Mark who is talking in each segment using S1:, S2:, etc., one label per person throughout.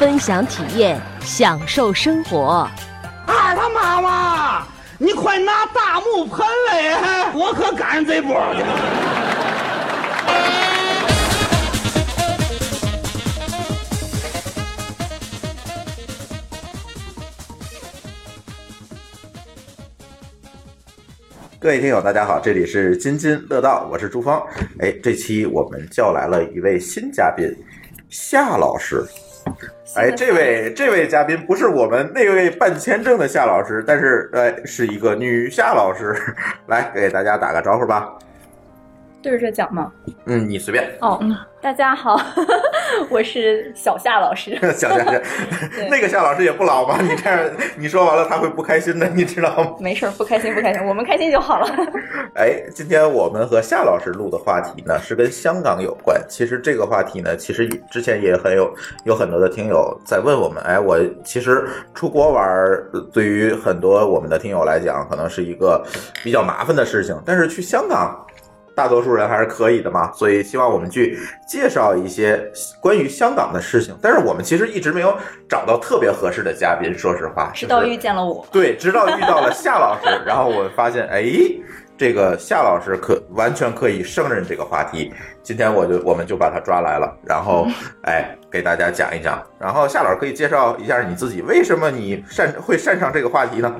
S1: 分享体验，享受生活。
S2: 二他妈妈，你快拿大木喷来，我可赶上这波了。
S3: 各位听友，大家好，这里是津津乐道，我是朱芳。哎，这期我们叫来了一位新嘉宾，夏老师。哎，这位这位嘉宾不是我们那位办签证的夏老师，但是哎，是一个女夏老师。来，给大家打个招呼吧。
S4: 对着讲吗？
S3: 嗯，你随便。
S4: 哦，大家好， 我是小夏 老师。
S3: 小夏夏，那个夏老师也不老吧？你这样你说完了，他会不开心的，你知道吗？
S4: 没事儿，不开心不开心，我们开心就好了。
S3: 哎，今天我们和夏老师录的话题呢，是跟香港有关。其实这个话题呢，其实之前也很有有很多的听友在问我们，哎，我其实出国玩儿，呃对于很多我们的听友来讲，可能是一个比较麻烦的事情，但是去香港。大多数人还是可以的嘛，所以希望我们去介绍一些关于香港的事情。但是我们其实一直没有找到特别合适的嘉宾，说实话，
S4: 直到
S3: 就是
S4: 遇见了我，
S3: 对，直到遇到了夏老师，然后我发现，哎，这个夏老师可完全可以胜任这个话题。今天我就我们就把他抓来了，然 后哎，给大家讲一讲。然后夏老师可以介绍一下你自己，为什么你擅会擅长这个话题呢？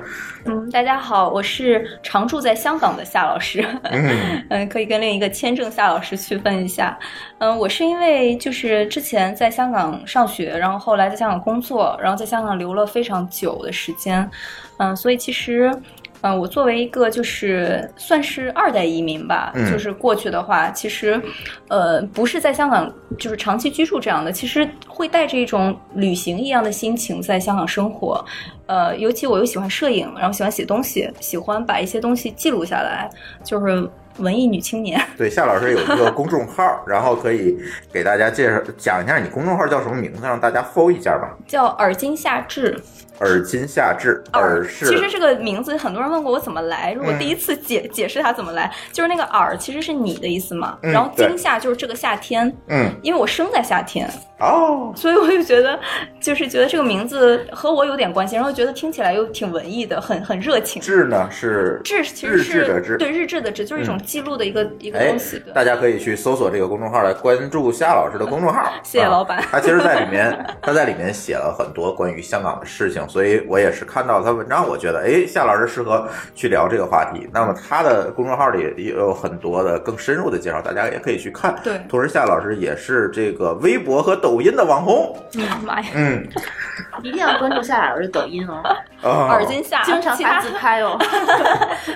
S4: 嗯，大家好，我是常住在香港的夏老师。
S3: 嗯
S4: 嗯，可以跟另一个签证夏老师区分一下。嗯，我是因为就是之前在香港上学，然后后来在香港工作，然后在香港留了非常久的时间。嗯，所以其实。嗯，我作为一个就是算是二代移民吧，
S3: 嗯
S4: 就是过去的话，其实，呃，不是在香港就是长期居住这样的，其实会带着一种旅行一样的心情在香港生活。呃，尤其我又喜欢摄影，然后喜欢写东西，喜欢把一些东西记录下来，就是文艺女青年。
S3: 对，夏老师有一个公众号，然后可以给大家介绍讲一下你公众号叫什么名字，让大家 follow 一下吧。
S4: 叫耳今夏至，
S3: 耳今夏至，耳是
S4: 其实这个名字很多人问过我怎么来，如果
S3: 嗯
S4: 第一次解、解释它怎么来，就是那个耳其实是你的意思嘛，
S3: 嗯
S4: 然后
S3: 对
S4: 今夏就是这个夏天，
S3: 嗯
S4: 因为我生在夏天，
S3: 哦，
S4: 所以我就觉得就是觉得这个名字和我有点关系，然后觉得听起来又挺文艺的，很很热情。
S3: 至呢是
S4: 志其实是
S3: 日志的志
S4: 对日志的志，就是一种
S3: 嗯
S4: 记录的一个、一个
S3: 哎
S4: 东西。对，
S3: 大家可以去搜索这个公众号来关注夏老师的公众号。
S4: 谢谢
S3: 啊
S4: 老板
S3: 他其实在里面，他在里面写了很多关于香港的事情，所以我也是看到他文章，我觉得哎，夏老师适合去聊这个话题。那么他的公众号里也有很多的更深入的介绍，大家也可以去看。
S4: 对
S3: 同时夏老师也是这个微博和抖音的网红。
S4: 嗯 妈呀，
S3: 嗯，
S5: 一定要关注夏老师的抖音哦，
S3: 啊、
S4: 耳今夏，
S5: 经常
S4: 其
S5: 发
S4: 他
S5: 自 拍哦。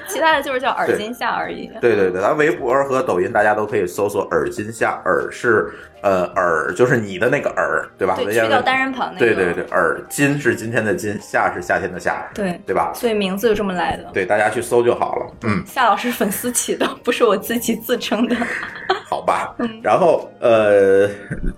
S4: 其他的就是叫耳
S3: 对
S4: 今夏而 已。
S3: 对对对，咱微博和抖音大家都可以搜索“耳今夏”，耳是呃耳，就是你的那个耳，对吧？
S4: 对，
S3: 文言
S4: 去掉
S3: 文
S4: 单人旁那个。
S3: 对对对，耳今是今天的今，夏是夏天的夏，
S4: 对
S3: 对吧？
S4: 所以名字就这么来的。
S3: 对，大家去搜就好了。嗯，
S4: 夏老师粉丝起的，不是我自己自称的。
S3: 好吧。
S5: 嗯
S3: 然后呃，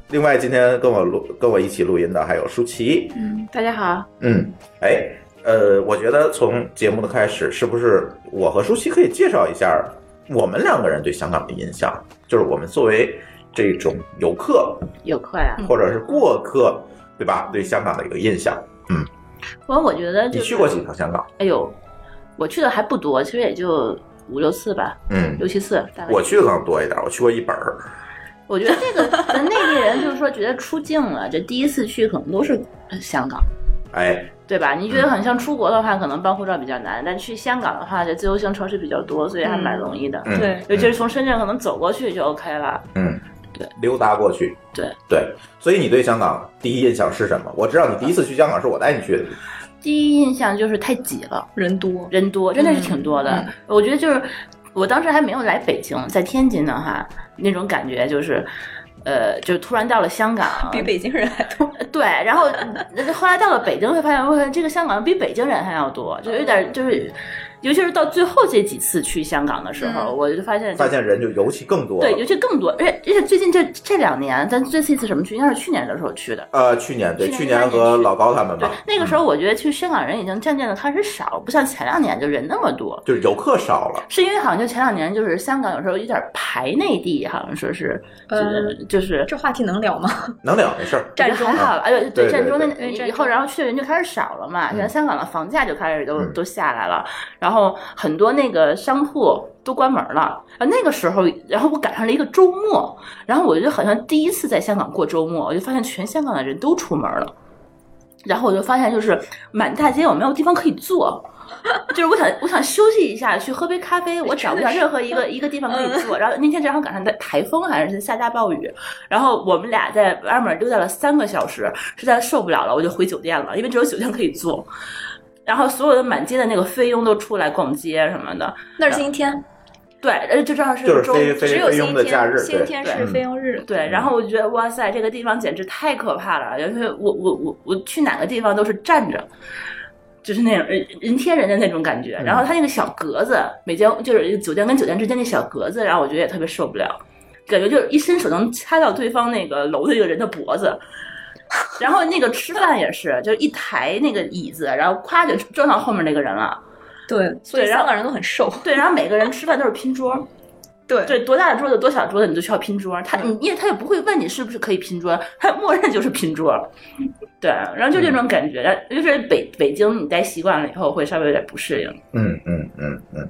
S3: 另外今天跟我录跟我一起录音的还有舒淇，
S5: 大家好，
S3: 嗯，哎，呃，我觉得从节目的开始，是不是我和舒淇可以介绍一下我们两个人对香港的印象？就是我们作为这种游客
S5: 有啊课呀。
S3: 或者是过客，对吧？对香港的一个印象。
S5: 反正我觉得就
S3: 你
S5: 是
S3: 去过几？趟香港？
S5: 哎呦，我去的还不多，其实也就五六次吧，
S3: 嗯，
S5: 六七次大概。
S3: 我去的更多一点，我去过一本儿。
S5: 我觉得这个咱内地人就是说觉得出境了，这第一次去可能都是呃香港，
S3: 哎，
S5: 对吧？你觉得很像出国的话，可能办护照比较难，但去香港的话，这自由行城市比较多，所以还蛮容易的。
S3: 嗯
S4: 对
S5: 尤其是从深圳可能走过去就 OK 了。
S3: 嗯，
S5: 对，
S3: 溜达过去，
S5: 对
S3: 对，所以你对香港第一印象是什么？我知道你第一次去香港是我带你去的，
S5: 第一印象就是太挤了，
S4: 人多，
S5: 人多，真的是挺多的。
S4: 嗯
S5: 我觉得就是我当时还没有来北京，在天津呢哈，那种感觉就是。呃，就突然到了香港，
S4: 比北京人还多。
S5: 对，然后呃后来到了北京，会发现，我发现这个香港比北京人还要多，就有点就是，尤其是到最后这几次去香港的时候，
S4: 嗯
S5: 我就发现就
S3: 发现人就尤其更多了。
S5: 对，尤其更多，而且而且最近这这两年，咱这次一次什么去，应该是去年的时候去的。
S3: 呃，去年对，
S5: 去
S3: 去
S5: 年
S3: 年和老高他们
S5: 对
S3: 吧，，嗯
S5: 那个时候我觉得去香港人已经渐渐的开始少，不像前两年就人那么多。
S3: 就是游客少了。
S5: 是因为好像就前两年，就是香港有时候有点排内地，好像说是，
S4: 呃
S5: 就是就是
S4: 这话题能聊吗？
S3: 能聊没事儿，
S4: 占
S5: 中还好
S3: 啊
S5: 了，哎呦，
S3: 对对
S5: 占中那
S4: 对
S5: 以
S4: 占
S5: 以后，
S4: 中
S5: 然后去的人就开始少了嘛。现在
S3: 嗯
S5: 香港的房价就开始都
S3: 嗯
S5: 都下来了，然后很多那个商铺都关门了。啊，那个时候，然后我赶上了一个周末，然后我就好像第一次在香港过周末，我就发现全香港的人都出门了。然后我就发现，就是满大街我没有地方可以坐， 就是我想我想休息一下，去喝杯咖啡，我找不到任何一个一个地方可以坐。然后那天正好赶上在台风还是下大暴雨，然后我们俩在外面溜达了三个小时，实在受不了了，我就回酒店了，因为只有酒店可以坐。然后所有的满街的那个菲佣都出来逛街什么的，
S4: 那是星期天，
S5: 对，呃，就正好是
S3: 就
S5: 个
S3: 是
S5: 周
S3: 非
S4: 只
S3: 非
S4: 有
S3: 非
S4: 星
S3: 佣
S4: 期
S3: 的假
S4: 天，
S3: 日，
S4: 星期
S3: 对，
S4: 天是
S5: 对嗯
S4: 非佣日。
S5: 对，然后我就觉得哇塞，这个地方简直太可怕了，因为我我我我去哪个地方都是站着。就是那种人人贴人的那种感觉，然后它那个小格子，每间就是酒店跟酒店之间那小格子，然后我觉得也特别受不了，感觉就是一伸手能掐到对方那个楼的那个人的脖子，然后那个吃饭也是，就是一抬那个椅子，然后咵就撞到后面那个人了，
S4: 对，所以
S5: 对然后
S4: 香港人都很瘦。
S5: 对，然后每个人吃饭都是拼桌，
S4: 对
S5: 对，多大的桌子多小桌子，你就需要拼桌。他你因为他也不会问你是不是可以拼桌，他默认就是拼桌。对，然后就这种感觉，就是北北京你待习惯了以后会稍微有点不适应。
S3: 嗯嗯嗯嗯，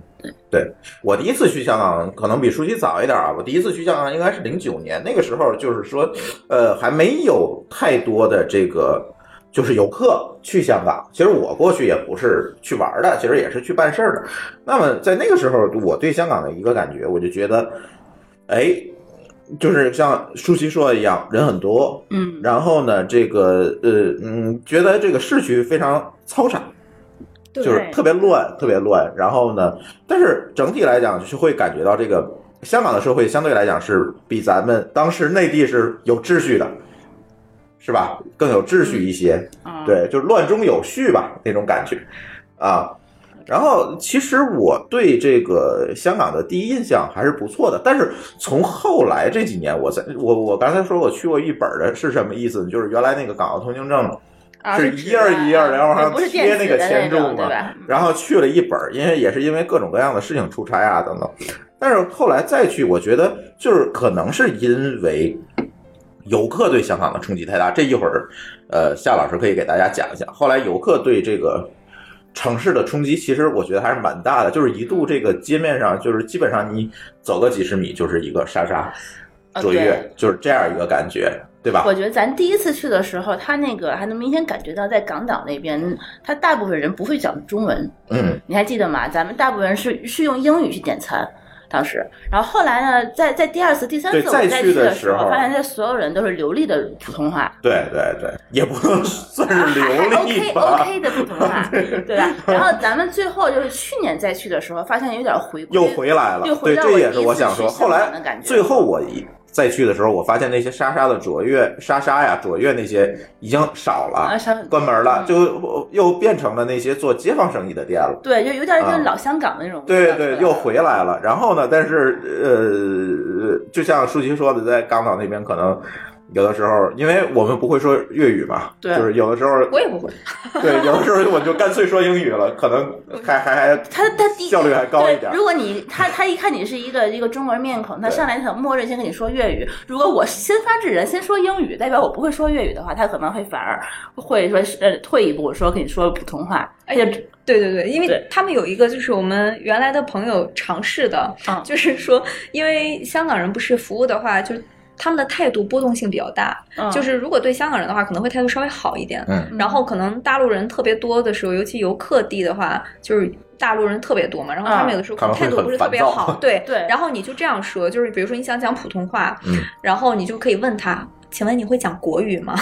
S3: 对，我第一次去香港可能比舒淇早一点啊，我第一次去香港应该是零九年，那个时候就是说，呃，还没有太多的这个。就是游客去香港，其实我过去也不是去玩儿的，其实也是去办事儿的。那么在那个时候，我对香港的一个感觉，我就觉得，哎，就是像舒淇说的一样，人很多，
S5: 嗯，
S3: 然后呢，这个呃嗯，觉得这个市区非常嘈杂，
S5: 对
S3: 就是特别乱，特别乱。然后呢，但是整体来讲，就是会感觉到这个香港的社会相对来讲是比咱们当时内地是有秩序的，是吧？更有秩序一些，
S5: 啊，
S3: 对，就是乱中有序吧那种感觉啊。然后，其实我对这个香港的第一印象还是不错的，但是从后来这几年，我在我我刚才说我去过一本的是什么意思呢？就是原来那个港澳通行证
S5: 啊
S3: 是一页儿一页儿的，然后往
S5: 不是
S3: 上贴
S5: 电
S3: 那
S5: 子
S3: 个
S5: 的
S3: 签注
S5: 种，对
S3: 嘛，
S5: 吧？
S3: 然后去了一本儿，因为也是因为各种各样的事情出差啊等等。但是后来再去，我觉得就是可能是因为游客对香港的冲击太大。这一会儿，呃，夏老师可以给大家讲一讲。后来游客对这个城市的冲击，其实我觉得还是蛮大的。就是一度这个街面上，就是基本上你走个几十米就是一个沙沙
S5: 啊
S3: 卓越，
S5: 对
S3: 就是这样一个感觉，对吧
S5: 我？觉得咱第一次去的时候，他那个还能明显感觉到，在港岛那边，他大部分人不会讲中文，
S3: 嗯，
S5: 你还记得吗？咱们大部分人是是用英语去点餐。当时，然后后来呢，在在第二次、第三次
S3: 对
S5: 我
S3: 再
S5: 们
S3: 去
S5: 去
S3: 的
S5: 的
S3: 时候
S5: 候，发现这所有人都是流利的普通话，
S3: 对对对，也不能算
S5: 啊
S3: 是
S5: 还还
S3: 流利
S5: OK
S3: 吧。
S5: OK 的普通话，对吧？然后咱们最后就是去年再去的时候，发现有点回归，
S3: 又回来了
S5: 又，
S3: 对，
S5: 回到
S3: 这
S5: 我
S3: 也
S5: 第
S3: 是
S5: 一
S3: 我
S5: 次
S3: 想
S5: 去
S3: 说。
S5: 香
S3: 后
S5: 港的
S3: 来
S5: 感觉
S3: 最后我一再去的时候，我发现那些莎莎的卓越、莎莎呀、卓越那些已经少
S5: 啊，
S3: 了，
S5: 想
S3: 关门了，
S5: 嗯
S3: 就又变成了那些做街坊生意的店了。
S5: 对，就有点就是
S3: 啊
S5: 老香港那种
S3: 对
S5: 味道出来了，
S3: 对，又回来了。然后呢，但是呃，就像舒淇说的，在港岛那边可能。有的时候，因为我们不会说粤语嘛，
S5: 对
S3: 就是有的时候，
S4: 我也不会，
S3: 对，有的时候我就干脆说英语了，可能还还还
S5: 他他第一
S3: 效率还高一点
S5: 对。如果你他他一看你是一个一个中国人面孔，他
S3: 对
S5: 上来他默认先跟你说粤语。如果我先发制人，先说英语，代表我不会说粤语的话，他可能会反而会说是呃退一步说跟你说普通话。
S4: 哎呀，对对对，因为
S5: 对
S4: 他们有一个就是我们原来的朋友尝试的，
S5: 嗯
S4: 就是说，因为香港人不是服务的话，就是他们的态度波动性比较大，
S5: 嗯
S4: 就是如果对香港人的话，可能会态度稍微好一点，
S3: 嗯
S4: 然后可能大陆人特别多的时候，尤其游客地的话，就是。大陆人特别多嘛，然后他们有的时候
S3: 啊他们会
S4: 态度不是特别
S3: 很
S4: 好，
S3: 烦躁
S4: 对
S5: 对
S4: 然后你就这样说，就是比如说你想讲普通话，
S3: 嗯
S4: 然后你就可以问他，请问你会讲国 语吗？”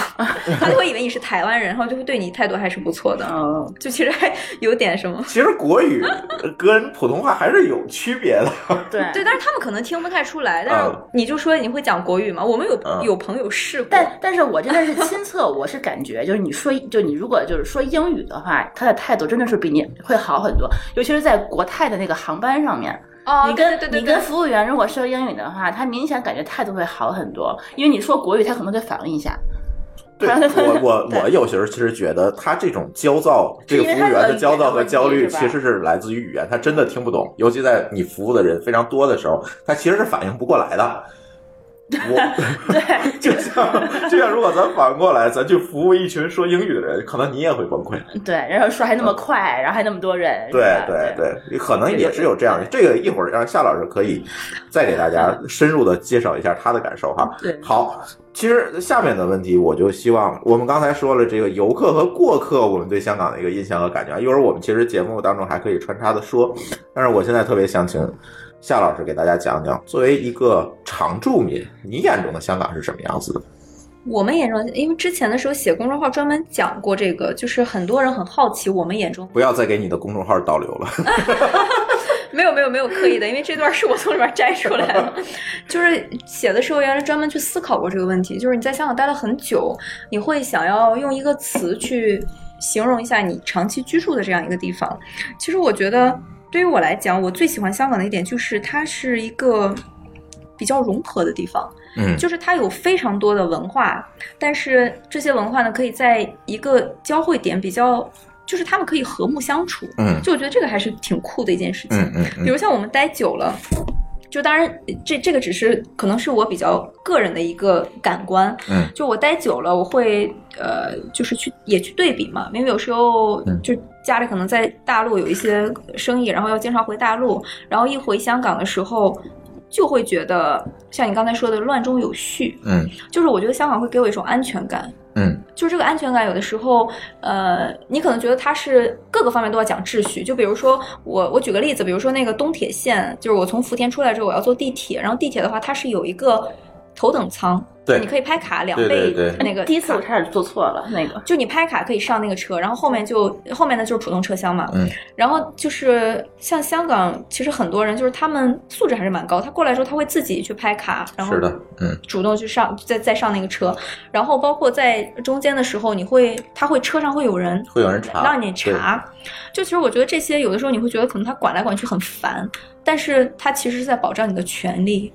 S4: 他就会以为你是台湾人，然后就会对你态度还是不错的，
S5: 嗯，
S4: 就其实还有 点什么。
S3: 其实国语跟普通话还是有区别 的。
S5: 对
S4: 对，但是他们可能听不太出来。但是
S3: 嗯
S4: 你就说你会讲国语吗？我们有、
S3: 嗯
S4: 有朋友试过，
S5: 但但是我这边是亲测，我是感觉就是你说，就你如果就是说英语的话，他的态度真的是比你会好很多，尤其是在国泰的那个航班上面，
S4: 哦，
S5: 你
S4: 对
S5: 跟
S4: 对对对
S5: 你跟服务员如果说英语的话，他明显感觉态度会好很多，因为你说国语，他可能会反应一下，
S3: 对我我我有时候其实觉得他这种焦躁，这个服务员的焦躁和焦虑其实是来自于语言，他真的听不懂，尤其在你服务的人非常多的时候，他其实是反应不过来 的。我
S5: 对，
S3: 就像就像如果咱反过来，咱去服务一群说英语的人，可能你也会崩溃。
S5: 对，然后说还那么快，然后还那么多人，
S3: 嗯对
S5: 是吧
S3: 对对，可能也是有这样的。这个一会儿让夏老师可以再给大家
S4: 嗯
S3: 深入的介绍一下他的感受哈。
S5: 对
S3: 好，其实下面的问题，我就希望我们刚才说了这个游客和过客，我们对香港的一个印象和感觉啊。一会儿我们其实节目当中还可以穿插的说，但是我现在特别想请夏老师给大家讲讲，作为一个常住民，你眼中的香港是什么样子的？
S4: 我们眼中，因为之前的时候写公众号专门讲过这个，就是很多人很好奇我们眼中
S3: 不要再给你的公众号导流了。
S4: 没有没有没有刻意的，因为这段是我从里面摘出来的。就是写的时候，原来专门去思考过这个问题，就是你在香港待了很久，你会想要用一个词去形容一下你长期居住的这样一个地方。其实我觉得，对于我来讲，我最喜欢香港的一点就是它是一个比较融合的地方。
S3: 嗯
S4: 就是它有非常多的文化，但是这些文化呢，可以在一个交汇点比较，就是他们可以和睦相处。
S3: 嗯
S4: 就我觉得这个还是挺酷的一件事情。
S3: 嗯嗯
S4: 比
S3: 嗯
S4: 如像我们待久了。就当然，这这个只是可能是我比较个人的一个感官，
S3: 嗯
S4: 就我待久了，我会呃，就是去也去对比嘛，因为有时候
S3: 嗯
S4: 就家里可能在大陆有一些生意，然后要经常回大陆，然后一回香港的时候，就会觉得像你刚才说的乱中有序，
S3: 嗯
S4: 就是我觉得香港会给我一种安全感，
S3: 嗯
S4: 就是这个安全感，有的时候，呃，你可能觉得它是各个方面都要讲秩序。就比如说我，我举个例子，比如说那个东铁线，就是我从福田出来之后，我要坐地铁，然后地铁的话，它是有一个头等舱，
S3: 对
S4: 你可以拍卡两
S3: 对对
S4: 倍
S3: 对
S4: 那个
S5: 第一次
S4: 卡
S5: 我差点做错了那个，
S4: 就你拍卡可以上那个车，然后后面就后面的就是普通车厢嘛。
S3: 嗯。
S4: 然后就是像香港，其实很多人就是他们素质还是蛮高，他过来之后他会自己去拍卡，
S3: 嗯，
S4: 然后
S3: 是的，嗯
S4: 主动去上再再上那个车，然后包括在中间的时候，你会他会车上会有人
S3: 会有人查
S4: 让你查，就其实我觉得这些有的时候你会觉得可能他管来管去很烦，但是他其实是在保障你的权利。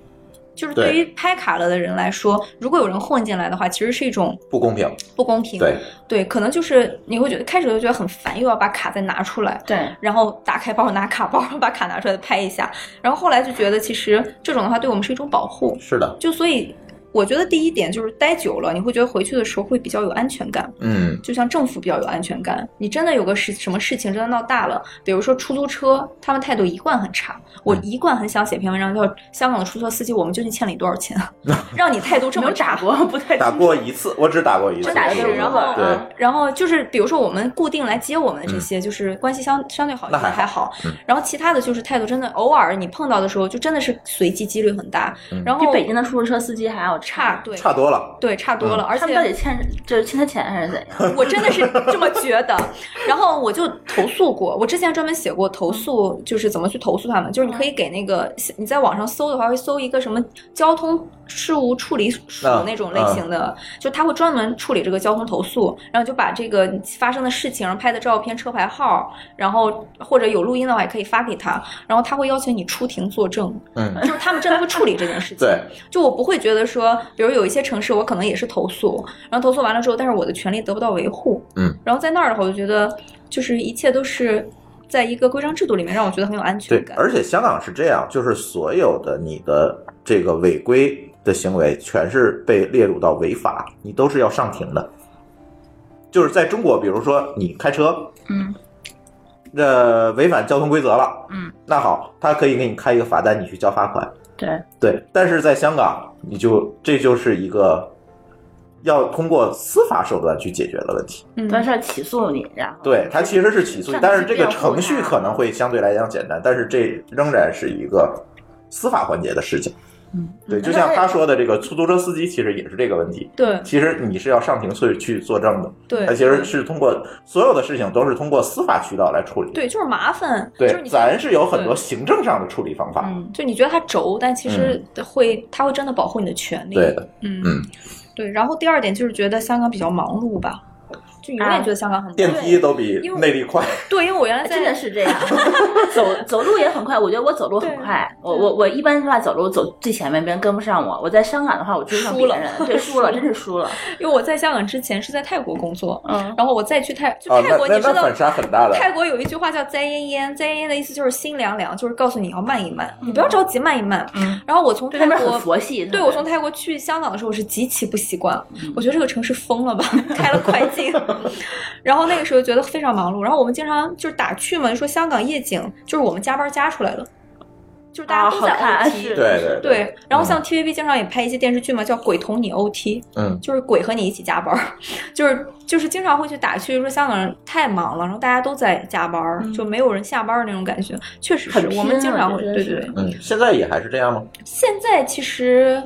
S4: 就是对于拍卡了的人来说，如果有人混进来的话，其实是一种
S3: 不公平，
S4: 不公平。
S3: 对，
S4: 对，可能就是你会觉得开始就觉得很烦，又要把卡再拿出来，
S5: 对，
S4: 然后打开包拿卡包， 把卡拿出来拍一下，然后后来就觉得其实这种的话对我们是一种保护，
S3: 是的，
S4: 就所以我觉得第一点就是待久了，你会觉得回去的时候会比较有安全感，
S3: 嗯
S4: 就像政府比较有安全感。你真的有个事什么事情真的闹大了，比如说出租车，他们态度一贯很差。我
S3: 嗯
S4: 一贯很想写篇文章叫《香港的出租车司机，我们究竟欠了你多少钱》， 让你态度这
S5: 没
S4: 么
S5: 有
S4: 差
S5: 打。过，不太
S3: 打
S5: 清楚
S3: 过一次，我只打过一次，
S4: 真打
S5: 一次然
S4: 啊
S5: 后
S3: 对，
S4: 然后就是，比如说我们固定来接我们的这些，就是关系相相对好一
S3: 嗯那
S4: 点
S3: 还
S4: 还好
S3: 嗯。
S4: 然后其他的就是态度真的，偶尔你碰到的时候，就真的是随机几率很大
S3: 嗯。
S4: 然后
S5: 比北京的出租车司机还要
S4: 差
S5: 差。
S4: 对
S3: 差嗯多了。
S4: 对差多了，而
S5: 他
S4: 且
S5: 们到底欠就是欠他钱还是怎 样？
S4: 我真的是这么觉得。然后我就投诉过，我之前专门写过投诉，就是怎么去投诉他们。就是你可以给那个你在网上搜的话，会搜一个什么交通事务处理署
S3: 啊
S4: 那种类型的，就他会专门处理这个交通投诉，然后就把这个你发生的事情，然后拍的照片、车牌号，然后或者有录音的话也可以发给他，然后他会邀请你出庭作证，
S3: 嗯，
S4: 就是他们真的会处理这件事情。
S3: 对，
S4: 就我不会觉得说，比如有一些城市我可能也是投诉，然后投诉完了之后，但是我的权利得不到维护，
S3: 嗯，
S4: 然后在那儿的话，我就觉得就是一切都是在一个规章制度里面，让我觉得很有安全
S3: 对，
S4: 感。
S3: 而且香港是这样，就是所有的你的这个违规的行为，全是被列入到违法，你都是要上庭的。就是在中国，比如说你开车，
S5: 嗯，
S3: 呃，违反交通规则了，
S5: 嗯，
S3: 那好，他可以给你开一个罚单，你去交罚款。
S5: 对，
S3: 对，但是在香港，你就这就是一个要通过司法手段去解决的问题。
S4: 嗯，
S5: 但是要起诉你，然后
S3: 对，它其实是起诉你，
S5: 上
S3: 但是
S5: 去
S3: 这个
S5: 辩护
S3: 程序
S5: 它
S3: 可能会相对来讲简单，但是这仍然是一个司法环节的事情。
S4: 嗯
S3: 对，就像他说的，这个出租车司机其实也是这个问题。
S4: 对
S3: 其实你是要上庭去去作证的，
S4: 对
S3: 他其实是通过所有的事情都是通过司法渠道来处理。
S4: 对，就是麻烦，
S3: 对，
S4: 就是你
S3: 咱是有很多行政上的处理方法。
S4: 嗯，就你觉得它轴，但其实会、它会真的保护你的权
S3: 嗯
S4: 利。
S3: 对的，
S4: 嗯
S3: 嗯
S4: 对。然后第二点就是觉得香港比较忙碌吧，就永远觉得香港很忙
S3: 电梯都比
S4: 因为
S3: 内地快。
S4: 对，因为我原来
S3: 哎
S4: 在
S5: 真的是这 样，走走路也很快。我觉得我走路很快，我我我一般的话走路走最前面，别人跟不上我。我在香港的话，我追不上别人， 对，输了，真是输了。
S4: 因为我在香港之前是在泰国工作，
S5: 嗯，
S4: 然后我再去泰就
S3: 啊，
S4: 泰
S3: 那
S4: 国，
S3: 那
S4: 你知
S3: 那
S4: 道
S3: 反。差很大的。
S4: 泰国有一句话叫“灾焉焉”，灾焉焉的意思就是心凉凉，就是告诉你要慢一慢，你不要着急，慢一慢。
S5: 嗯，
S4: 然后我从
S5: 对，
S4: 泰
S5: 那边
S4: 国
S5: 很佛系。嗯
S4: 对我从泰国去香港的时候，我是极其不习惯，我觉得这个城市疯了吧， 开了快进。然后那个时候觉得非常忙碌，然后我们经常就是打趣嘛，就说香港夜景就是我们加班加出来的，就是大
S5: 啊，
S4: 家都
S5: 好
S4: 在
S5: 看，
S4: OT、
S5: 是，
S3: 对对
S4: 对，然后像 TVB 经常也拍一些电视剧嘛，叫《鬼同你 OT》，
S3: 嗯，
S4: 就是鬼和你一起加班儿， 就是就是经常会去打趣说香港人太忙了，然后大家都在加班儿，就没有人下班儿那种感觉，确实是
S5: 嗯很
S4: 我们
S5: 拼
S4: 经
S5: 了
S4: 常会
S5: 真
S4: 对
S5: 是
S4: 对对。
S3: 嗯，现在也还是这样吗？
S4: 现在其实，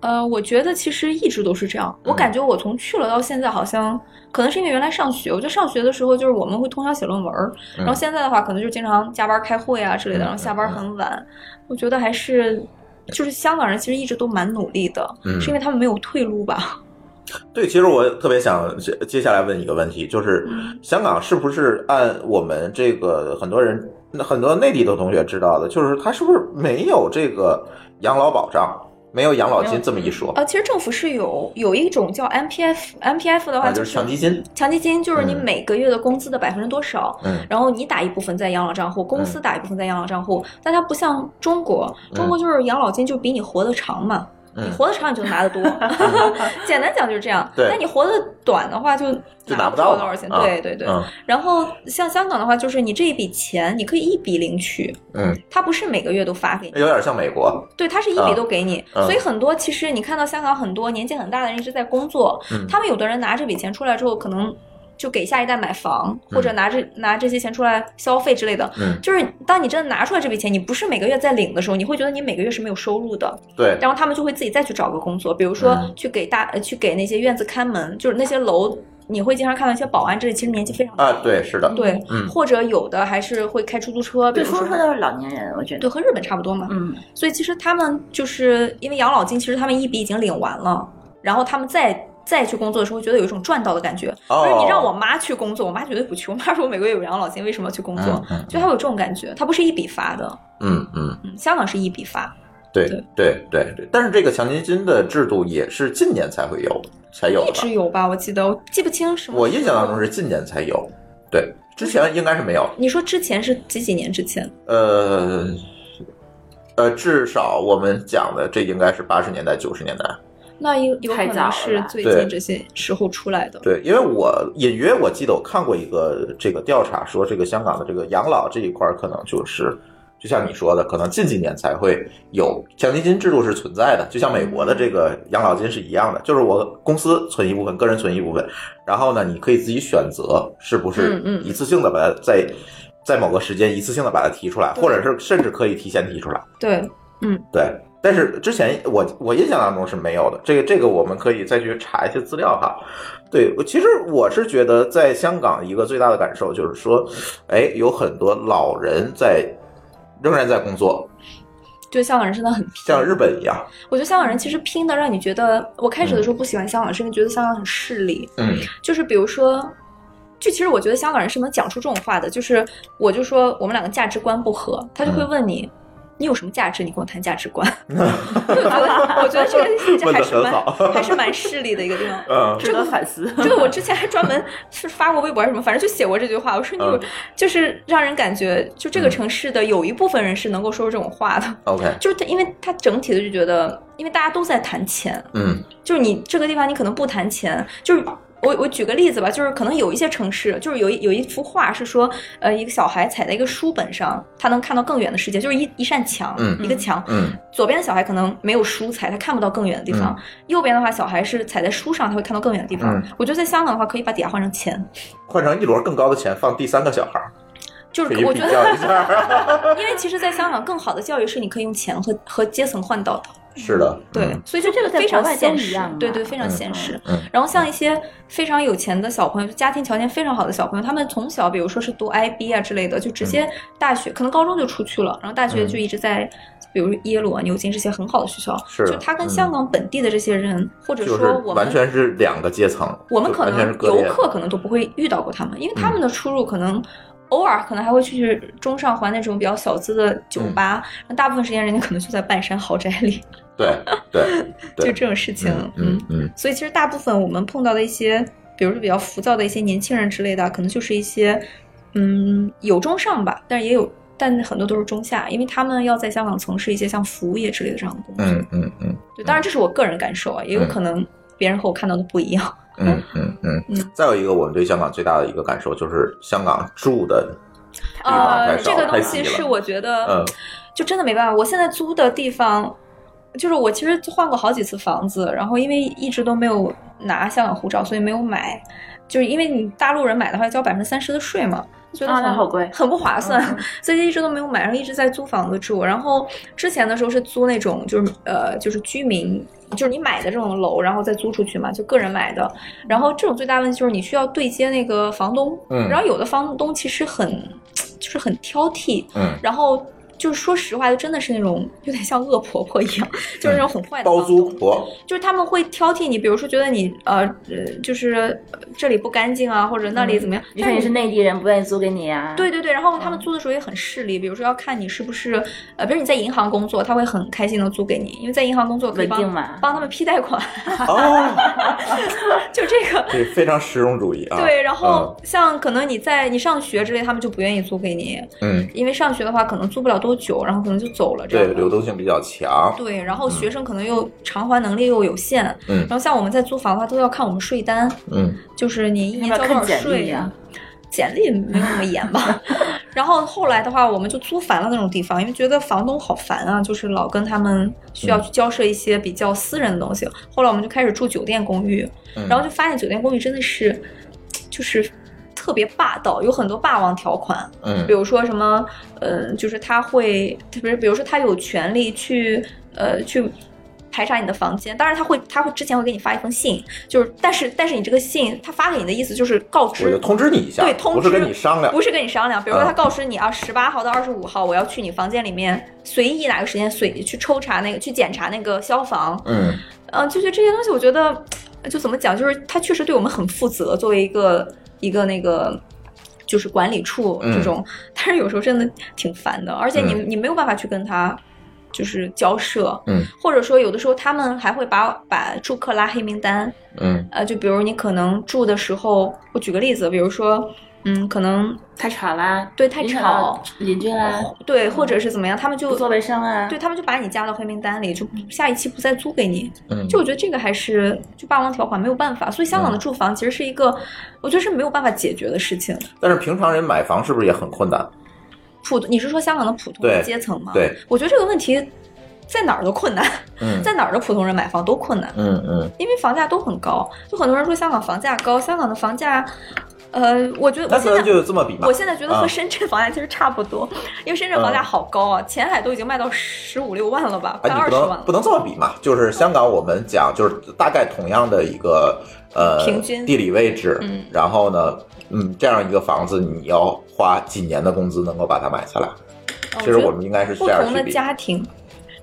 S4: 呃，我觉得其实一直都是这样。
S3: 嗯
S4: 我感觉我从去了到现在，好像可能是因为原来上学，我觉得上学的时候就是我们会通宵写论文儿，
S3: 嗯
S4: 然后现在的话，可能就经常加班开会啊之类
S3: 嗯
S4: 的，然后下班很晚。我觉得还是。就是香港人其实一直都蛮努力的，
S3: 嗯
S4: 是因为他们没有退路吧？
S3: 对，其实我特别想接接下来问一个问题，就是
S4: 嗯
S3: 香港是不是按我们这个很多人、很多内地的同学知道的，就是它是不是没有这个养老保障，没有养老金这么一说？
S4: 啊，其实政府是有有一种叫 M P F，M P F 的
S3: 啊，
S4: 话呃就
S3: 就是是强积金。
S4: 强积金，就是你
S3: 嗯
S4: 每个月的工资的百分之多少，
S3: 嗯
S4: 然后你打一部分在养老账户，公司打一部分在养老账户，但它不像中国，中国就是养老金就比你活得长嘛，
S3: 嗯
S4: 你，活得长你就拿 得多， 简单讲就是这样。
S3: 对
S4: 但你活得短的话就
S3: 就
S4: 拿
S3: 拿不
S4: 了
S3: 到
S4: 多少钱，
S3: 啊
S4: 对对对。
S3: 嗯
S4: 然后像香港的话，就是你这一笔钱你可以一笔领取，
S3: 嗯，
S4: 它不是每个月都发给你，
S3: 有点像美国。
S4: 对，它是一笔都给你，
S3: 啊啊
S4: 所以很多其实你看到香港很多年纪很大的人一直在工作，
S3: 嗯
S4: 他们有的人拿这笔钱出来之后，可能就给下一代买房，
S3: 嗯
S4: 或者拿这拿这些钱出来消费之类的。
S3: 嗯，
S4: 就是当你真的拿出来这笔钱，你不是每个月在领的时候，你会觉得你每个月是没有收入的，
S3: 对，
S4: 然后他们就会自己再去找个工作，比如说
S3: 嗯
S4: 去给大、呃去给那些院子看门，就是那些楼，你会经常看到一些保安，这里其实年纪非常大，
S3: 啊，对，是的，
S4: 对，
S3: 嗯
S4: 或者有的还是会开出租车，比
S5: 对，
S4: 如
S5: 出
S4: 说
S5: 租车都是老年人，我觉
S4: 对
S5: 得。
S4: 和日本差不多嘛，
S5: 嗯，
S4: 所以其实他们就是因为养老金，其实他们一笔已经领完了，然后他们再再去工作的时候，觉得有一种赚到的感觉。
S3: 哦
S4: 就是你让我妈去工作，我妈绝对不 去。我妈说我每个月有养老金，为什么要去工作？
S3: 嗯嗯
S4: 就她有这种感觉，她不是一笔发的，
S3: 嗯嗯，
S4: 嗯，香港是一笔发，
S3: 对
S4: 对
S3: 对对对。但是这个强积金的制度也是近年才会有，才有
S4: 一
S3: 的吧
S4: 直？有吧？我记得我记不清什么。
S3: 哎我印象当中是近年才有，对，之前应该是没有。
S4: 你说之前是几几年之前？
S3: 呃，呃，至少我们讲的这应该是八十年代、九十年代。
S4: 那有有可
S5: 太早
S4: 能
S5: 了
S4: 是最
S3: 对
S4: 近这些时候出来的。
S3: 对，因为我隐约我记得我看过一个这个调查，说这个香港的这个养老这一块，可能就是就像你说的，可能近几年才会有强积金制度是存在的，就像美国的这个养老金是一样的，就是我公司存一部分，个人存一部分，然后呢，你可以自己选择是不是
S4: 嗯嗯
S3: 一次性的把它在在某个时间一次性的把它提出来，
S4: 对
S3: 或者是甚至可以提前提出来。
S4: 对，
S3: 对，但是之前我我印象当中是没有的，这个这个我们可以再去查一些资料哈。对，我其实我是觉得在香港一个最大的感受就是说，哎，有很多老人在仍然在工作，
S4: 就香港人真的很拼。
S3: 像日本一样，
S4: 我觉得香港人其实拼的让你觉得，我开始的时候不喜欢香港，是因为觉得香港很势利。
S3: 嗯
S4: 就是比如说，就其实我觉得香港人是能讲出这种话的，就是我就说我们两个价值观不合，他
S3: 嗯
S4: 就会问你。你有什么价值？你跟我谈价值观， 就我觉得，我觉得这个这还是
S3: 问得很好
S4: 蛮还是蛮势利的一个地方。
S3: 嗯
S5: 值得反思。
S4: 这个我之前还专门是发过微博还是什么，反正就写过这句话。我说你有，
S3: 嗯
S4: 就是让人感觉，就这个城市的有一部分人是能够说出这种话的，
S3: ，OK，
S4: 就是他，因为他整体的就觉得，因为大家都在谈钱，
S3: 嗯
S4: 就是你这个地方你可能不谈钱，就是。我我举个例子吧，就是可能有一些城市，就是有一有一幅画是说，呃，一个小孩踩在一个书本上，他能看到更远的世界，就是一一扇墙，
S3: 嗯
S4: 一个墙。
S3: 嗯
S4: 左边的小孩可能没有书踩，他看不到更远的地方；右边的话，小孩是踩在书上，他会看到更远的地方。
S3: 嗯
S4: 我觉得在香港的话，可以把底下换成钱，
S3: 换成一摞更高的钱放第三个小孩儿，
S4: 就
S3: 可
S4: 是
S3: 以
S4: 我
S3: 比
S4: 觉
S3: 较
S4: 得
S3: 一，下。
S4: 因为其实，在香港更好的教育是你可以用钱和和阶层换到的。
S3: 是的，
S4: 对
S3: 嗯，
S4: 所以就
S5: 这个在
S4: 非常
S5: 国外都
S4: 现
S5: 一
S4: 实
S5: 样嘛，
S4: 对对，非常
S3: 嗯
S4: 现实。
S3: 嗯
S4: 然后像一些非常有钱的小朋友，就家庭条件非常好的小朋友，他们从小比如说是读 IB 啊之类的，就直接大学、可能高中就出去了，然后大学
S3: 嗯
S4: 就一直在。比如耶鲁啊、牛津这些很好的学校，
S3: 是的
S4: 就他跟
S3: 嗯
S4: 香港本地的这些人，或者
S3: 就是
S4: 说我们
S3: 完全是两个阶层，
S4: 我们
S3: 就
S4: 可
S3: 完全
S4: 能
S3: 是割
S4: 游
S3: 裂的嗯
S4: 客可能都不会遇到过他们，因为他们的出入可能偶尔可能还会去中上环那种比较小资的酒
S3: 嗯
S4: 吧，那、大部分时间人家可能就在半山豪宅里，
S3: 对 对
S4: 就
S3: 对，
S4: 这种事情，
S3: 嗯嗯嗯
S4: 所以其实大部分我们碰到的一些，比如说比较浮躁的一些年轻人之类的，可能就是一些，嗯，有中上吧，但是也有，但很多都是中下，因为他们要在香港从事一些像服务业之类的这样的工作。
S3: 嗯嗯嗯
S4: 对，当然这是我个人感受啊，也有可能别人和我看到的不一样。
S3: 嗯嗯嗯嗯
S4: 嗯。
S3: 再有一个，我们对香港最大的一个感受就是香港住的地方
S4: 呃
S3: 太，少
S4: 这个
S3: 太
S4: 东
S3: 挤
S4: 西是
S3: 了。
S4: 我觉得，
S3: 嗯
S4: 就真的没办法。我现在租的地方，就是我其实换过好几次房子，然后因为一直都没有拿香港护照，所以没有买。就是因为你大陆人买的话要交百分之三十的税嘛，觉得
S5: 啊
S4: 很、
S5: 那好贵
S4: 很不划算，
S5: 嗯
S4: 所以就一直都没有买，然后一直在租房子住。然后之前的时候是租那种就是呃就是居民。就是你买的这种楼，然后再租出去嘛，就个人买的。
S5: 嗯
S4: 然后这种最大问题就是你需要对接那个房东，
S3: 嗯
S4: 然后有的房东其实很就是很挑剔，
S3: 嗯，
S4: 然后就是说实话，就真的是那种有点像恶婆婆一样，就是那种很坏
S3: 嗯
S4: 的
S3: 包
S4: 房东
S3: 租婆，
S4: 就是他们会挑剔你，比如说觉得你呃呃，就是呃这里不干净啊，或者那里怎么样，
S5: 你
S4: 但
S5: 看
S4: 是
S5: 你是内地人，不愿意租给你啊？
S4: 对对对，然后他们租的时候也很势利，比如说要看你是不是呃，比如你在银行工作，他会很开心的租给你，因为在银行工作可以
S5: 稳
S4: 帮
S5: 定嘛
S4: 帮他们批贷款，
S3: 哦，
S4: 就 这个。
S3: 对，非常实用主义啊。
S4: 对，然后像可能你在你上学之类，他们就不愿意租给你，
S3: 嗯，嗯
S4: 因为上学的话可能租不了多久，然后可能就走了这样
S3: 对，
S4: 的。
S3: 流动性比较强。
S4: 对，然后
S5: 嗯
S4: 学生可能又偿还能力又有限，
S3: 嗯
S4: 然后像我们在租房的话，都要看我们税单，
S3: 嗯
S4: 就是你一年交多
S5: 要
S4: 少
S5: 不要看简历
S4: 税
S5: 啊。
S4: 简历没有那么严 吧，然后后来的话，我们就租烦了那种地方，因为觉得房东好烦啊，就是老跟他们需
S5: 嗯
S4: 要去交涉一些比较私人的东西。后来我们就开始住酒店公寓，
S3: 嗯，
S4: 然后就发现酒店公寓真的是，就是特别霸道，有很多霸王条款。
S3: 嗯
S4: 比如说什么，呃，就是他会，特别是比如说他有权利去，呃，去排查你的房间。当然，他会，他会之前会给你发一封信，就是，但是，但是你这个信他发给你的意思就是告知，
S3: 我就通知你一下，
S4: 对，通知
S3: 不是跟你商量，
S4: 不是跟你商量。比如说，
S3: 嗯
S4: 他告知你啊，十八号到二十五号，我要去你房间里面随意哪个时间随去抽查那个，去检查那个消防，
S3: 嗯
S4: 嗯、就是这些东西，我觉得就怎么讲，就是他确实对我们很负责，作为一个一个那个。就是管理处
S3: 嗯
S4: 这种，但是有时候真的挺烦的，而且你、
S3: 嗯
S4: 你没有办法去跟他就是交涉，
S3: 嗯
S4: 或者说有的时候他们还会把把住客拉黑名单，
S3: 嗯
S4: 呃，就比如你可能住的时候，我举个例子，比如说，嗯，可能
S5: 太吵啦，
S4: 对太
S5: 影响
S4: 吵，
S5: 邻居啦，
S4: 对，或者是怎么样，他们
S5: 嗯不
S4: 就
S5: 做卫生啊。
S4: 对他们就把你加到黑名单里，就下一期不再租给你。
S3: 嗯，
S4: 就我觉得这个还是就霸王条款没有办法，所以香港的住房其实是一个，我觉得是没有办法解决的事情。
S3: 但是平常人买房是不是也很困难？
S4: 普你是说香港的普通
S3: 对
S4: 阶层吗？
S3: 对，
S4: 我觉得这个问题在哪儿都困难，
S3: 嗯
S4: 在哪儿的普通人买房都困难。
S3: 嗯嗯，
S4: 因为房价都很高，就很多人说香港房价高，香港的房价，呃，我觉得
S3: 那
S4: 我现
S3: 咱
S4: 在
S3: 就这么比吧
S4: 我。现在觉得和
S3: 嗯
S4: 深圳房价其实差不多，因为深圳房价好高啊，前海都已经卖到十五六万了吧，快
S3: 哎，你
S4: 二
S3: 不
S4: 十万
S3: 能
S4: 了
S3: 不。能这么比嘛？就是香港，我们讲就是大概同样的一个呃
S4: 平均
S3: 地理位置，
S4: 嗯
S3: 然后呢，嗯，这样一个房子你要花几年的工资能够把它买下来？
S4: 哦
S3: 其实
S4: 觉得
S3: 我们应该是这
S4: 不
S3: 样
S4: 同
S3: 去
S4: 的
S3: 比，
S4: 家庭，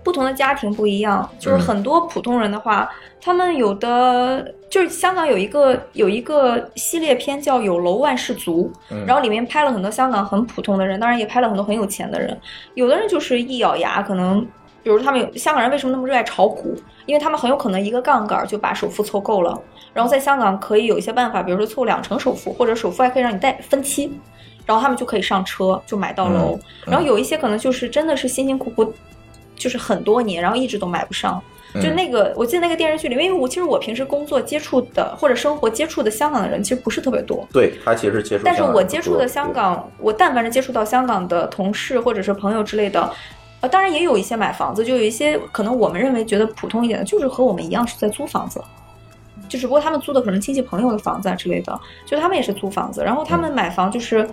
S4: 不同的家庭不一样，就是
S3: 嗯
S4: 很多普通人的话，他们有的就是香港有一个有一个系列片叫《有楼万事足》，
S3: 嗯
S4: 然后里面拍了很多香港很普通的人，当然也拍了很多很有钱的人，有的人就是一咬牙可能。比如他们有香港人为什么那么热爱炒股？因为他们很有可能一个杠杆就把首付凑够了，然后在香港可以有一些办法，比如说凑两成首付，或者首付还可以让你贷分期，然后他们就可以上车就买到楼。
S3: 嗯
S4: 然后有一些可能就是真的是辛辛苦苦，就是很多年，然后一直都买不上。
S3: 嗯
S4: 就那个，我记得那个电视剧里面，因为我其实我平时工作接触的或者生活接触的香港的人其实不是特别多，
S3: 对他其实接触，
S4: 但是我接触的
S3: 嗯
S4: 香，港，我但凡是接触到香港的同事或者是朋友之类的，呃，当然也有一些买房子，就有一些可能我们认为觉得普通一点的，就是和我们一样是在租房子，就只不过他们租的可能亲戚朋友的房子啊之类的，就是他们也是租房子，然后他们买房就是。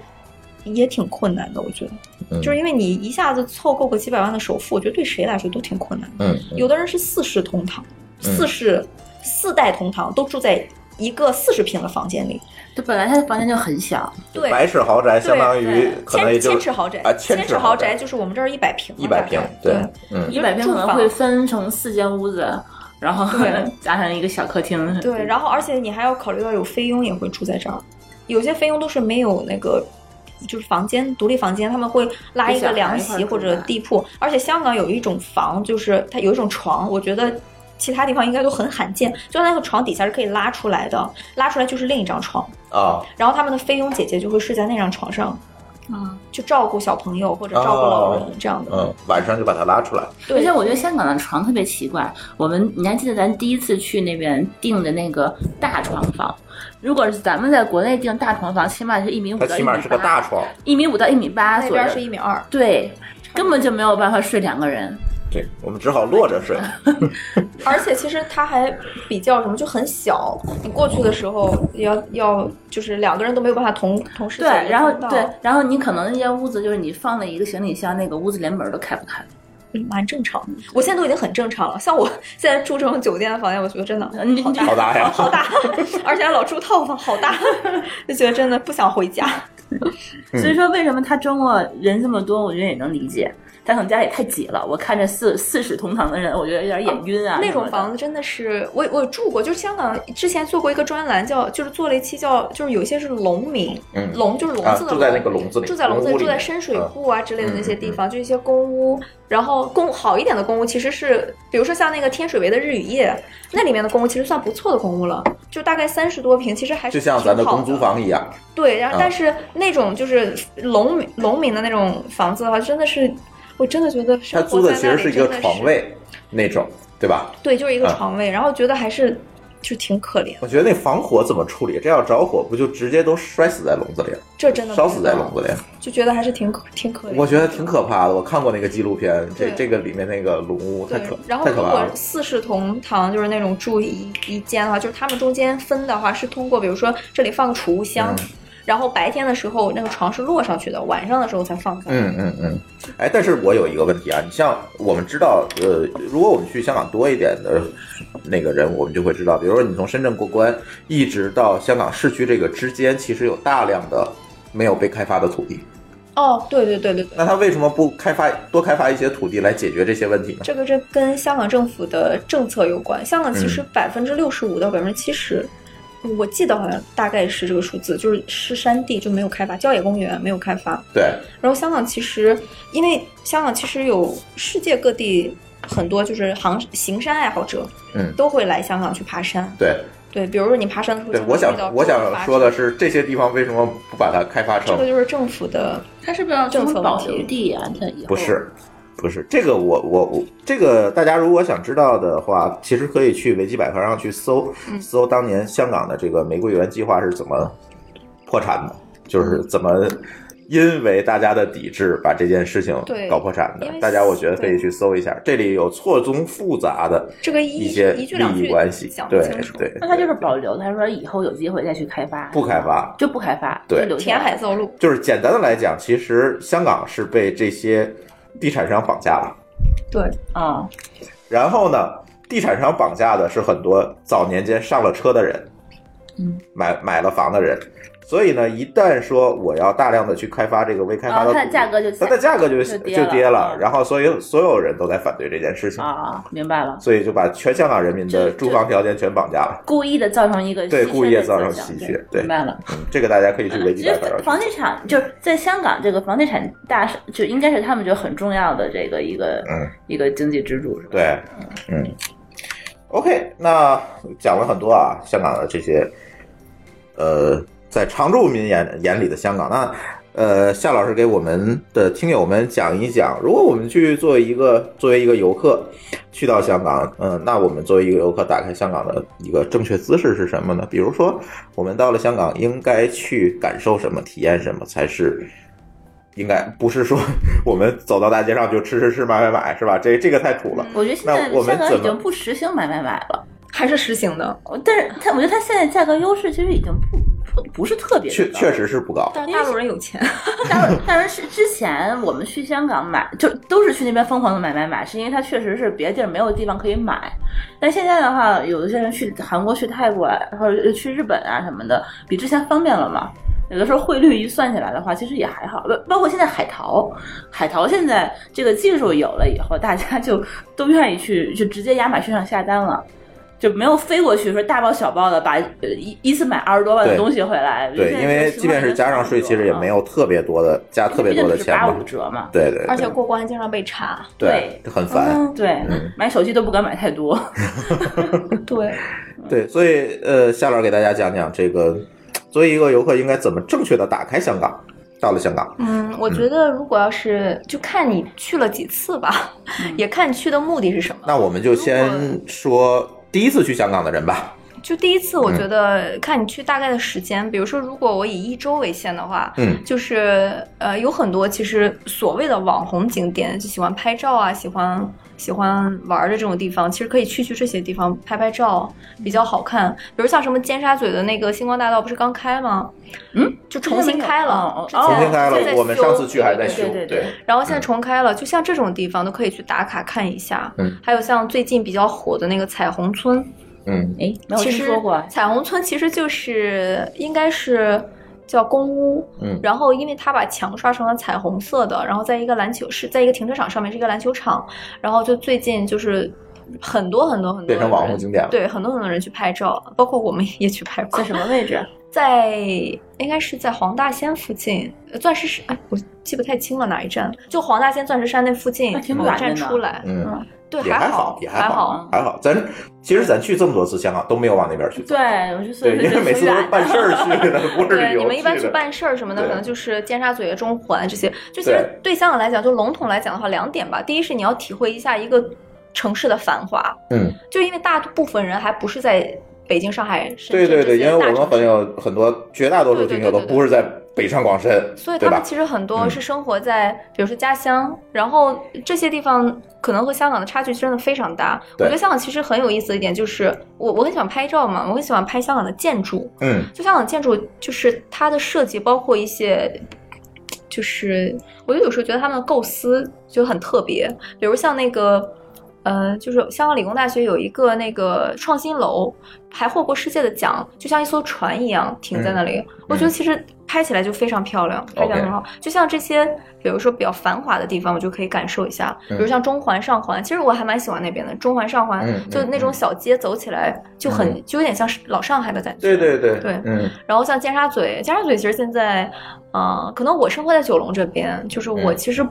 S4: 也挺困难的，我觉得，
S3: 嗯
S4: 就是因为你一下子凑够个几百万的首付，我觉得对谁来说都挺困难的。
S3: 嗯，
S4: 有的人是四世同堂，
S3: 嗯
S4: 四世四代同堂都住在一个四十平的房间里，
S5: 就本来他的房间就很小，
S4: 对，
S3: 百尺豪宅
S4: 对
S3: 相当于
S4: 对
S3: 可能也
S4: 千
S3: 就
S4: 千尺豪宅
S3: 啊，千
S4: 尺
S3: 豪
S4: 豪宅就是我们这儿一百平了，
S3: 一百
S4: 大
S3: 平
S4: 概，
S3: 对
S4: 对，，
S3: 嗯
S5: 一百平可
S4: 住
S5: 能
S4: 房
S5: 会分成四间屋子，然后
S4: 对
S5: 加上一个小客厅。
S4: 对，然后而且你还要考虑到有菲佣也会住在这儿，有些菲佣都是没有那个。就是房间独立房间，他们会拉一个凉席或者地铺，而且香港有一种房，就是它有一种床，我觉得其他地方应该都很罕见，就它那个床底下是可以拉出来的，拉出来就是另一张床，
S3: 啊，
S4: 然后他们的菲佣姐姐就会睡在那张床上，嗯，就照顾小朋友或者照顾老人这样的，
S3: 嗯，晚上就把它拉出来，
S5: 而
S4: 对
S5: 且，我觉得香港的床特别奇怪，我们你还记得咱第一次去那边订的那个大床房？如果是咱们在国内订大床房，起码是一米五
S3: 它
S5: 到一
S3: 起
S5: 米
S3: 码是个大
S5: 八，
S3: 床，
S5: 一米五到一米八
S4: 那
S5: 左右
S4: 边，是一米二，
S5: 对，根本就没有办法睡两个人。
S3: 对我们只好落着 睡，
S4: 而且其实它还比较什么，就很小。你过去的时候要要就是两个人都没有办法同同时
S5: 对
S4: 走一，个
S5: 然后
S4: 通道
S5: 对，然后你可能那间屋子就是你放了一个行李箱，那个屋子连门都开不开。
S4: 嗯蛮正常的。我现在都已经很正常了。像我现在住这种酒店的房间，我觉得真的
S5: 呃 你
S4: 好大
S3: 好大哎呀，
S4: 好大，而且还老住套房，好大， 就觉得真的不想回家。
S3: 嗯
S5: 所以说，为什么他周末人这么多，我觉得也能理解。他可能家里太挤了，我看着四四世同堂的人，我觉得有点眼晕啊。
S4: 那种
S5: 什么的
S4: 房子真的是，我我住过，就是香港之前做过一个专栏叫，就是做了一期叫，就是有一些是农民，
S3: 嗯
S4: 笼就是笼
S3: 啊，
S4: 子的
S3: 住
S4: 笼，
S3: 在那个笼子里，
S4: 住在笼子
S3: 屋
S4: 里，
S3: 里
S4: 住在
S3: 面
S4: 深水
S3: 嗯
S4: 埗啊之类的那些地方，就一些公屋。然后公好一点的公屋其实是，比如说像那个天水围的日与夜，那里面的公屋其实算不错的公屋了，就大概三十多平，其实还是
S3: 就像咱的
S4: 挺好
S3: 公租房一样，
S4: 对，然后
S3: 啊
S4: 但是那种就是农民农民的那种房子的话，真的是。我真的觉得
S3: 它
S4: 生
S3: 租
S4: 活
S3: 的
S4: 在
S3: 其
S4: 那
S3: 实是一
S4: 里真
S3: 个
S4: 的
S3: 床，位那种，对吧？
S4: 对，就是一个
S3: 啊
S4: 床位，然后觉得还是就挺可怜，
S3: 我觉得那防火怎么处理？这要着火，不就直接都摔死在笼子里了，
S4: 这真的不
S3: 烧
S4: 知
S3: 死在
S4: 道
S3: 笼子里了？
S4: 就觉得还是挺可挺可怜。
S3: 我觉得挺可怕的。我看过那个纪录片，这
S4: 对
S3: 这个里面那个笼屋太
S4: 对
S3: 可，
S4: 然后
S3: 太
S4: 如
S3: 可怕
S4: 果
S3: 了。
S4: 四世同堂就是那种住一一间的话，就是他们中间分的话是通过，比如说这里放个储物箱，
S3: 嗯
S4: 然后白天的时候那个床是摞上去的，晚上的时候才放下。
S3: 嗯嗯嗯，哎，但是我有一个问题啊，你像我们知道，呃，如果我们去香港多一点的那个人，我们就会知道，比如说你从深圳过关，一直到香港市区这个之间，其实有大量的没有被开发的土地。
S4: 哦，对对对对对，
S3: 那他为什么不开发多开发一些土地来解决这些问题呢？
S4: 这个这跟香港政府的政策有关。香港其
S3: 嗯
S4: 实百分之六十五到百分之七十。我记得好像大概是这个数字，就是是山地就没有开发，郊野公园没有开发，
S3: 对，
S4: 然后香港其实，因为香港其实有世界各地很多就是行行山爱好者，
S3: 嗯
S4: 都会来香港去爬山。
S3: 对
S4: 对，比如说你爬山的时候，
S3: 对，我
S4: 经常
S3: 想
S4: 遇到
S3: 我想
S4: 突发
S3: 说的是，这些地方为什么不把它开发
S4: 这
S3: 成
S4: 个就是政府的，
S5: 它是不是要
S4: 政
S5: 成
S4: 策
S5: 保
S4: 问题
S5: 留地啊？它以后
S3: 不是，不是这个我，我我这个大家如果想知道的话，其实可以去维基百科上去搜、
S4: 嗯
S3: 搜当年香港的这个玫瑰园计划是怎么破产的，就是
S4: 嗯
S3: 怎么因为大家的抵制把这件事情
S4: 对
S3: 搞破产的
S4: 因为。
S3: 大家我觉得可以
S4: 对
S3: 去搜一下，这里有错综复杂的
S4: 这个一
S3: 一些
S4: 一句
S3: 利
S4: 两
S3: 益
S4: 句
S3: 关系
S4: 讲，不
S3: 对
S4: 清楚
S3: 对，
S5: 那他就是保留，他说以后有机会再去开发，
S3: 不开发，
S5: 就不开发，
S3: 对
S5: 就留下
S4: 填
S5: 来
S4: 海造陆，
S3: 就是简单的来讲，其实香港是被这些地产商绑架了。
S4: 对，
S5: 嗯，
S3: 然后呢，地产商绑架的是很多早年间上了车的人，
S5: 嗯，
S3: 买买了房的人。所以呢，一旦说我要大量的去开发这个未开发
S5: 啊，
S3: 的土
S5: 它的
S3: 地，
S5: 价格就
S3: 它的价格就
S5: 就跌
S3: 就跌
S5: 了嗯
S3: 了。然后所有所有人都在反对这件事情，
S5: 啊，明白了，
S3: 所以就把全香港人民的
S5: 这
S3: 住房条件全绑架了。
S5: 故意的造成一个
S3: 对
S5: 稀缺
S3: 故意地
S5: 的
S3: 造成
S5: 现
S3: 稀
S5: 象对
S3: 缺对
S5: 明白了。
S3: 嗯这个大家可以去维
S5: 其
S3: 基
S5: 实
S3: 百科上去
S5: 房地产就是在香港这个房地产大市，就应该是他们觉得很重要的这个一个、
S3: 嗯
S5: 一个经济支柱，是吧？
S3: 对，嗯，OK，那讲了很多啊，香港的这些，呃，在常住民眼眼里的香港，那呃，夏老师给我们的听友们讲一讲，如果我们去做一个作为一个游客去到香港，嗯、那我们作为一个游客打开香港的一个正确姿势是什么呢？比如说，我们到了香港应该去感受什么、体验什么才是应该不是说 我们走到大街上就吃吃吃、买买买，是吧？这这个太土了。
S5: 我觉得现在
S3: 那我们
S5: 香港
S3: 怎
S5: 已
S3: 么
S5: 经不实行买买买了，
S4: 还是实行的。
S5: 但是它我觉得它现在价格优势其实已经不特不是特别的
S3: 确
S5: 高
S3: 确实是不高。
S4: 但是大陆人有钱，
S5: 但是但是是之前我们去香港买，就都是去那边疯狂的买买买，是因为它确实是别的地儿没有地方可以买。但现在的话，有一些人去韩国、去泰国啊，或者去日本啊什么的，比之前方便了嘛。有的时候汇率一算起来的话，其实也还好。包包括现在海淘，海淘现在这个技术有了以后，大家就都愿意去，就直接亚马逊上下单了。就没有飞过去说大包小包的把呃一一次买二十多万的
S3: 对
S5: 东西回来，
S3: 对，
S5: 现在
S3: 因
S5: 这
S3: 为
S5: 个情
S3: 即便
S5: 况
S3: 是加上税，
S5: 就
S3: 其
S5: 是
S3: 实也
S5: 啊
S3: 没有特别多的加特别多的钱
S5: 八
S3: 嘛
S5: 五。折嘛。
S3: 对对，
S4: 而且
S3: 对
S4: 过关竟让被查。
S3: 对很
S4: 嗯
S3: 烦。
S5: 对，
S3: 嗯
S5: 买手机都不敢买太多。
S4: 对，
S3: 对，所以呃，夏老师给大家讲讲这个，作为一个游客应该怎么正确的打开香港。到了香港，
S4: 嗯，我觉得如果要是就看你去了几次吧，也看你去的目的是什么。
S3: 那我们就
S4: 如
S3: 先说第一次去香港的人吧。
S4: 就第一次，我觉得看你去大概的时间，比如说，如果我以一周为限的话，
S3: 嗯
S4: 就是呃，有很多其实所谓的网红景点，就喜欢拍照啊，喜欢喜欢玩儿的这种地方，其实可以去去这些地方拍拍照，比较好看。比如像什么尖沙咀的那个星光大道，不是刚开吗？
S5: 嗯，
S4: 就重新开了
S5: 哦，
S4: 之
S5: 哦
S4: 前
S3: 重新开
S4: 现在
S3: 了，
S4: 在
S3: 我们
S4: 修
S3: 上次去还在修
S5: 对，对对
S3: 对，
S4: 然后现在重开了，就像这种地方都可以去打卡看一下。
S3: 嗯，
S4: 还有像最近比较火的那个彩虹村，
S3: 嗯，
S5: 哎， 没有
S4: 其
S5: 听
S4: 实
S5: 说过啊。
S4: 彩虹村其实就是应该是叫公屋，
S3: 嗯
S4: 然后因为它把墙刷成了彩虹色的，然后在一个篮球是在一个停车场上面是一个篮球场，然后就最近就是很多很多很多
S3: 变成网红
S4: 人
S3: 景点了。
S4: 对很多很多人去拍照，包括我们也去拍 过
S5: 在，什么 位置？
S4: 在应该是在黄大仙附近，呃钻石山，哎，我记不太清了哪一站，就黄大仙钻石山那附近
S5: 那挺
S4: 某
S5: 远的
S4: 站
S5: 呢
S4: 出来，
S3: 嗯，
S4: 对，
S3: 也还
S4: 好，
S3: 也
S4: 还
S3: 还
S4: 好，
S3: 还好。咱其实咱去这么多次香港都没有往那边去走。
S5: 对，我是所
S3: 对，
S5: 以
S3: 因为每次都是办事儿
S5: 哦
S3: 去的， 不是旅
S4: 对，
S3: 游
S4: 你们一般
S3: 去
S4: 去
S3: 的
S4: 办事儿什么的，
S3: 对
S4: 可能就是尖沙咀、中环这些。就其实
S3: 对
S4: 对香港来讲，就笼统来讲的话，两点吧。第一是你要体会一下一个城市的繁华，
S3: 嗯，
S4: 就因为大部分人还不是在北京、上海、深
S3: 对
S4: 圳
S3: 对对，
S4: 这
S3: 因
S4: 些
S3: 为
S4: 大
S3: 我们
S4: 城
S3: 很
S4: 市。
S3: 有很多绝大多数听友都不是在北上广深，
S4: 所以
S3: 对
S4: 他
S3: 吧
S4: 们？其实很多
S3: 嗯
S4: 是生活在，比如说家乡，然后这些地方可能和香港的差距真的非常大。我
S3: 对
S4: 觉得香港其实很有意思的一点就是，我我很喜欢拍照嘛，我很喜欢拍香港的建筑，
S3: 嗯，
S4: 就香港建筑，就是它的设计，包括一些，就是我有时候觉得他们的构思就很特别，比如像那个，呃，就是香港理工大学有一个那个创新楼，还获过世界的奖，就像一艘船一样停在那里。
S3: 嗯
S4: 我觉得其实拍起来就非常漂亮，拍起来很好。就像这些，比如说比较繁华的地方，我就可以感受一下。
S3: 嗯
S4: 比如像中环、上环，其实我还蛮喜欢那边的。中环、上环、
S3: 嗯嗯
S4: 就那种
S3: 嗯
S4: 小街走起来就很，
S3: 嗯
S4: 就有点像是老上海的感
S3: 对
S4: 觉。
S3: 对对
S4: 对
S3: 嗯
S4: 然后像尖沙咀，尖沙咀其实现在，呃，可能我生活在九龙这边，就是我
S3: 嗯
S4: 其实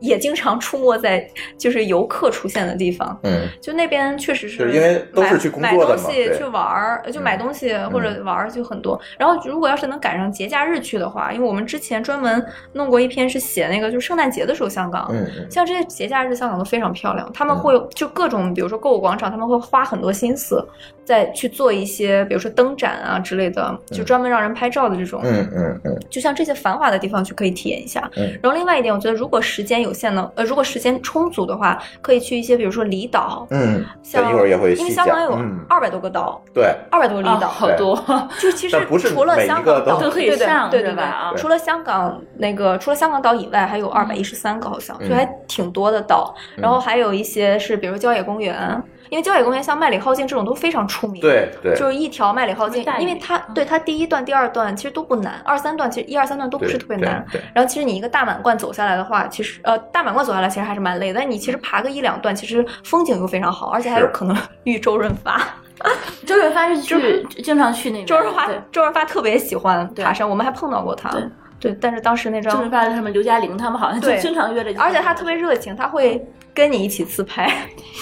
S4: 也经常出没在就是游客出现的地方，
S3: 嗯，
S4: 就那边确实是
S3: 就是因为都是去工作的嘛
S4: 买买东西
S3: 对嗯
S4: 去玩儿，就买东西或者玩儿就很多。然后如果要是能赶上节假日去的话，因为我们之前专门弄过一篇是写那个就圣诞节的时候香港，
S3: 嗯嗯
S4: 像这些节假日，香港都非常漂亮。他们会有就各种，比如说购物广场，他们会花很多心思再去做一些，比如说灯展啊之类的，就专门让人拍照的这种。
S3: 嗯嗯嗯
S4: 就像这些繁华的地方去可以体验一下。
S3: 嗯
S4: 然后另外一点，我觉得如果时间有限呢，呃，如果时间充足的话，可以去一些，比如说离岛，
S3: 嗯，
S4: 像
S3: 咱一会儿也会
S4: 因为
S3: 细
S4: 香港有
S3: 讲，嗯，
S4: 二百多个岛，
S3: 对，
S4: 二百多个离岛。
S5: 好多，
S4: 就其实
S3: 但不是
S4: 除了
S3: 每一
S4: 香
S3: 个
S4: 港岛
S3: 都
S5: 可以上
S4: 对对
S5: 是吧啊嗯
S4: 对除了香港那个除了香港岛以外，还有二百一十三个好像，
S3: 嗯
S4: 就还挺多的岛。
S3: 嗯
S4: 然后还有一些是，比如郊野公园，因为郊野公园像麦理浩径这种都非常出名。。
S3: 对对，
S4: 就是一条麦理浩径
S5: 什么，带嗯
S4: 因为
S5: 鱼
S4: 它对它第一段、第二段其实都不难，二三段其实一二三段都不
S3: 对
S4: 是特别
S3: 对
S4: 难。
S3: 对，
S4: 然后其实你一个大满贯走下来的话，其实呃大满贯走下来其实还是蛮累的，但你其实爬个一两段，其实风景又非常好，而且还
S3: 嗯
S4: 有
S3: 是
S4: 可能 遇周润发。
S5: 周润发是去经常去那边。
S4: 周润发
S5: 对，
S4: 周润发特别喜欢
S5: 对
S4: 爬山，我们还碰到过他。
S5: 对
S4: 对但是当时那
S5: 周润
S4: 张，
S5: 发什么刘嘉玲他们好像就
S4: 对
S5: 经常约着一起，
S4: 而且他 特别热情，他会跟你一起自拍，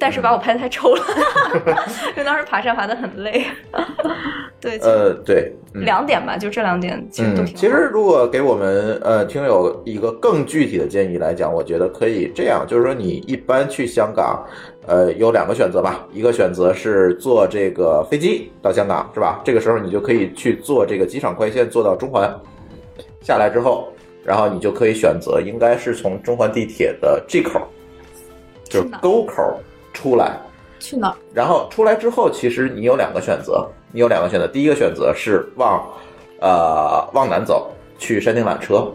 S4: 但是把我拍的太丑了， 因为当时爬山爬的很累。 对，其实
S3: 呃对，嗯
S4: 两点吧，就这两点其实都
S3: 嗯，
S4: 挺好。
S3: 其实如果给我们呃听友一个更具体的建议来讲，我觉得可以这样，就是说你一般去香港，呃，有两个选择吧，一个选择是坐这个飞机到香港，是吧？这个时候你就可以去坐这个机场快线，坐到中环，下来之后，然后你就可以选择，应该是从中环地铁的 G 口，就是
S4: 去哪儿
S3: 沟口出来，
S4: 去哪儿？
S3: 然后出来之后，其实你有两个选择，你有两个选择。第一个选择是往呃往南走去山顶缆车，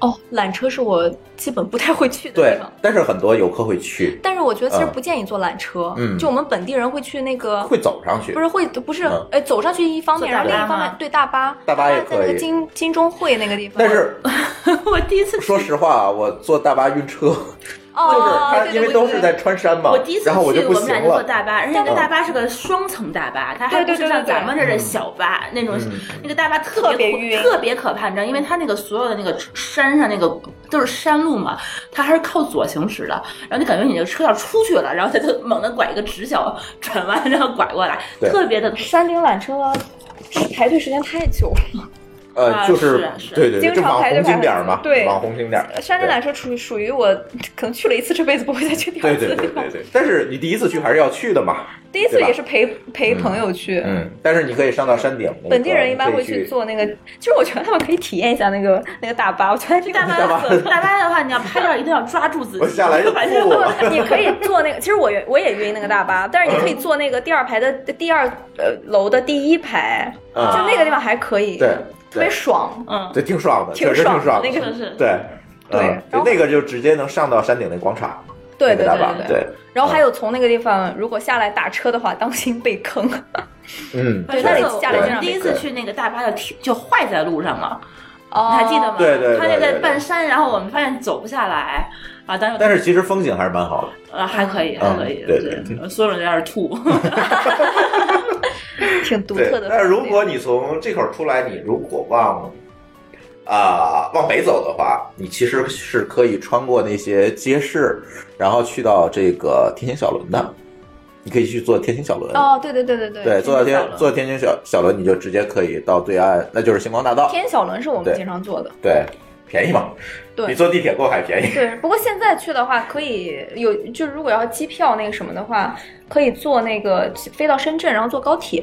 S4: 哦，缆车是我基本不太会去的地
S3: 对
S4: 方。，
S3: 但是很多游客会去，
S4: 但是我觉得其实
S3: 嗯
S4: 不建议坐缆车，
S3: 嗯
S4: 就我们本地人会去那个
S3: 会走上去
S4: 不。是会不是
S3: 嗯，
S4: 哎、走上去一方面，
S5: 坐
S4: 然
S5: 大
S4: 后另一
S5: 巴
S4: 方
S5: 吗
S4: 面对大巴，
S3: 大巴也
S4: 在那
S3: 可以
S4: 个金金钟会那个地方。
S3: 但是
S5: 我第一次
S3: 说实话啊，我坐大巴晕车，
S4: 哦，
S3: 就是它
S4: 对
S3: 因为
S4: 对
S3: 都
S4: 对
S3: 是在穿山嘛
S5: 我第一，次去，
S3: 然后
S5: 我
S3: 就不
S5: 们
S3: 行
S5: 俩就坐
S3: 了。
S5: 大巴，而且那个
S3: 嗯
S5: 大巴是个双层大巴，它还
S4: 对对
S5: 不是
S4: 对
S5: 像
S4: 对对
S5: 咱们这的小巴那种
S3: 嗯，
S5: 那个大巴特别
S4: 特别晕
S5: 特别可怕，你知道，因为它那个所有的那个山上那个都是山路嘛，它还是靠左行驶的，然后你感觉你的车要出去了，然后它就猛地拐一个直角转弯，然后拐过来，
S3: 对
S5: 特别的
S4: 山顶缆车排队时间太久了，
S3: 呃，
S5: 啊
S3: 就是
S5: 是
S3: 对对对，
S4: 经
S3: 就
S4: 常
S3: 往
S4: 排队
S3: 红
S4: 排
S3: 景点儿
S4: 很
S3: 嘛，
S4: 久对呃
S3: 往红景点儿。
S4: 山顶
S3: 对
S4: 缆车属属于我可能去了一次，这辈子不会再去第二
S3: 对
S4: 次
S3: 对
S4: 的地
S3: 对
S4: 方
S3: 对。对，但是你第一次去还是要去的嘛，
S4: 第一次
S3: 对吧
S4: 也是陪陪
S3: 嗯
S4: 朋友去，
S3: 嗯，但是你可以上到山顶。那个
S4: 本地人一般
S3: 可以
S4: 会去坐那个，其实我觉得他们可以体验一下那个那个大巴，我觉得这个
S5: 大巴的大巴的话，你要拍照一定要抓住自己，
S3: 我下 来就
S5: 反正
S3: 吐了
S4: 你可以 坐那个，其实我也我也晕那个大巴，但是你可以坐那个第二排的第二呃楼的第一排，就
S3: 啊，
S4: 那个地方还可以，
S3: 对
S4: 特别
S3: 对
S4: 爽，
S5: 嗯，
S3: 对，挺爽的，
S4: 挺
S3: 确实
S4: 爽
S3: 挺
S4: 的
S3: 爽的。
S4: 那个
S5: 是是。
S3: 对，
S4: 对
S3: 嗯
S4: 然后
S3: 那个就直接能上到山顶那广场，
S4: 对
S3: 那个
S4: 对
S3: 大
S4: 对
S3: 巴，
S4: 对。
S3: 对，
S4: 然后还有从那个地方如果下来打车的话，当心被坑。
S3: 嗯，
S4: 对
S5: 对，
S4: 那
S5: 那
S4: 里
S5: 里
S4: 下来
S5: 下来
S4: 就
S5: 我
S4: 让
S5: 们第
S4: 那
S5: 一
S3: 个
S5: 次去那个大巴就停就坏在路上了，
S4: 哦
S5: 你还记得吗？
S3: 对对对
S5: 他那
S3: 对
S5: 个
S3: 对
S5: 半山，然后我们发现走不下来啊，但是
S3: 但是其实风景还是蛮好的。
S5: 呃还可以，还可以，
S3: 嗯对对
S5: 对，所有人在那 儿吐。
S4: 挺独
S3: 对
S4: 特的。，
S3: 但是如果你从这口出来，你如果往啊、往北走的话，你其实是可以穿过那些街市，然后去到这个天星小轮的。你可以去坐天星小轮，
S4: 哦，对对对对对
S3: 对，坐到
S5: 天
S3: 天
S5: 津小轮
S3: 坐天津小小轮，你就直接可以到对岸，那就是星光大道。
S4: 天小轮是我们
S3: 对
S4: 经常坐的，
S3: 对，便宜嘛，
S4: 对
S3: 你坐地铁过海便宜。
S4: 对。不过现在去的话，可以有，就是如果要机票那个什么的话，可以坐那个飞到深圳，然后坐高铁，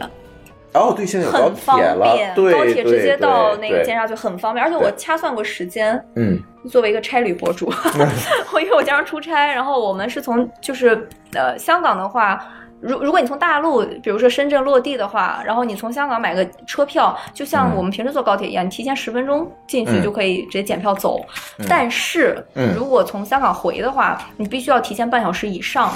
S3: 哦，对，现在有高
S4: 很方
S3: 铁了
S4: 便，，
S3: 对，
S4: 高铁直接到那个
S3: 尖
S4: 尖沙咀很方便。而且我掐算过时间，
S3: 嗯，
S4: 作为一个差旅博主， 我因为我经常出差，然后我们是从就是呃香港的话。如如果你从大陆，比如说深圳落地的话，然后你从香港买个车票，就像
S3: 嗯
S4: 我们平时坐高铁一样，你提前十分钟进去
S3: 嗯
S4: 就可以直接检票走。
S3: 嗯
S4: 但是、
S3: 嗯
S4: 如果从香港回的话，你必须要提前半小时以上，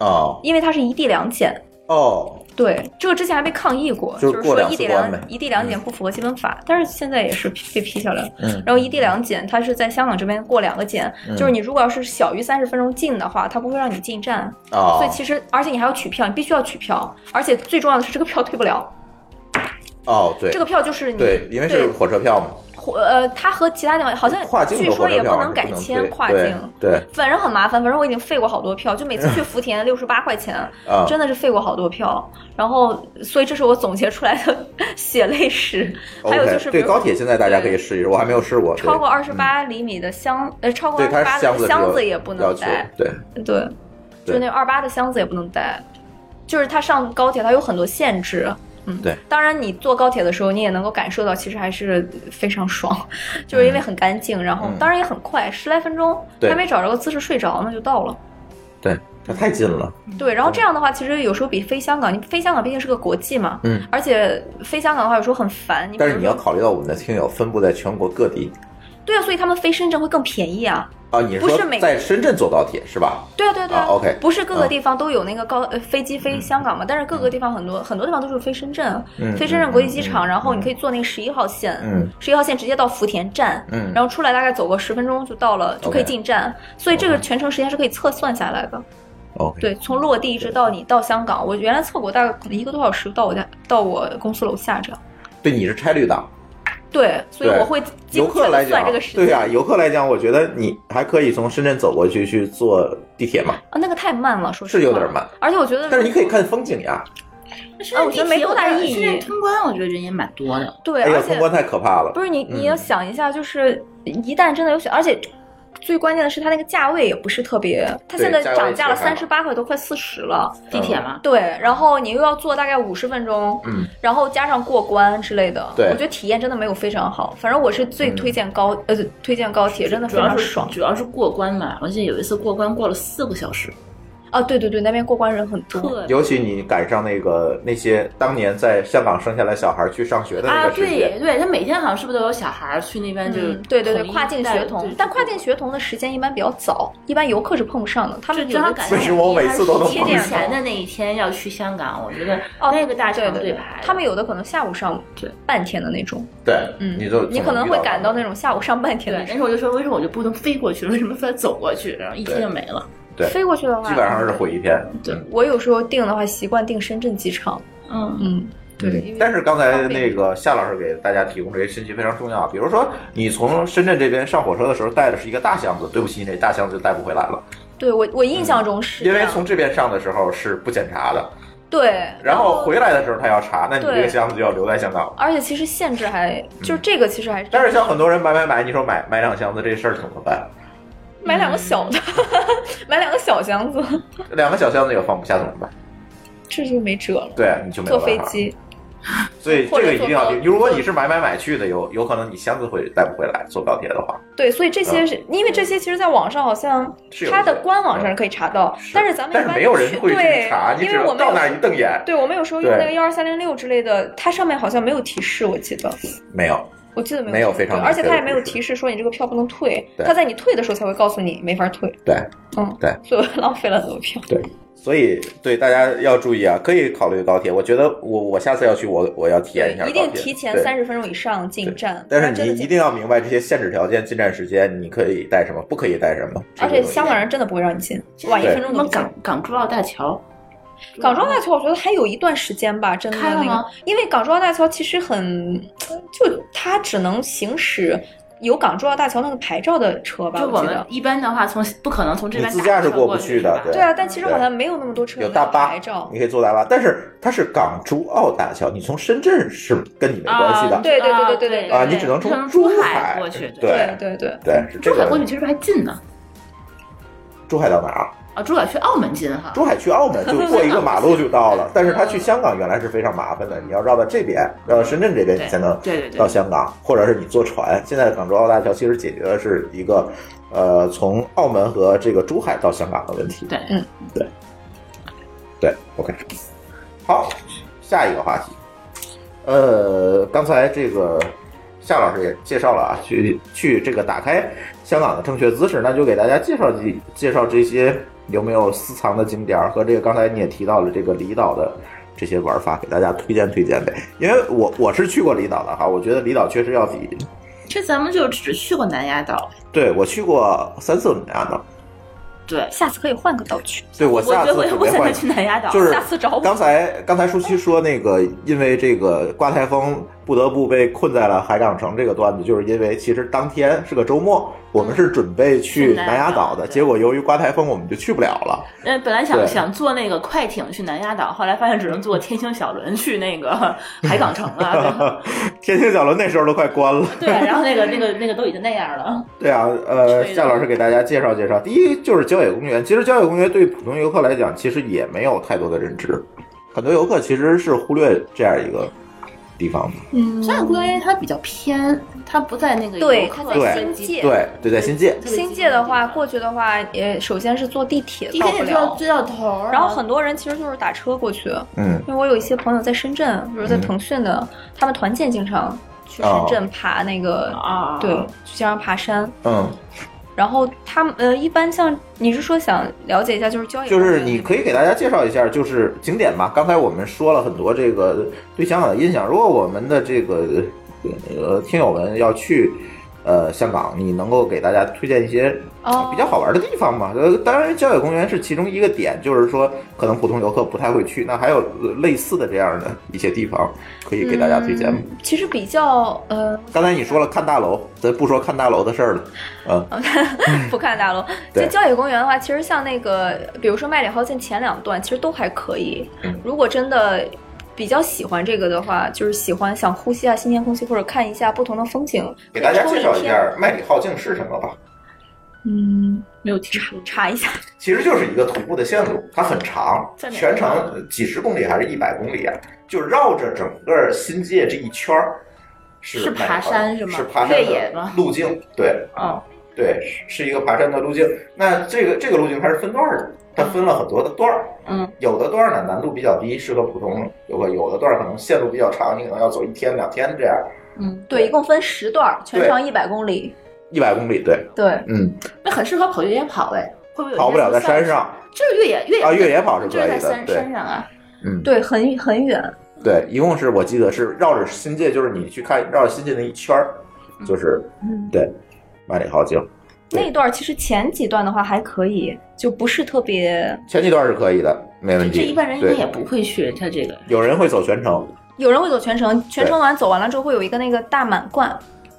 S3: 哦
S4: 因为它是一地两检。
S3: 哦，
S4: 对，这个之前还被抗议过，
S3: 就是过
S4: 是说
S3: 两
S4: 一
S3: 次
S4: 地
S3: 关
S4: 两
S3: 呗
S4: 一地两检不符合基本法，但是现在也是被批下来了。
S3: 嗯
S4: 然后一地两检，它是在香港这边过两个检，
S3: 嗯
S4: 就是你如果要是小于三十分钟进的话，它不会让你进站，
S3: 哦，
S4: 所以其实而且你还要取票，你必须要取票，而且最重要的是这个票退不了，
S3: 哦对，
S4: 这个票就是你
S3: 对，因为是
S4: 对
S3: 火车票嘛，
S4: 火呃，它和其他地方好像
S3: 跨境
S4: 据
S3: 的火
S4: 说
S3: 车
S4: 也
S3: 票
S4: 不
S3: 好像是
S4: 能改
S3: 不能
S4: 签
S3: 退
S4: 跨
S3: 对
S4: 境。
S3: 对
S4: 反正很麻烦，反正我已经废过好多票，就每次去福田六十八块钱，
S3: 啊，
S4: 真的是废过好多票，然后所以这是我总结出来的 血泪史。还有
S3: OK，
S4: 就是比
S3: 对
S4: 如
S3: 高铁现在大家可以试一试，我还没有试过，对
S4: 超过二十八厘米的箱，呃，超过
S3: 对，
S4: 二
S3: 它
S4: 十八
S3: 是箱
S4: 的
S3: 子
S4: 箱
S3: 是
S4: 子
S3: 有
S4: 也不
S3: 要
S4: 能
S3: 求
S4: 带，，
S3: 对，
S4: 对，就
S3: 对
S4: 那二八的箱子也不能带，就是它上高铁它有很多限制。嗯，
S3: 对。
S4: 当然，你坐高铁的时候，你也能够感受到，其实还是非常爽， 就是因为很干净，然后
S3: 嗯
S4: 当然也很快，十来分钟，
S3: 对
S4: 还没找着个姿势睡着呢就到了。
S3: 对，它太近了，嗯
S4: 对，然后这样的话，其实有时候比飞香港，你飞香港毕竟是个国际嘛，
S3: 嗯，
S4: 而且飞香港的话有时候很烦。你比
S3: 但
S4: 如
S3: 是
S4: 说
S3: 你要考虑到我们的听友分布在全国各地
S4: 对啊，所以他们飞深圳会更便宜啊。
S3: 啊，你
S4: 不
S3: 说
S4: 是每
S3: 在深圳坐高铁是吧？
S4: 对啊，对啊，对啊。
S3: 啊，OK
S4: 不是各
S3: 啊
S4: 个地方都有那个高、呃飞机飞香港嘛，但是各个地方很多很多地方都是飞深圳，啊
S3: 嗯
S4: 飞深圳国际机场，
S3: 嗯嗯
S4: 然后你可以坐那个十一号线，
S3: 嗯
S4: 十一号线直接到福田站，
S3: 嗯
S4: 然后出来大概走个十分钟就到了，就可以
S3: OK
S4: 进站。所以这个
S3: OK
S4: 全程时间是可以测算下来的。
S3: ，OK，
S4: 对，从落地一直到你到香港，我原来测过大概可能一个多小时到我家到我公司楼下这样。
S3: 对，你是差旅党。
S4: 对，所以
S3: 对
S4: 我会精
S3: 游
S4: 确
S3: 客来
S4: 的
S3: 讲
S4: 算这个，时
S3: 对
S4: 间。
S3: 呀、游客来讲，我觉得你还可以从深圳走过去去坐地铁嘛，
S4: 啊，那个太慢了，说实
S3: 是
S4: 话
S3: 有点。慢，
S4: 而且我觉得，
S3: 但是你可以看风景呀。
S5: 现在
S4: 我觉得没多大意义
S5: 现在通关我觉得人也蛮多的，
S4: 对，
S3: 哎
S4: 而
S3: 呀，
S4: 且
S3: 通关太可怕了
S4: 不。是你，
S3: 嗯
S4: 你要想一下，就是一旦真的有选，而且最关键的是它那个价位也不是特别，它现在
S3: 价位
S4: 涨价了
S3: 其实还
S4: 三
S3: 好
S4: 十八块多，快四十了。
S5: 地铁嘛，
S4: 对，然后你又要坐大概五十分钟，
S3: 嗯，
S4: 然后加上过关之类的，
S3: 对嗯
S4: 我觉得体验真的没有非常好。反正我是最推荐高，呃，推荐高铁，真的非
S5: 主要
S4: 常
S5: 是
S4: 爽
S5: 主要是过关嘛，我记得有一次过关过了四个小时，
S4: 啊，对对对，那边过关人很多。
S5: 特
S3: 尤其你赶上那个那些当年在香港生下来小孩去上学的那
S5: 啊，
S3: 个时
S5: 对
S3: 间，
S5: 对，他每天好像是不是都有小孩儿去那边就
S4: 嗯，对对对，
S5: 统一
S4: 跨境
S5: 带
S4: 学
S5: 对
S4: 童
S5: 对，
S4: 但跨境学童的时间一般比较早，一般游客是碰不上的。他们
S5: 就
S4: 有
S5: 正好
S4: 的
S5: 赶
S3: 为什么我每次都能
S5: 七
S3: 碰
S5: 点
S3: 上？
S5: 前的那一天要去香港，我觉得
S4: 哦，
S5: 那个大
S4: 对
S5: 长
S4: 对对
S5: 队排，
S4: 他们有的可能下午上
S5: 对
S4: 半天的那种，
S3: 对，
S4: 嗯，
S3: 你就
S4: 你可能会赶到那种下午上半天的
S5: 对
S4: 那，种。
S5: 那时候我就说，为什么我就不能飞过去了？为什么非要走过去？啊然后一天就没了。
S3: 对
S4: 飞过去的话，
S3: 基本上是毁一天。
S5: 对
S3: 嗯
S4: 我有时候订的话，习惯订深圳机场。
S5: 嗯，
S4: 嗯，对，因为
S3: 但是刚才
S4: 方便
S3: 那个夏老师给大家提供这些信息非常重要，比如说你从深圳这边上火车的时候带的是一个大箱子，对不起，你那大箱子就带不回来了，
S4: 对我我印象中是
S3: 嗯因
S4: 这
S3: 为
S4: 样
S3: 从这边上的时候是不检查的，
S4: 对，
S3: 然后回来的时候他要查，那你
S4: 对
S3: 这个箱子就要留在香港了。
S4: 而且其实限制还就是这个，其实还是
S3: 嗯但是像很多人买买买，你说买买两箱子这事儿怎么办？
S4: 买两个小的， 买两个小箱子，
S3: 两个小箱子也放不下怎么办？
S4: 这就没辙了。
S3: 对，你就没有
S4: 坐
S3: 办
S4: 飞
S3: 法。
S4: 机，
S3: 所以这
S4: 或者
S3: 个一定要
S4: 坐
S3: 定。
S4: 高
S3: 如果你是买买买去的，有有可能你箱子会带不回来，坐高铁的话。
S4: 对，所以这些是、因为这些，其实在网上好像
S3: 嗯是有
S4: 它
S3: 一些
S4: 的官网上是可以查到，但是咱们
S3: 但
S4: 一
S3: 是
S4: 般
S3: 没有人
S4: 去
S3: 会去
S4: 对
S3: 查，你
S4: 因
S3: 只
S4: 为我
S3: 要
S4: 们
S3: 到
S4: 有
S3: 那儿一瞪眼，
S4: 对我们有时候用那个
S3: 对
S4: 幺二三零六之类的，它上面好像没有提示，我记得，
S3: 没有。
S4: 我记得没有
S3: 没有
S4: 提
S3: 非常
S4: 对
S3: 明
S4: 而且
S3: 确
S4: 它
S3: 的
S4: 也没有
S3: 提示
S4: 提示说你这个票不能退，
S3: 对
S4: 它在你退的时候才会告诉你没法退，
S3: 对，
S4: 嗯，
S3: 对
S4: 所以我浪费了很 多票。
S3: 所以对大家要注意啊，可以考虑高铁。我觉得我我下次要去，我我要体验一下高
S4: 一
S3: 铁
S4: 定提前
S3: 对
S4: 三十分钟以上进站，不
S3: 但
S4: 然
S3: 是
S4: 真的
S3: 你一
S4: 进
S3: 定要明白这些限制条件、进站时间，你可以带什么，不可以带什么。
S4: 而
S3: 这个
S4: 且
S3: 东西
S4: 香港人真的不会让你进，晚一
S3: 对
S4: 分钟
S5: 什
S4: 都
S5: 么
S4: 不进。
S5: 港港珠澳大桥，
S4: 港珠澳大桥，我觉得还有一段时间吧，真的
S5: 开了
S4: 那
S5: 吗
S4: 个，因为港珠澳大桥其实很，就它只能行驶有港珠澳大桥那个牌照的车吧，
S5: 就我
S4: 记
S5: 们
S4: 得。
S5: 一般的话，从不可能从这边
S3: 你自驾
S5: 打
S3: 是
S5: 车
S3: 过
S5: 过
S3: 不去的
S5: 是吧
S3: 对
S4: 对啊，但其实
S3: 对
S4: 好像没有那么多车
S3: 有大巴
S4: 牌照，
S3: 你可以坐大巴，但是它是港珠澳大桥，你从深圳是跟你没关系的。
S5: 啊
S4: 对对对对对对
S3: 啊你只能从
S5: 珠
S3: 珠海
S5: 海过去。
S3: 对
S4: 对对对，
S3: 对，是这
S5: 珠海过去
S3: 个。
S5: 其实还近呢，
S3: 珠海到哪儿啊？
S5: 啊，珠海去澳门近哈。
S3: 珠海去澳门就 过一个马路就到了，但是他去香港原来是非常麻烦的，你要绕到这边，绕到深圳这边你才能
S5: 对对对
S3: 到香港，或者是你坐船。现在港珠澳大桥其实解决的是一个，呃，从澳门和这个珠海到香港的问题。
S5: 对，
S3: 对，OK，好，下一个话题，呃，刚才这个夏老师也介绍了啊，去去这个打开香港的正确姿势，那就给大家介绍几介绍这些有没有私藏的景点儿和这个刚才你也提到了这个离岛的。这些玩法给大家推荐推荐呗，因为我我是去过离岛的哈，我觉得离岛确实要比，
S5: 这咱们就只去过南丫岛。
S3: 对我去过三次南丫岛，
S5: 对，
S4: 下次可以换个道具。
S3: 对我
S5: 我
S3: 下次
S5: 觉得我也
S3: 准
S5: 不
S3: 备
S5: 想
S3: 换
S5: 再去南丫岛了，
S3: 就是
S4: 下次找我
S3: 刚才刚才舒淇说那个，因为这个刮台风不得不被困在了海港城这个段子，就是因为其实当天是个周末，我们是准备去
S5: 去南
S3: 南丫岛
S4: 嗯
S3: 的，
S5: 岛对
S3: 结果由于刮台风，我们就去不了 了。
S5: 呃，本来
S3: 对
S5: 想想坐那个快艇去南丫岛，后来发现只能坐天星小轮去那个海港城 了。
S3: 天星小轮那时候都快关了。
S5: 对，然后那个那个那个都已经那样了。
S3: 对啊，呃，
S5: 吹的
S3: 夏老师给大家介绍介绍。第一就是郊野公园，其实郊野公园对普通游客来讲，其实也没有太多的认知，很多游客其实是忽略这样一个地方的。
S4: 嗯
S5: 山海公园因为它比较偏，它不在那个
S4: 对
S5: 游客
S4: 它在
S5: 的
S4: 新
S5: 集
S4: 界
S3: 对对，在新界，
S4: 新界的话，过去的话，也首先是坐地铁
S5: 地
S4: 到
S5: 铁
S4: 不
S5: 也要
S4: 了，
S5: 追到头儿，啊
S4: 然后很多人其实就是打车过去。
S3: 嗯，
S4: 因为我有一些朋友在深圳，比如在
S3: 嗯
S4: 腾讯的，他们团建经常去
S3: 哦
S4: 深圳爬那个，
S5: 啊，
S4: 对，去经常爬山。
S3: 嗯，
S4: 然后他们呃，一般像你是说想了解一下，就是交易，
S3: 就是你可以给大家介绍一下，就是景点吧。刚才我们说了很多这个对香港的印象。如果我们的这个呃听友们要去呃香港，你能够给大家推荐一些
S4: 哦
S3: 比较好玩的地方吗？呃，当然郊野公园是其中一个点，就是说可能普通游客不太会去。那还有类似的这样的一些地方可以给大家推荐吗？
S4: 嗯其实比较呃，
S3: 刚才你说了看大楼，咱不说看大楼的事儿了，嗯，
S4: 呃 不看大楼。
S3: 对
S4: 就郊野公园的话，其实像那个，比如说麦理浩径前两段，其实都还可以
S3: 嗯。
S4: 如果真的比较喜欢这个的话，就是喜欢想呼吸一下新鲜空气，或者看一下不同的风景，
S3: 给大家
S4: 可以
S3: 介
S4: 抽
S3: 绍一
S4: 天
S3: 下麦理浩径是什么吧。
S4: 嗯，
S5: 没有听说。
S4: 查一下。
S3: 其实就是一个徒步的线路，它很长，
S5: 在哪儿
S3: 全长几十公里还是一百公里啊？就绕着整个新界这一圈儿，
S5: 是
S3: 麦当
S5: 爬
S3: 劳
S5: 山是吗
S3: 是爬山
S5: 越野
S3: 的
S5: 吗
S3: 路径，对，
S5: 哦，
S3: 对，是是一个爬山的路径。那这个这个路径它是分段儿的，它分了很多的段儿，
S4: 嗯，
S3: 有的段儿呢难度比较低，适合普通游客；有的段儿可能线路比较长，你可能要走一天两天这样，
S4: 嗯，对，一共分十段儿，全
S3: 对
S4: 长一百公里。
S3: 一百公里，对，
S4: 对，
S3: 嗯，
S5: 那很适合跑越野跑哎，会不会有
S3: 跑不了在
S5: 一些
S3: 山
S5: 散
S3: 上，
S5: 就是越野越野
S3: 啊，越野跑是
S5: 就
S3: 可
S5: 是
S3: 以
S5: 在
S3: 的，
S5: 山
S3: 对
S5: 山，上啊，
S3: 嗯，
S4: 对，很很远。
S3: 对，一共是我记得是绕着新界，就是你去看绕着新界那一圈儿，就是
S4: 嗯，
S3: 对，万里豪景。对
S4: 那一段儿其实前几段的话还可以，就不是特别。
S3: 前几段是可以的，没问题。
S5: 这一般人应该
S3: 对
S5: 也不会去他这个。
S3: 有人会走全程，
S4: 有人会走全程，全程完走完了之后会有一个那个大满贯，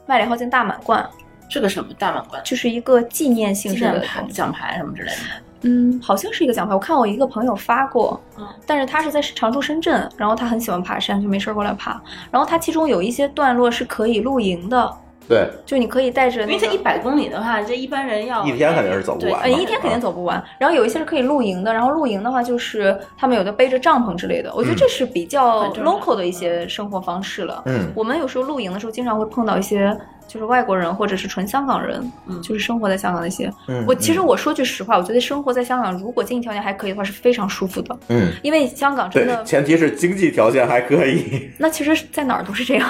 S4: 万里浩径大满贯，
S5: 这个什么大满贯、
S4: 就是一个纪念性
S5: 纪
S4: 质的
S5: 念
S4: 东西
S5: 牌、奖牌什么之类的。
S4: 嗯，好像是一个奖牌，我看我一个朋友发过，
S5: 嗯
S4: 但是他是在常住深圳，然后他很喜欢爬山，就没事儿过来爬。然后他其中有一些段落是可以露营的，
S3: 对，
S4: 就你可以带着
S5: 因
S4: 那
S5: 为它一
S4: 个。
S5: 百公里的话，这一般人要
S3: 一天肯定是走不
S5: 对哎
S3: 完嘛。
S4: 呃，一天肯定走不完。然后有一些是可以露营的，然后露营的话就是他们有的背着帐篷之类的，我觉得这是比较
S5: 很正常嗯
S4: local 的一些生活方式了。
S3: 嗯，
S4: 我们有时候露营的时候，经常会碰到一些就是外国人或者是纯香港人，
S5: 嗯
S4: 就是生活在香港的一些。
S3: 嗯，
S4: 我其实
S3: 嗯
S4: 我说句实话，我觉得生活在香港，如果经济条件还可以的话，是非常舒服的。
S3: 嗯，
S4: 因为香港真
S3: 对，
S4: 的，
S3: 前提是经济条件还可 以。
S4: 那其实在哪儿都是这 样。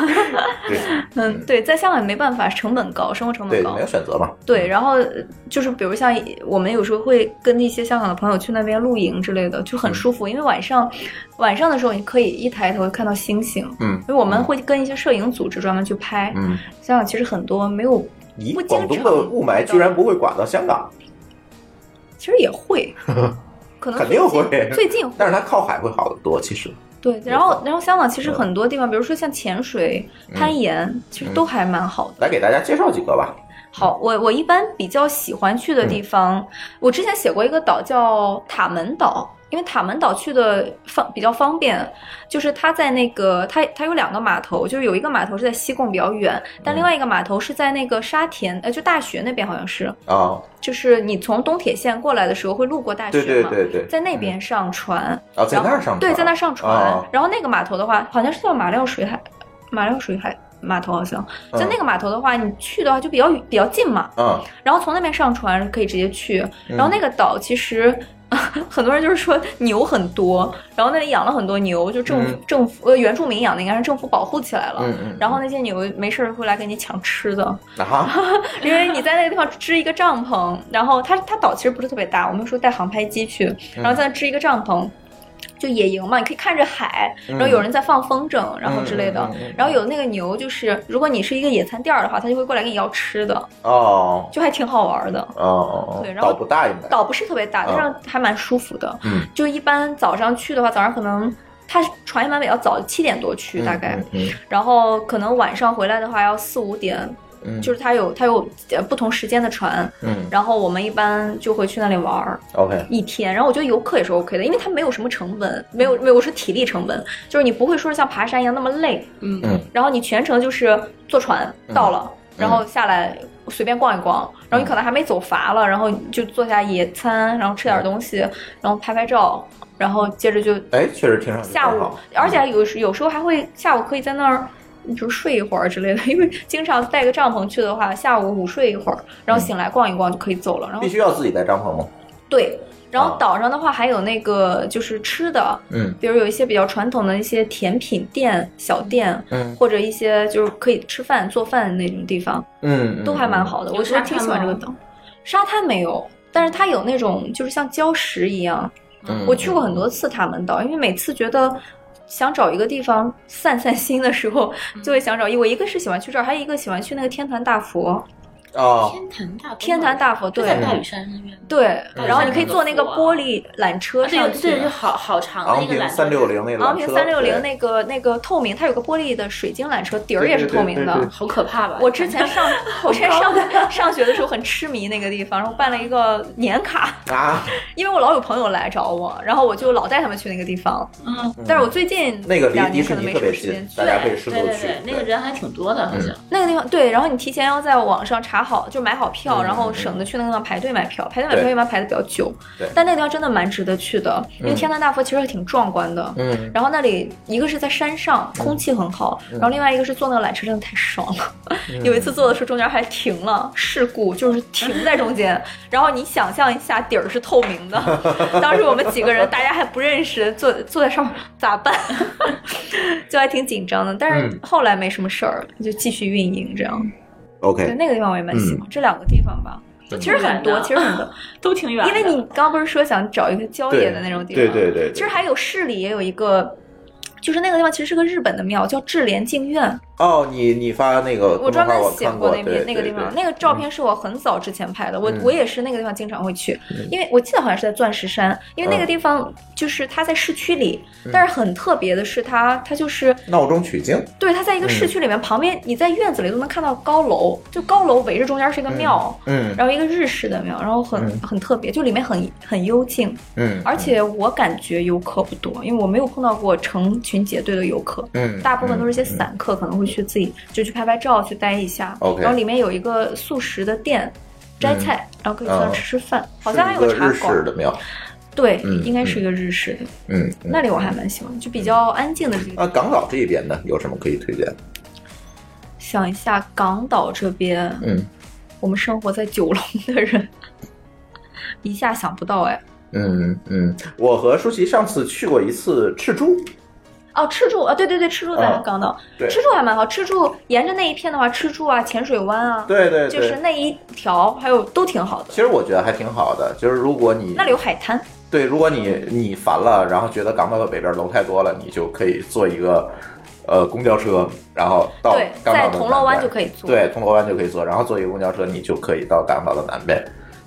S3: 对
S4: 嗯，对，在香港也没办法，成本高，生活成
S3: 对，
S4: 本高
S3: 没嗯有。选择嘛。
S4: 对，然后呃就是比如像我们有时候会跟一些香港的朋友去那边露营之类的，就
S3: 嗯
S4: 很舒服，因为晚上晚上的时候你可以一抬头会看到星星，
S3: 嗯
S4: 因为我们会跟一些摄影组织专门去拍。
S3: 嗯，
S4: 香港其实很多没有，
S3: 咦
S4: 不，经
S3: 广东的
S4: 常
S3: 雾霾
S4: 遇到
S3: 居然不会刮到香港，
S4: 其实也 会，可能
S3: 肯定会
S4: 最近最近会
S3: 但是它靠海会好得多。其实，
S4: 对，然后然后香港其
S3: 嗯
S4: 实很多地方，比如说像潜水、攀岩，其实
S3: 嗯
S4: 都还蛮好的。
S3: 来给大家介绍几个吧。
S4: 好，我我一般比较喜欢去
S3: 嗯
S4: 的地方，我之前写过一个岛叫塔门岛。因为塔门岛去的方比较方便，就是它在那个它它有两个码头，就是有一个码头是在西贡比较远，但
S3: 嗯
S4: 另外一个码头是在那个沙田，呃，就大学那边好像是，
S3: 啊，
S4: 就是你从东铁线过来的时候会路过大学
S3: 对
S4: 嘛，
S3: 对对嗯对，
S4: 在那边上船，
S3: 啊，在那儿上
S4: 对，
S3: 船
S4: 在那儿上船。
S3: 啊
S4: 然后那个码头的话，好像是叫马料水海，马料水海码头好像。
S3: 嗯
S4: 在那个码头的话，你去的话就比较比较近嘛，
S3: 嗯，
S4: 然后从那边上船可以直接去。然后那个岛其实。 很多人就是说牛很多，然后那里养了很多牛，就政府、
S3: 嗯
S4: 政府呃原住民养的，应该是政府保护起来了。
S3: 嗯嗯，
S4: 然后那些牛没事儿会来给你抢吃的，
S3: 啊哈，
S4: 因为你在那个地方支一个帐篷，然后它它岛其实不是特别大，我们说带航拍机去，
S3: 嗯
S4: 然后在那支一个帐篷，就野营嘛，你可以看着海，然后有人在放风筝，然后之类的
S3: 嗯嗯嗯嗯嗯。
S4: 然后有那个牛，就是如果你是一个野餐店儿的话，它就会过来给你要吃的，
S3: 哦
S4: 就还挺好玩的。
S3: 哦哦，
S4: 对然后
S3: 岛不大应该，
S4: 岛不是特别大，
S3: 啊
S4: 但是还蛮舒服的。
S3: 嗯，
S4: 就一般早上去的话，早上可能它船一般比较早，七点多去大概，
S3: 嗯
S4: 然后可能晚上回来的话要四五点，
S3: 嗯，
S4: 就是它有它有呃不同时间的船，
S3: 嗯
S4: 然后我们一般就会去那里玩儿
S3: ，OK，
S4: 一天。然后我觉得游客也是 OK 的，因为它没有什么成本，没有没有我说体力成本，就是你不会说像爬山一样那么累。
S5: 嗯
S3: 嗯
S4: 然后你全程就是坐船到了，然
S3: 嗯
S4: 后下来随便逛一逛，然后你可能还没走乏了，然后你就坐下野餐，然后吃
S3: 嗯
S4: 点东西，然后拍拍照，然后接着就
S3: 哎，确实听上去
S4: 下
S3: 很
S4: 午
S3: 好，嗯
S4: 而且有时有时候还会下午可以在那儿。你就睡一会儿之类的，因为经常带个帐篷去的话，下午午睡一会儿，
S3: 嗯
S4: 然后醒来逛一逛就可以走了。然后
S3: 必须要自己带帐篷吗？
S4: 对，然后
S3: 啊
S4: 岛上的话还有那个就是吃的，
S3: 嗯
S4: 比如有一些比较传统的一些甜品店、小店，
S3: 嗯
S4: 或者一些就是可以吃饭、做饭的那种地方，
S3: 嗯，
S4: 都还蛮好的。我觉得挺喜欢这个岛。沙滩没有，但是它有那种就是像礁石一样。
S3: 嗯。
S4: 我去过很多次塔门岛，因为每次觉得。想找一个地方散散心的时候，
S3: 嗯
S4: 就会想找一。我一个是喜欢去这儿，还有一个喜欢去那个天坛大佛。
S3: 啊，
S5: 天坛大
S4: 天坛大佛，对
S5: 在大屿山那边，
S4: 对，然后你可以坐那个
S5: 嗯
S3: 啊
S4: 玻璃缆车
S5: 这
S4: 上
S5: 个
S4: 去。
S5: 啊这就好好长的
S3: 昂
S5: 那个
S3: 平
S5: 缆车
S3: 三六零那
S4: 昂
S3: 缆
S4: 平
S3: 车，
S4: 三六零
S3: 对
S4: 那个那个透明，它有个玻璃的水晶缆车，底儿也是透明
S3: 对对对对
S4: 的
S3: 对。
S5: 好可怕吧？
S4: 我之前上我之前上上学的时候很痴迷那个地方，然后办了一个年卡，
S3: 啊，
S4: 因为我老有朋友来找我，然后我就老带他们去那个地方。
S5: 嗯，
S4: 但是我最近
S3: 那个离
S4: 两
S3: 迪
S4: 年
S3: 士
S4: 可能
S3: 尼
S4: 没
S3: 特别
S4: 什么时
S3: 近，
S4: 间去
S3: 大家可以适
S5: 对
S3: 度
S5: 对
S3: 去嗯
S5: 对，。那个人还挺多的，好像
S4: 那个地方对，然后你提前要在网上查好，就买好票，然后省得去那个地方排队买票。排队买
S3: 嗯
S4: 票
S3: 对
S4: 一般排的比较久
S3: 对，
S4: 但那个地方真的蛮值得去的，因为天坛大佛其实挺壮观的。
S3: 嗯，
S4: 然后那里一个是在山上，空气很好，然后另外一个是坐那个缆车真的太爽了。
S3: 嗯
S4: 有一次坐的时候中间还停了，事故就是停在 中间。然后你想象一下，底儿是透明的， 当时我们几个人大家还不认识，坐坐在上面咋办？ 就还挺紧张的。但是
S3: 嗯
S4: 后来没什么事儿，就继续运营这样。对
S3: OK，
S4: 那个地方我也蛮喜欢，这两个地方吧。
S3: 嗯
S4: 其实很多，其实 很多，
S5: 都挺远的，
S4: 因为你刚不是说想找一个郊野的那种地方，
S3: 对对对，对
S4: 其实还有市里也有一个，就是那个地方其实是个日本的庙，叫智联净院。
S3: 哦，你你发那个
S4: 我
S3: 公众
S4: 专
S3: 号
S4: 门
S3: 我
S4: 写
S3: 看过
S4: 那边那个地方，那个照片是我很早之前拍的。我
S3: 嗯
S4: 我也是那个地方经常会去
S3: 嗯，
S4: 因为我记得好像是在钻石山，因为那个
S3: 嗯
S4: 地方就是它在市区里，但是很特别的是它它就是
S3: 闹中取经，
S4: 对它在一个
S3: 嗯
S4: 市区里面，旁边你在院子里都能看到高楼，就高楼围着中间是一个庙。
S3: 嗯
S4: 然后一个日式的庙，然后很、
S3: 嗯
S4: 很特别，就里面很很幽静，
S3: 嗯，
S4: 而且我感觉游客不多，因为我没有碰到过成群结队的游客，
S3: 嗯，
S4: 大部分都是一些
S3: 嗯
S4: 散客，可能会去自己就去拍拍照，去待一下。
S3: OK
S4: 然后里面有一个素食的店，摘菜，然后可以去那儿
S3: 哦
S4: 吃吃饭，
S3: 嗯
S4: 好像还
S3: 是
S4: 有
S3: 一个
S4: 茶
S3: 日
S4: 馆
S3: 式。的庙，
S4: 对，
S3: 嗯
S4: 应该是一个日式的，
S3: 嗯，嗯
S4: 那里我还蛮喜欢，就比较安静的这个。
S3: 啊，港岛这边呢有什么可以推荐？
S4: 想一下，港岛这边，
S3: 嗯
S4: 我们生活在九龙的人， 一下想不到哎。
S3: 嗯嗯，我和舒淇上次去过一次赤珠，
S4: 哦，赤柱啊，对对对，赤柱在
S3: 嗯
S4: 港岛，
S3: 对
S4: 赤柱还蛮好。赤柱沿着那一片的话，赤柱啊、浅水湾啊，
S3: 对对
S4: 就
S3: 对
S4: 是，那一条，还有都挺好的
S3: 其。实我觉得还挺好的，就是如果你
S4: 那里有海滩，
S3: 对，如果你你烦了，然后觉得港岛的北边楼太多了，你就可以坐一个呃公交车，然后到
S4: 对，
S3: 港
S4: 在
S3: 岛的
S4: 铜锣湾
S3: 南边
S4: 就可以坐。
S3: 对，铜锣湾就可以坐，然后坐一个公交车，你就可以到港岛的南边，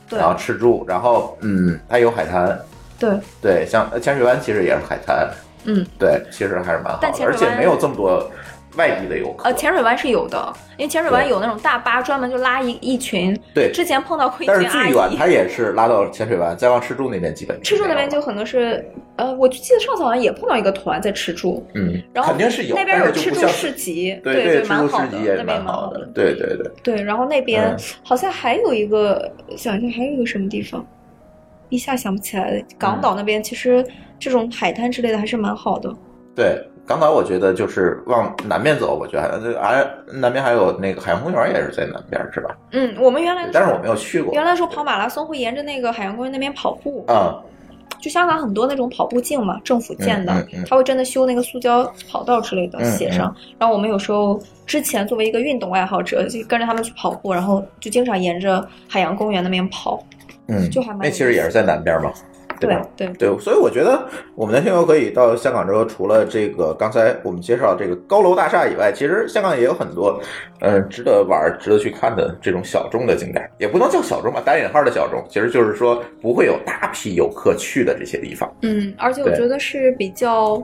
S4: 对
S3: 然后吃住，然后嗯，它有海滩，
S4: 对
S3: 对，像呃浅水湾其实也是海滩，
S4: 嗯，
S3: 对，其实还是蛮好
S4: 但
S3: 的，
S4: 浅水
S3: 而且
S4: 湾
S3: 没有这么多外地的游客，
S4: 呃，浅水湾是有的，因为浅水湾
S3: 对
S4: 有那种大巴专门就拉一一群。
S3: 对
S4: 之前碰到过一群
S3: 但是
S4: 阿
S3: 最远它
S4: 姨。
S3: 也是拉到浅水湾，再往赤柱那边基本
S4: 赤柱那
S3: 没有
S4: 边就
S3: 了
S4: 很多是，呃，我记得上次好像也碰到一个团在赤柱，
S3: 嗯，
S4: 然后
S3: 肯定是有，
S4: 那边
S3: 但
S4: 有
S3: 是
S4: 赤
S3: 就不
S4: 柱
S3: 像
S4: 市集，
S3: 对
S4: 对，
S3: 赤
S4: 蛮
S3: 柱
S4: 好
S3: 市
S4: 的，
S3: 集也
S4: 那
S3: 是
S4: 边也
S3: 蛮
S4: 蛮
S3: 好
S4: 的。
S3: 对对对，
S4: 对，然后那边
S3: 嗯
S4: 好像还有一个，想一下还有一个什么地方，一下想不起来了。
S3: 嗯
S4: 港岛那边其实这种海滩之类的还是蛮好的。
S3: 对，港岛我觉得就是往南边走，我觉得还这还南边还有那个海洋公园也是在南边是吧？
S4: 嗯，我们原来
S3: 对
S4: 的
S3: 但
S4: 时
S3: 是
S4: 候
S3: 我没有去过。
S4: 原来的时候跑马拉松会沿着那个海洋公园那边跑步，
S3: 啊，
S4: 就香港很多那种跑步径嘛，政府建的，
S3: 嗯嗯嗯
S4: 他会真的修那个塑胶跑道之类的，
S3: 嗯
S4: 写上。然后我们有时候之前作为一个运动爱好者，就跟着他们去跑步，然后就经常沿着海洋公园那边跑。
S3: 嗯，
S4: 就还蛮
S3: 那其实也是在南边嘛，
S4: 对
S3: 吧？
S4: 对
S3: 对，所以我觉得我们的听友可以到香港之后，除了这个刚才我们介绍这个高楼大厦以外，其实香港也有很多，呃，值得玩儿、值得去看的这种小众的景点，也不能叫小众吧，打引号的小众，其实就是说不会有大批游客去的这些地方。
S4: 嗯，而且我
S3: 对
S4: 觉得是比较，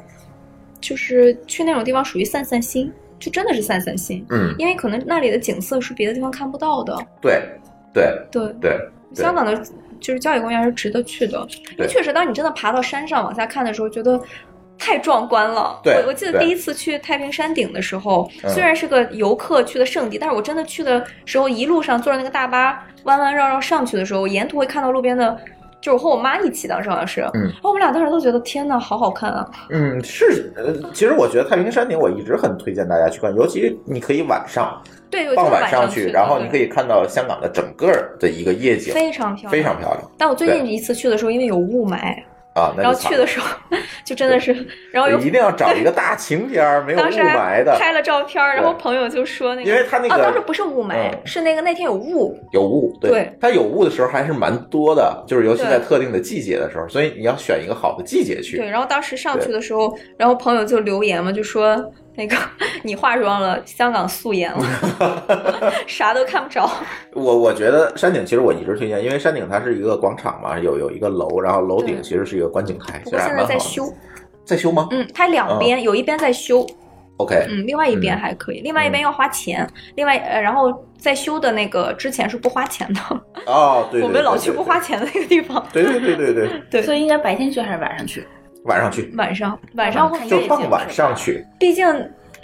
S4: 就是去那种地方属于散散心，就真的是散散心，
S3: 嗯，
S4: 因为可能那里的景色是别的地方看不到的。
S3: 对，对，
S4: 对，
S3: 对，对
S4: 香港的就是郊野公园是值得去的，因为
S3: 对
S4: 确实，当你真的爬到山上往下看的时候，觉得。太壮观了！
S3: 对
S4: 我我记得
S3: 对
S4: 第一次去太平山顶的时候，
S3: 嗯
S4: 虽然是个游客去的圣地，但是我真的去的时候，一路上坐着那个大巴弯弯绕绕上去的时候，我沿途会看到路边的，就是我和我妈一起，当时好像是，
S3: 嗯
S4: 然后我们俩当时都觉得天呐，好好看啊！
S3: 嗯，是，呃，其实我觉得太平山顶我一直很推荐大家去看，尤其你可以晚上，
S4: 对，我就
S3: 傍
S4: 是
S3: 晚
S4: 上
S3: 去，
S4: 的
S3: 然后你可
S4: 对
S3: 以看到香港的整个的一个夜景，
S4: 非常漂亮，
S3: 非常漂亮
S4: 但我最近
S3: 对
S4: 一次去的时候，因为有雾霾，
S3: 啊。那
S4: 然后
S3: 就惨
S4: 去的时候就真的是，然后
S3: 了
S4: 又
S3: 一定要找一个大晴天儿，没有雾
S4: 当时还
S3: 霾的，
S4: 拍了照片儿，
S3: 对
S4: 然后朋友就说那个，
S3: 因为他那个
S4: 哦，当时不是雾霾，
S3: 嗯
S4: 是那个那天有雾，
S3: 有雾，
S4: 对
S3: 它有雾的时候还是蛮多的，就是尤其
S4: 对
S3: 在特定的季节的时候，所以你要选一个好的季节去
S4: 对，。然后当时上去的时候，然后朋友就留言嘛，就说那个你化妆了，香港素颜 了，啥都看不着，
S3: 我我觉得山顶其实我一直推荐，因为山顶它是一个广场嘛，有有一个楼，然后楼顶
S4: 对
S3: 其实是一个观景台，
S4: 不
S3: 其实
S4: 过
S3: 还
S4: 现
S3: 蛮好
S4: 在
S3: 的。
S4: 在修，
S3: 在修吗
S4: 嗯，它两边有一边在修，
S3: ？OK，
S4: 嗯，另外一边
S3: 嗯
S4: 还可以，另外一边要花钱，另外呃，然后在修的那个之前是不花钱的，
S3: 哦，对，
S4: 我
S3: 对
S4: 们老去不花。
S3: 对对对
S4: 钱的那个地方，
S3: 对对对对对，
S5: 所以应该白天去还是晚上去？
S3: 晚上去，
S4: 晚上晚上会
S5: 看夜
S3: 就
S5: 景
S3: 傍晚上去。
S4: 毕竟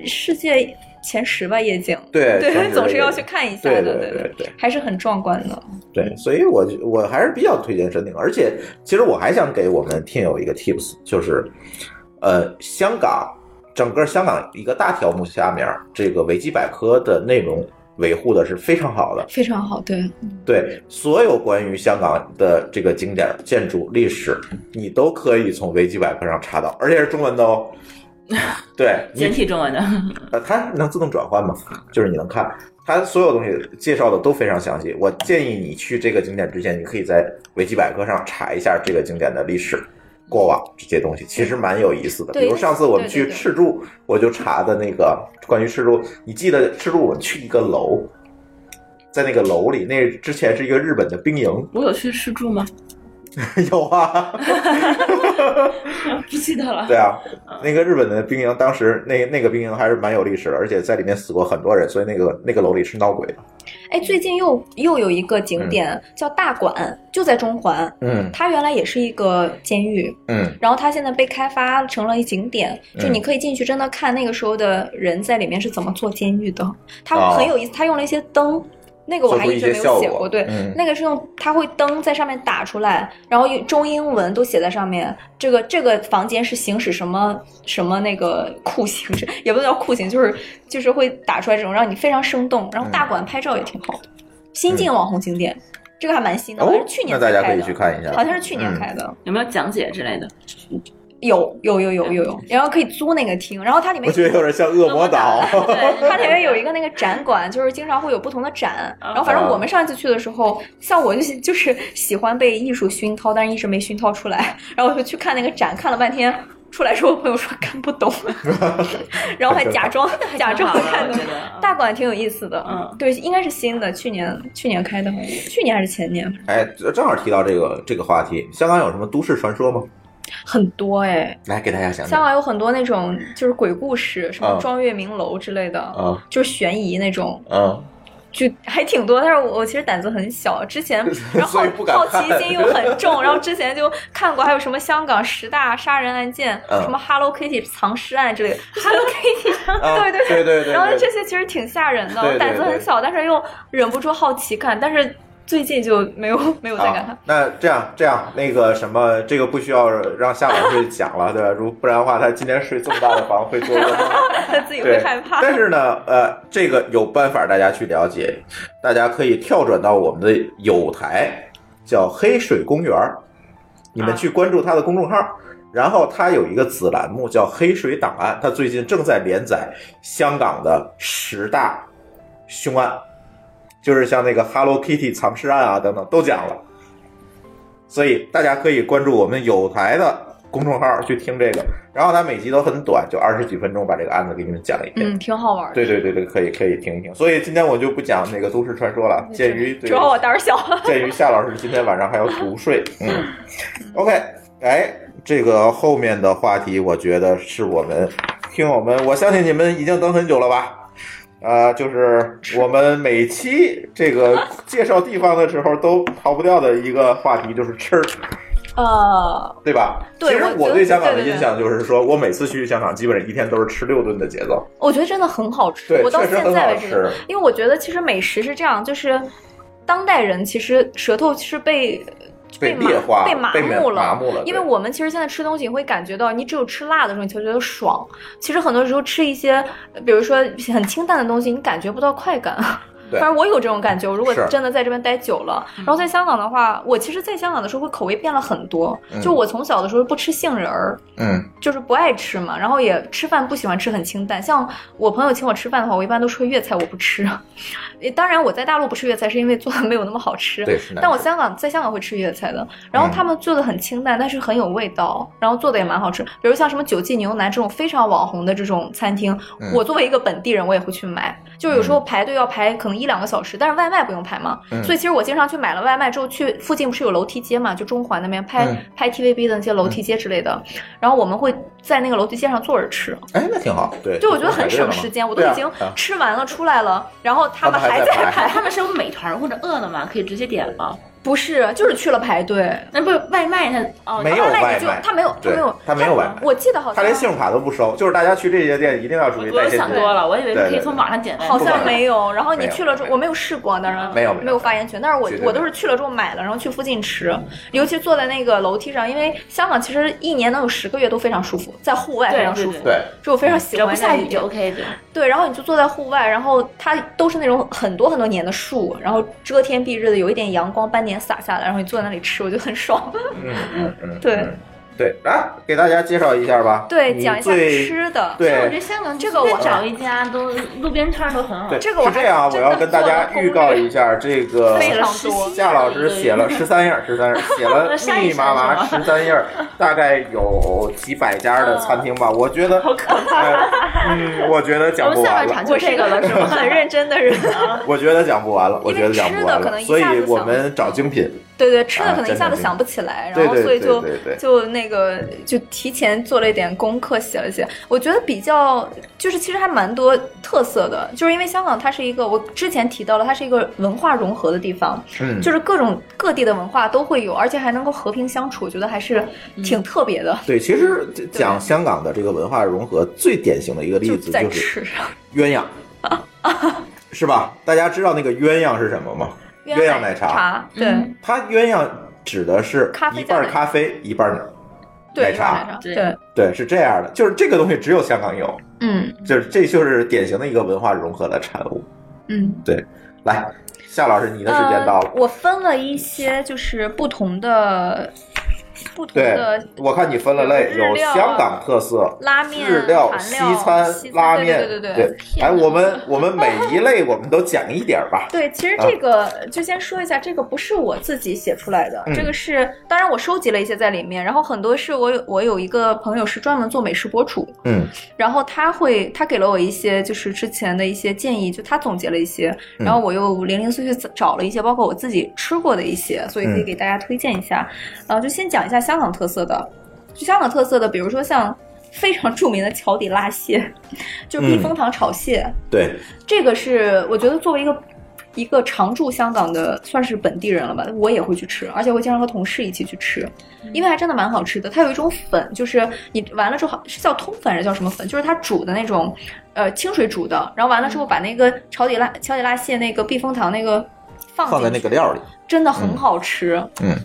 S4: 世界前十吧，夜景。
S3: 对前
S4: 对，
S3: 十
S4: 总是要去看一下
S3: 对
S4: 的，
S3: 对
S4: 对
S3: 对对
S4: 还是很壮观的。
S3: 对，所以我就我还是比较推荐深定，而且其实我还想给我们听友一个 tips，就是，呃，香港整个香港一个大条目下面，这个维基百科的内容维护的是非常好的，
S4: 非常好，对，
S3: 对所有关于香港的这个景点、建筑、历史，你都可以从维基百科上查到，而且是中文的哦。对，你
S5: 简体中文的，
S3: 呃，它能自动转换吗？就是你能看它所有东西介绍的都非常详细。我建议你去这个景点之前，你可以在维基百科上查一下这个景点的历史、过往这些东西，其实蛮有意思的。
S4: 对
S3: 比如上次我们
S4: 对
S3: 去
S4: 对对
S3: 赤柱，我就查的那个关于赤柱，你记得赤柱我们去一个楼，在那个楼里，那之前是一个日本的兵营，
S5: 我有去试住吗？
S3: 有啊。
S5: 不记得了。
S3: 对啊，那个日本的兵营，当时那那个兵营还是蛮有历史的，而且在里面死过很多人，所以那个那个楼里是闹鬼的。
S4: 哎，最近又又有一个景点、叫大馆，就在中环。
S3: 嗯
S4: 它原来也是一个监狱，
S3: 嗯，
S4: 然后它现在被开发成了一景点，就你可以进去真的看那个时候的人在里面是怎么做监狱的。它
S3: 哦
S4: 很有意思，它用了一些灯，那个我还
S3: 做出
S4: 一
S3: 一
S4: 直没
S3: 些
S4: 有
S3: 效
S4: 写
S3: 果
S4: 过。对，
S3: 嗯
S4: 那个是用它会灯在上面打出来，然后用中英文都写在上面。这个这个房间是行使什么什么那个酷刑， 这也不能叫酷刑，就是就是会打出来这种让你非常生动。然后大馆拍照也挺好的，新晋网红景点。这个还蛮新的，好
S3: 嗯
S4: 像
S3: 哦
S4: 是去，
S3: 那
S4: 年
S3: 大
S4: 才
S3: 家
S4: 开
S3: 可以
S4: 的，
S3: 去看一下，
S4: 好像是去年
S3: 嗯
S4: 开的。
S5: 有没有讲解之类的？
S4: 有有有有有有，然后可以租那个厅，然后它里面
S3: 我觉得有点像 恶魔 岛。
S5: 对
S4: 它里面有一 个那个展馆，就是经常会有不同的展。
S5: 啊
S4: 然后反正我们上一次去的时候，像我就是就是喜欢被艺术熏陶，但是一直没熏陶出来。然后我就去看那个展，看了半天，出来之后朋友说看 不懂，然后还假装假装看
S5: 啊我
S4: 懂
S5: 觉。得啊
S4: 大馆挺有意思的，
S5: 嗯
S4: 对，应该是新的，去年去年开的，好像去年还是前年，
S3: 哎，正好提到这个这个话题，香港有什么都市传说吗？
S4: 很多哎。
S3: 来给大家讲
S4: 香
S3: 讲
S4: 港有很多那种就是鬼故事，什么
S3: 啊
S4: 庄月明楼之类的，
S3: 啊
S4: 就是悬疑那种，
S3: 啊！
S4: 就还挺多。但是我我其实胆子很小，之前然后
S3: 所以不敢
S4: 好
S3: 看
S4: 奇心又很 重，然后之前就看过还有什么香港十大杀人案件，
S3: 嗯
S4: 什么 Hello Kitty 藏尸案 之类的，Hello Kitty
S3: 啊
S4: 对对
S3: 对对对，
S4: 然后这
S3: 对
S4: 些其实挺吓人的，
S3: 对
S4: 我胆子
S3: 对对
S4: 很小，但是又忍不住好奇看，但是最近就没有没有再敢看
S3: 啊。，那这样这样，那个什么，这个不需要让夏老师讲了，对吧？如不然的话，他今天睡这么大的房，会做噩梦。
S4: 他 自己
S3: 对，
S4: 会害怕。
S3: 但是呢，呃，这个有办法大家去了解，大家可以跳转到我们的有台，叫黑水公园儿，你
S4: 啊
S3: 们去关注它的公众号。然后它有一个子栏目叫《黑水档案》，它最近正在连载香港的十大凶案，就是像那个 Hello Kitty 藏尸案啊等等都讲了。所以大家可以关注我们有台的公众号去听这个，然后它每集都很短，就二十几分钟，把这个案子给你们讲一遍。
S4: 嗯，挺好玩的。
S3: 对对对对，可以可以听一听。所以今天我就不讲那个都市传说了，鉴于对
S4: 主要我胆儿 小。
S3: 鉴于夏老师今天晚 上还要熟睡，嗯，OK，哎，这个后面的话题，我觉得是我们听友们，我相信你们已经等很久了吧。呃，就是我们每期这个介绍地方的时候都逃不掉的一个话题，就是吃，
S4: 呃，
S3: 对吧？
S4: 对
S3: 其实
S4: 我觉得
S3: 我对香港的
S4: 对对对
S3: 印象就是说，我每次去香港，基本上一天都是吃六顿的节奏。
S4: 我觉得真的很好吃
S3: 对，，
S4: 我到
S3: 确实
S4: 现
S3: 很
S4: 在
S3: 好
S4: 为止，
S3: 吃。
S4: 因为我觉得其实美食是这样，就是当代人其实舌头是被。
S3: 被
S4: 麻
S3: 劣化
S4: 被
S3: 了
S4: 麻
S3: 被麻
S4: 木了，
S3: 麻木了
S4: 因
S3: 对
S4: 为我们其实现在吃东西，你会感觉到，你只有吃辣的时候，你才觉得爽。其实很多时候吃一些，比如说很清淡的东西，你感觉不到 快感。
S3: 对
S4: 反正我有这种感觉。如果
S3: 是嗯
S4: 真的在这边待久了，然后在香港的话，我其实在香港的时候会口味变了很多。
S3: 嗯
S4: 就我从小的时候不吃杏仁儿，
S3: 嗯，
S4: 就是不爱吃嘛，然后也吃饭不喜欢吃很清淡。像我朋友请我吃饭的话，我一般都说粤菜，我不吃。 诶当然我在大陆不吃粤菜，是因为做的没有那么好吃。
S3: 对，嗯是难
S4: 但我
S3: 吃
S4: 香港在香港会吃粤菜的，然后他们做的很清淡，但是很有味道，然后做的也蛮好吃。比如像什么九记牛腩这种非常网红的这种餐厅，
S3: 嗯
S4: 我作为一个本地人，我也会去买。就是有时候排队要排可能一两个小时，但是外卖不用排嘛，
S3: 嗯
S4: 所以其实我经常去买了外卖之后，去附近不是有楼梯街嘛，就中环那边拍、
S3: 嗯
S4: 拍 TVB 的那些楼梯街之类的，然后我们会在那个楼梯街上坐着吃，
S3: 哎，那挺好，对，
S4: 对我觉得很
S3: 排队了
S4: 省
S3: 嘛
S4: 时间，我都
S3: 对啊
S4: 已经
S3: 啊
S4: 吃完了出来了，然后
S3: 他
S4: 他们
S3: 们还
S4: 还
S3: 在
S4: 在
S3: 排
S4: 排。
S5: 他们是有美团或者饿了么可以直接点吗？
S4: 不是，就是去了排队。
S5: 那不是外卖它哦，
S3: 没有
S4: 外卖
S3: 外
S4: 就
S3: 卖，
S4: 他没有，他
S3: 对
S4: 没有，
S3: 他没有外卖
S4: 我记得好
S3: 他
S4: 像
S3: 连信用卡都不收，就是大家去这些店一定要注意
S5: 我
S3: 带
S5: 我
S3: 现
S5: 想
S3: 金。
S5: 多了，我以为
S3: 对
S5: 可以
S3: 对
S5: 从
S3: 对
S5: 网上点外卖，
S4: 好
S3: 不管
S4: 像
S3: 了
S4: 没有。然后
S3: 没
S4: 你
S3: 有
S4: 去了之后，
S3: 没有啊
S4: 我没有试过，当然
S3: 没有没有
S4: 没有发言权。但是我
S3: 绝对
S4: 我都
S3: 没
S4: 是去了之后买了，然后去附近吃，尤其坐在那个楼梯上，因为香港其实一年能有十个月都非常舒服，在户外
S5: 对
S4: 非常
S5: 对
S4: 舒
S5: 对
S4: 服。
S3: 对，
S4: 就我非常喜
S5: 只要
S4: 欢
S5: 嗯不下
S4: 那
S5: 雨
S4: 一
S5: 就
S4: 点
S5: OK 的。
S4: 对，然后你就坐在户外，然后它都是那种很多很多年的树，然后遮天蔽日的，有一点阳光斑点洒下来，然后你坐在那里吃，我觉得很爽。
S3: 嗯嗯嗯，
S4: 对
S3: 嗯对，来给大家介绍一下吧。
S4: 对，
S3: 你
S4: 讲一下
S3: 最
S4: 吃的。
S5: 其实我觉得
S3: 对，
S5: 香港
S4: 这个我
S5: 随便找一家都路边摊儿都很好
S3: 对，。
S4: 这个我
S3: 是这样啊，
S4: 还
S3: 我
S4: 真
S3: 要
S4: 的
S3: 跟大
S4: 做了
S3: 家
S4: 攻
S3: 预告
S4: 略
S3: 一 下，这个
S4: 非常
S5: 十
S4: 多
S5: 七
S3: 夏老师写了十三页儿，十三页儿，写 了密密麻麻十三页儿，大概有几百家的餐厅
S4: 嗯
S3: 吧。我觉得好可怕、嗯，我觉得讲
S5: 我
S3: 不
S5: 们下
S3: 完
S5: 半
S3: 了
S5: 场，就这 个了，是
S4: 我
S5: 吗？啊
S4: 很 认真的人，
S3: 我觉得讲不完了，我
S4: 因为
S3: 觉得讲
S4: 吃
S3: 不
S4: 的
S3: 完
S4: 可
S3: 了。
S4: 能一
S3: 所以
S4: 下子
S3: 我
S4: 想
S3: 们找精品，
S4: 对对，吃的
S3: 啊
S4: 可能一
S3: 真
S4: 下
S3: 的
S4: 子
S3: 是
S4: 想不起来，
S3: 对
S4: 然后
S3: 对
S4: 所以
S3: 对
S4: 就
S3: 对对
S4: 就那个就提前做了一点功课，写了写。我觉得比较就是其实还蛮多特色的，就是因为香港它是一个我之前提到了，它是一个文化融合的地方，
S3: 嗯，
S4: 就是各种各地的文化都会有，而且还能够和平相处，我觉得还是
S5: 嗯
S4: 挺特别的。
S3: 对，其实讲香港的这个文化融合最典型的一个例
S4: 就
S3: 子
S4: 在
S3: 就是
S4: 吃上
S3: 鸳 鸯，是吧？大家知道那个鸳鸯是什么吗？鸳鸯奶茶，
S4: 茶，对
S5: 嗯
S3: 它鸳鸯指的是
S4: 咖啡
S3: 一半儿
S4: 加奶
S3: 咖啡，一半儿
S4: 对
S3: 奶
S4: 鸳鸯
S3: 茶
S4: 奶。茶，
S5: 对
S4: 对，
S3: 对，是这样的，就是这个东西只有香港有，
S4: 嗯
S3: 就是这就是典型的一个文化融合的产物。
S4: 嗯。
S3: 来，夏老师，你的时间到了
S4: 呃。。我分了一些就是不同的不同
S3: 对
S4: 的，
S3: 我看你分了类，
S4: 有日
S3: 有
S4: 料啊
S3: 香港特色、
S4: 拉面、
S3: 日料、
S4: 韩
S3: 西
S4: 料、
S3: 餐、拉面，
S4: 对对对对对。
S3: 哎，我 们我们每一类我们都讲一点儿吧。
S4: 对，其实这个、就先说一下，这个不是我自己写出来的，
S3: 嗯
S4: 这个是当然我收集了一些在里面，然后很多是我有我有一个朋友是专门做美食博主，
S3: 嗯，
S4: 然后他会，他给了我一些就是之前的一些建议，就他总结了一些，
S3: 嗯
S4: 然后我又零零碎碎找了一些，包括我自己吃过的一些，所以可以
S3: 嗯
S4: 给大家推荐一下。呃，就先讲一下香港特色的，就香港特色的，比如说像非常著名的桥底辣蟹，就
S3: 嗯
S4: 是避风塘炒蟹，
S3: 对，
S4: 这个是我觉得作为一个。一个常驻香港的算是本地人了吧，我也会去吃，而且会经常和同事一起去吃，因为还真的蛮好吃的。它有一种粉，就是你完了之后好是叫通粉还是叫什么粉？就是它煮的那种，呃，清水煮的，然后完了之后把那个炒底辣桥底辣蟹那个避风塘那个放
S3: 放在那
S4: 进去
S3: 个料里。
S4: 真的很好吃。
S3: 嗯，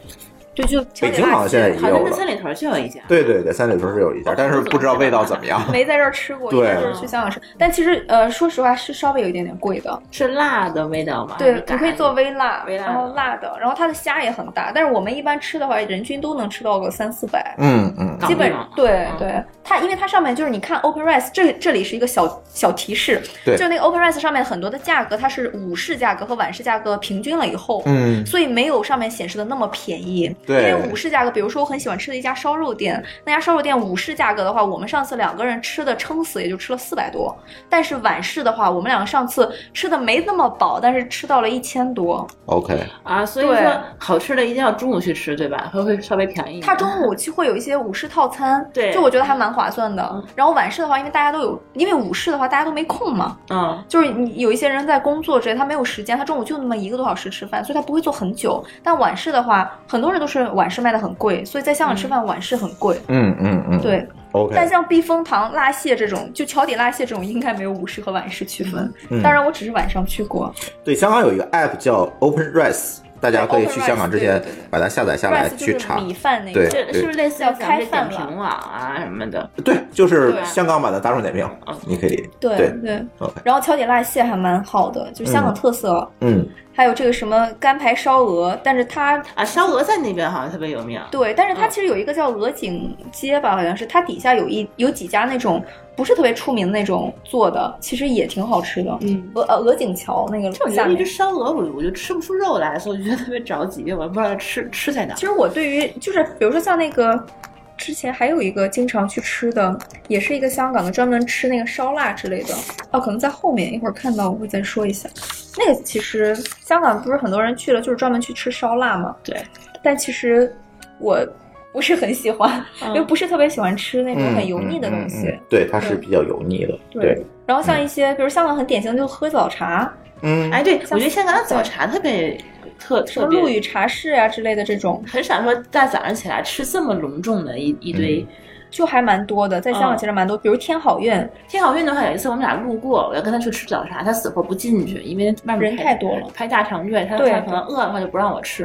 S4: 就就
S3: 北京好像现在也
S5: 好像
S3: 有
S5: 在
S3: 了
S5: 三。里屯就有一家，
S3: 对对对，三里屯是有一家，但是不知道味道怎么样。
S4: 没在这儿吃 过，一
S3: 对
S4: 般就是去香港吃。但其实呃，说实话是稍微有一点点贵的。
S5: 是辣的味道吗？
S4: 对，
S5: 还是
S4: 你可以
S5: 干
S4: 做微辣，
S5: 微辣
S4: 然后
S5: 的
S4: 辣的，然后它的虾也很大，但是我们一般吃的话，人均都能吃到个三四百。
S3: 嗯嗯，
S5: 港
S4: 基本
S5: 币吗
S4: 对
S5: 嗯
S4: 对，它因为它上面就是你看 OpenRice 这这里是一个小小提示，
S3: 对
S4: 就是那个 OpenRice 上面很多的价格它是午市价格和晚市价格平均了以后，
S3: 嗯
S4: 所以没有上面显示的那么便宜。
S3: 对
S4: 因为午市价格，比如说我很喜欢吃的一家烧肉店，那家烧肉店午市价格的话，我们上次两个人吃的撑死也就吃了四百多，但是晚市的话，我们两个上次吃的没那么饱，但是吃到了一千多。
S3: ，OK，
S5: 啊，所以
S4: 对
S5: 说好吃的一定要中午去吃，对吧？会会稍微便宜一点。
S4: 它中午就会有一些午市套餐，
S5: 对
S4: 就我觉得还蛮划算的。然后晚市的话，因为大家都有，因为午市的话大家都没空嘛，
S5: 嗯，
S4: 就是你有一些人在工作之类，他没有时间，他中午就那么一个多小时吃饭，所以他不会做很久。但晚市的话，很多人都是晚市卖的很贵，所以在香港吃饭晚市很贵。
S3: 嗯嗯嗯，
S4: 对，
S3: ，OK，
S4: 但像避风塘辣蟹这种，就桥底辣蟹这种，应该没有午市和晚市区分。
S3: 嗯
S4: 当然，我只是晚上去过，
S3: 对，香港有一个 app 叫 OpenRice，大家可以去香港之前
S4: 对，OpenRice，对对对
S3: 把它下载下
S4: r i
S3: 来
S4: c
S3: 去
S4: 就是
S3: 查。
S4: 米饭那
S3: 对
S4: 个，
S5: 这是不是类似于
S4: 要
S5: 咱们
S4: 开
S5: 这
S4: 饭
S5: 点评网啊什么的？
S3: 对，就是
S4: 对啊嗯
S3: 香港版的大众点评
S5: 嗯，
S3: 你可以
S4: 对
S3: 对
S4: 对。
S3: OK，
S4: 然后桥底辣蟹还蛮好的，就是香港特色。
S3: 嗯，
S4: 还有这个什么干排烧鹅，但是它
S5: 啊，烧鹅在那边好像特别有名。
S4: 对，但是它
S5: 嗯
S4: 其实有一个叫鹅颈街吧，好像是它底下有一有几家那种不是特别出名的那种做的，其实也挺好吃的。
S5: 嗯，
S4: 鹅呃鹅颈桥那个
S5: 这我觉
S4: 下
S5: 得一
S4: 面
S5: 只。烧鹅，我我就吃不出肉来，所以我就觉得特别着急，我也不知道吃吃在哪
S4: 其。实我对于就是比如说像那个之前还有一个经常去吃的，也是一个香港的，专门吃那个烧腊之类的。哦，可能在后面一会儿看到我会再说一下。那个其实香港不是很多人去了，就是专门去吃烧腊嘛。
S5: 对，
S4: 但其实我不是很喜欢，
S5: 嗯
S4: 因为不是特别喜欢吃那种很油腻的东
S3: 嗯
S4: 西。
S3: 嗯嗯嗯嗯对，它是
S4: 对
S3: 比较油腻的，对，
S4: 然后像一些，比如香港很典型的就是喝早茶，
S3: 嗯，
S5: 哎，对，我
S4: 像
S5: 觉得香港的早茶特别特特
S4: 像
S5: 别
S4: 陆羽茶室啊之类的这种，
S5: 很少说大早上起来吃这么隆重的一一堆。
S3: 嗯
S4: 就还蛮多的，在香
S5: 嗯
S4: 港其实蛮多，比如天好院，
S5: 天好运的话，有一次我们俩路过，我要跟他去吃早茶，他死活不进去，因为外面
S4: 人太多了
S5: 排大长队，他
S4: 对
S5: 他可能饿的话就不让我吃。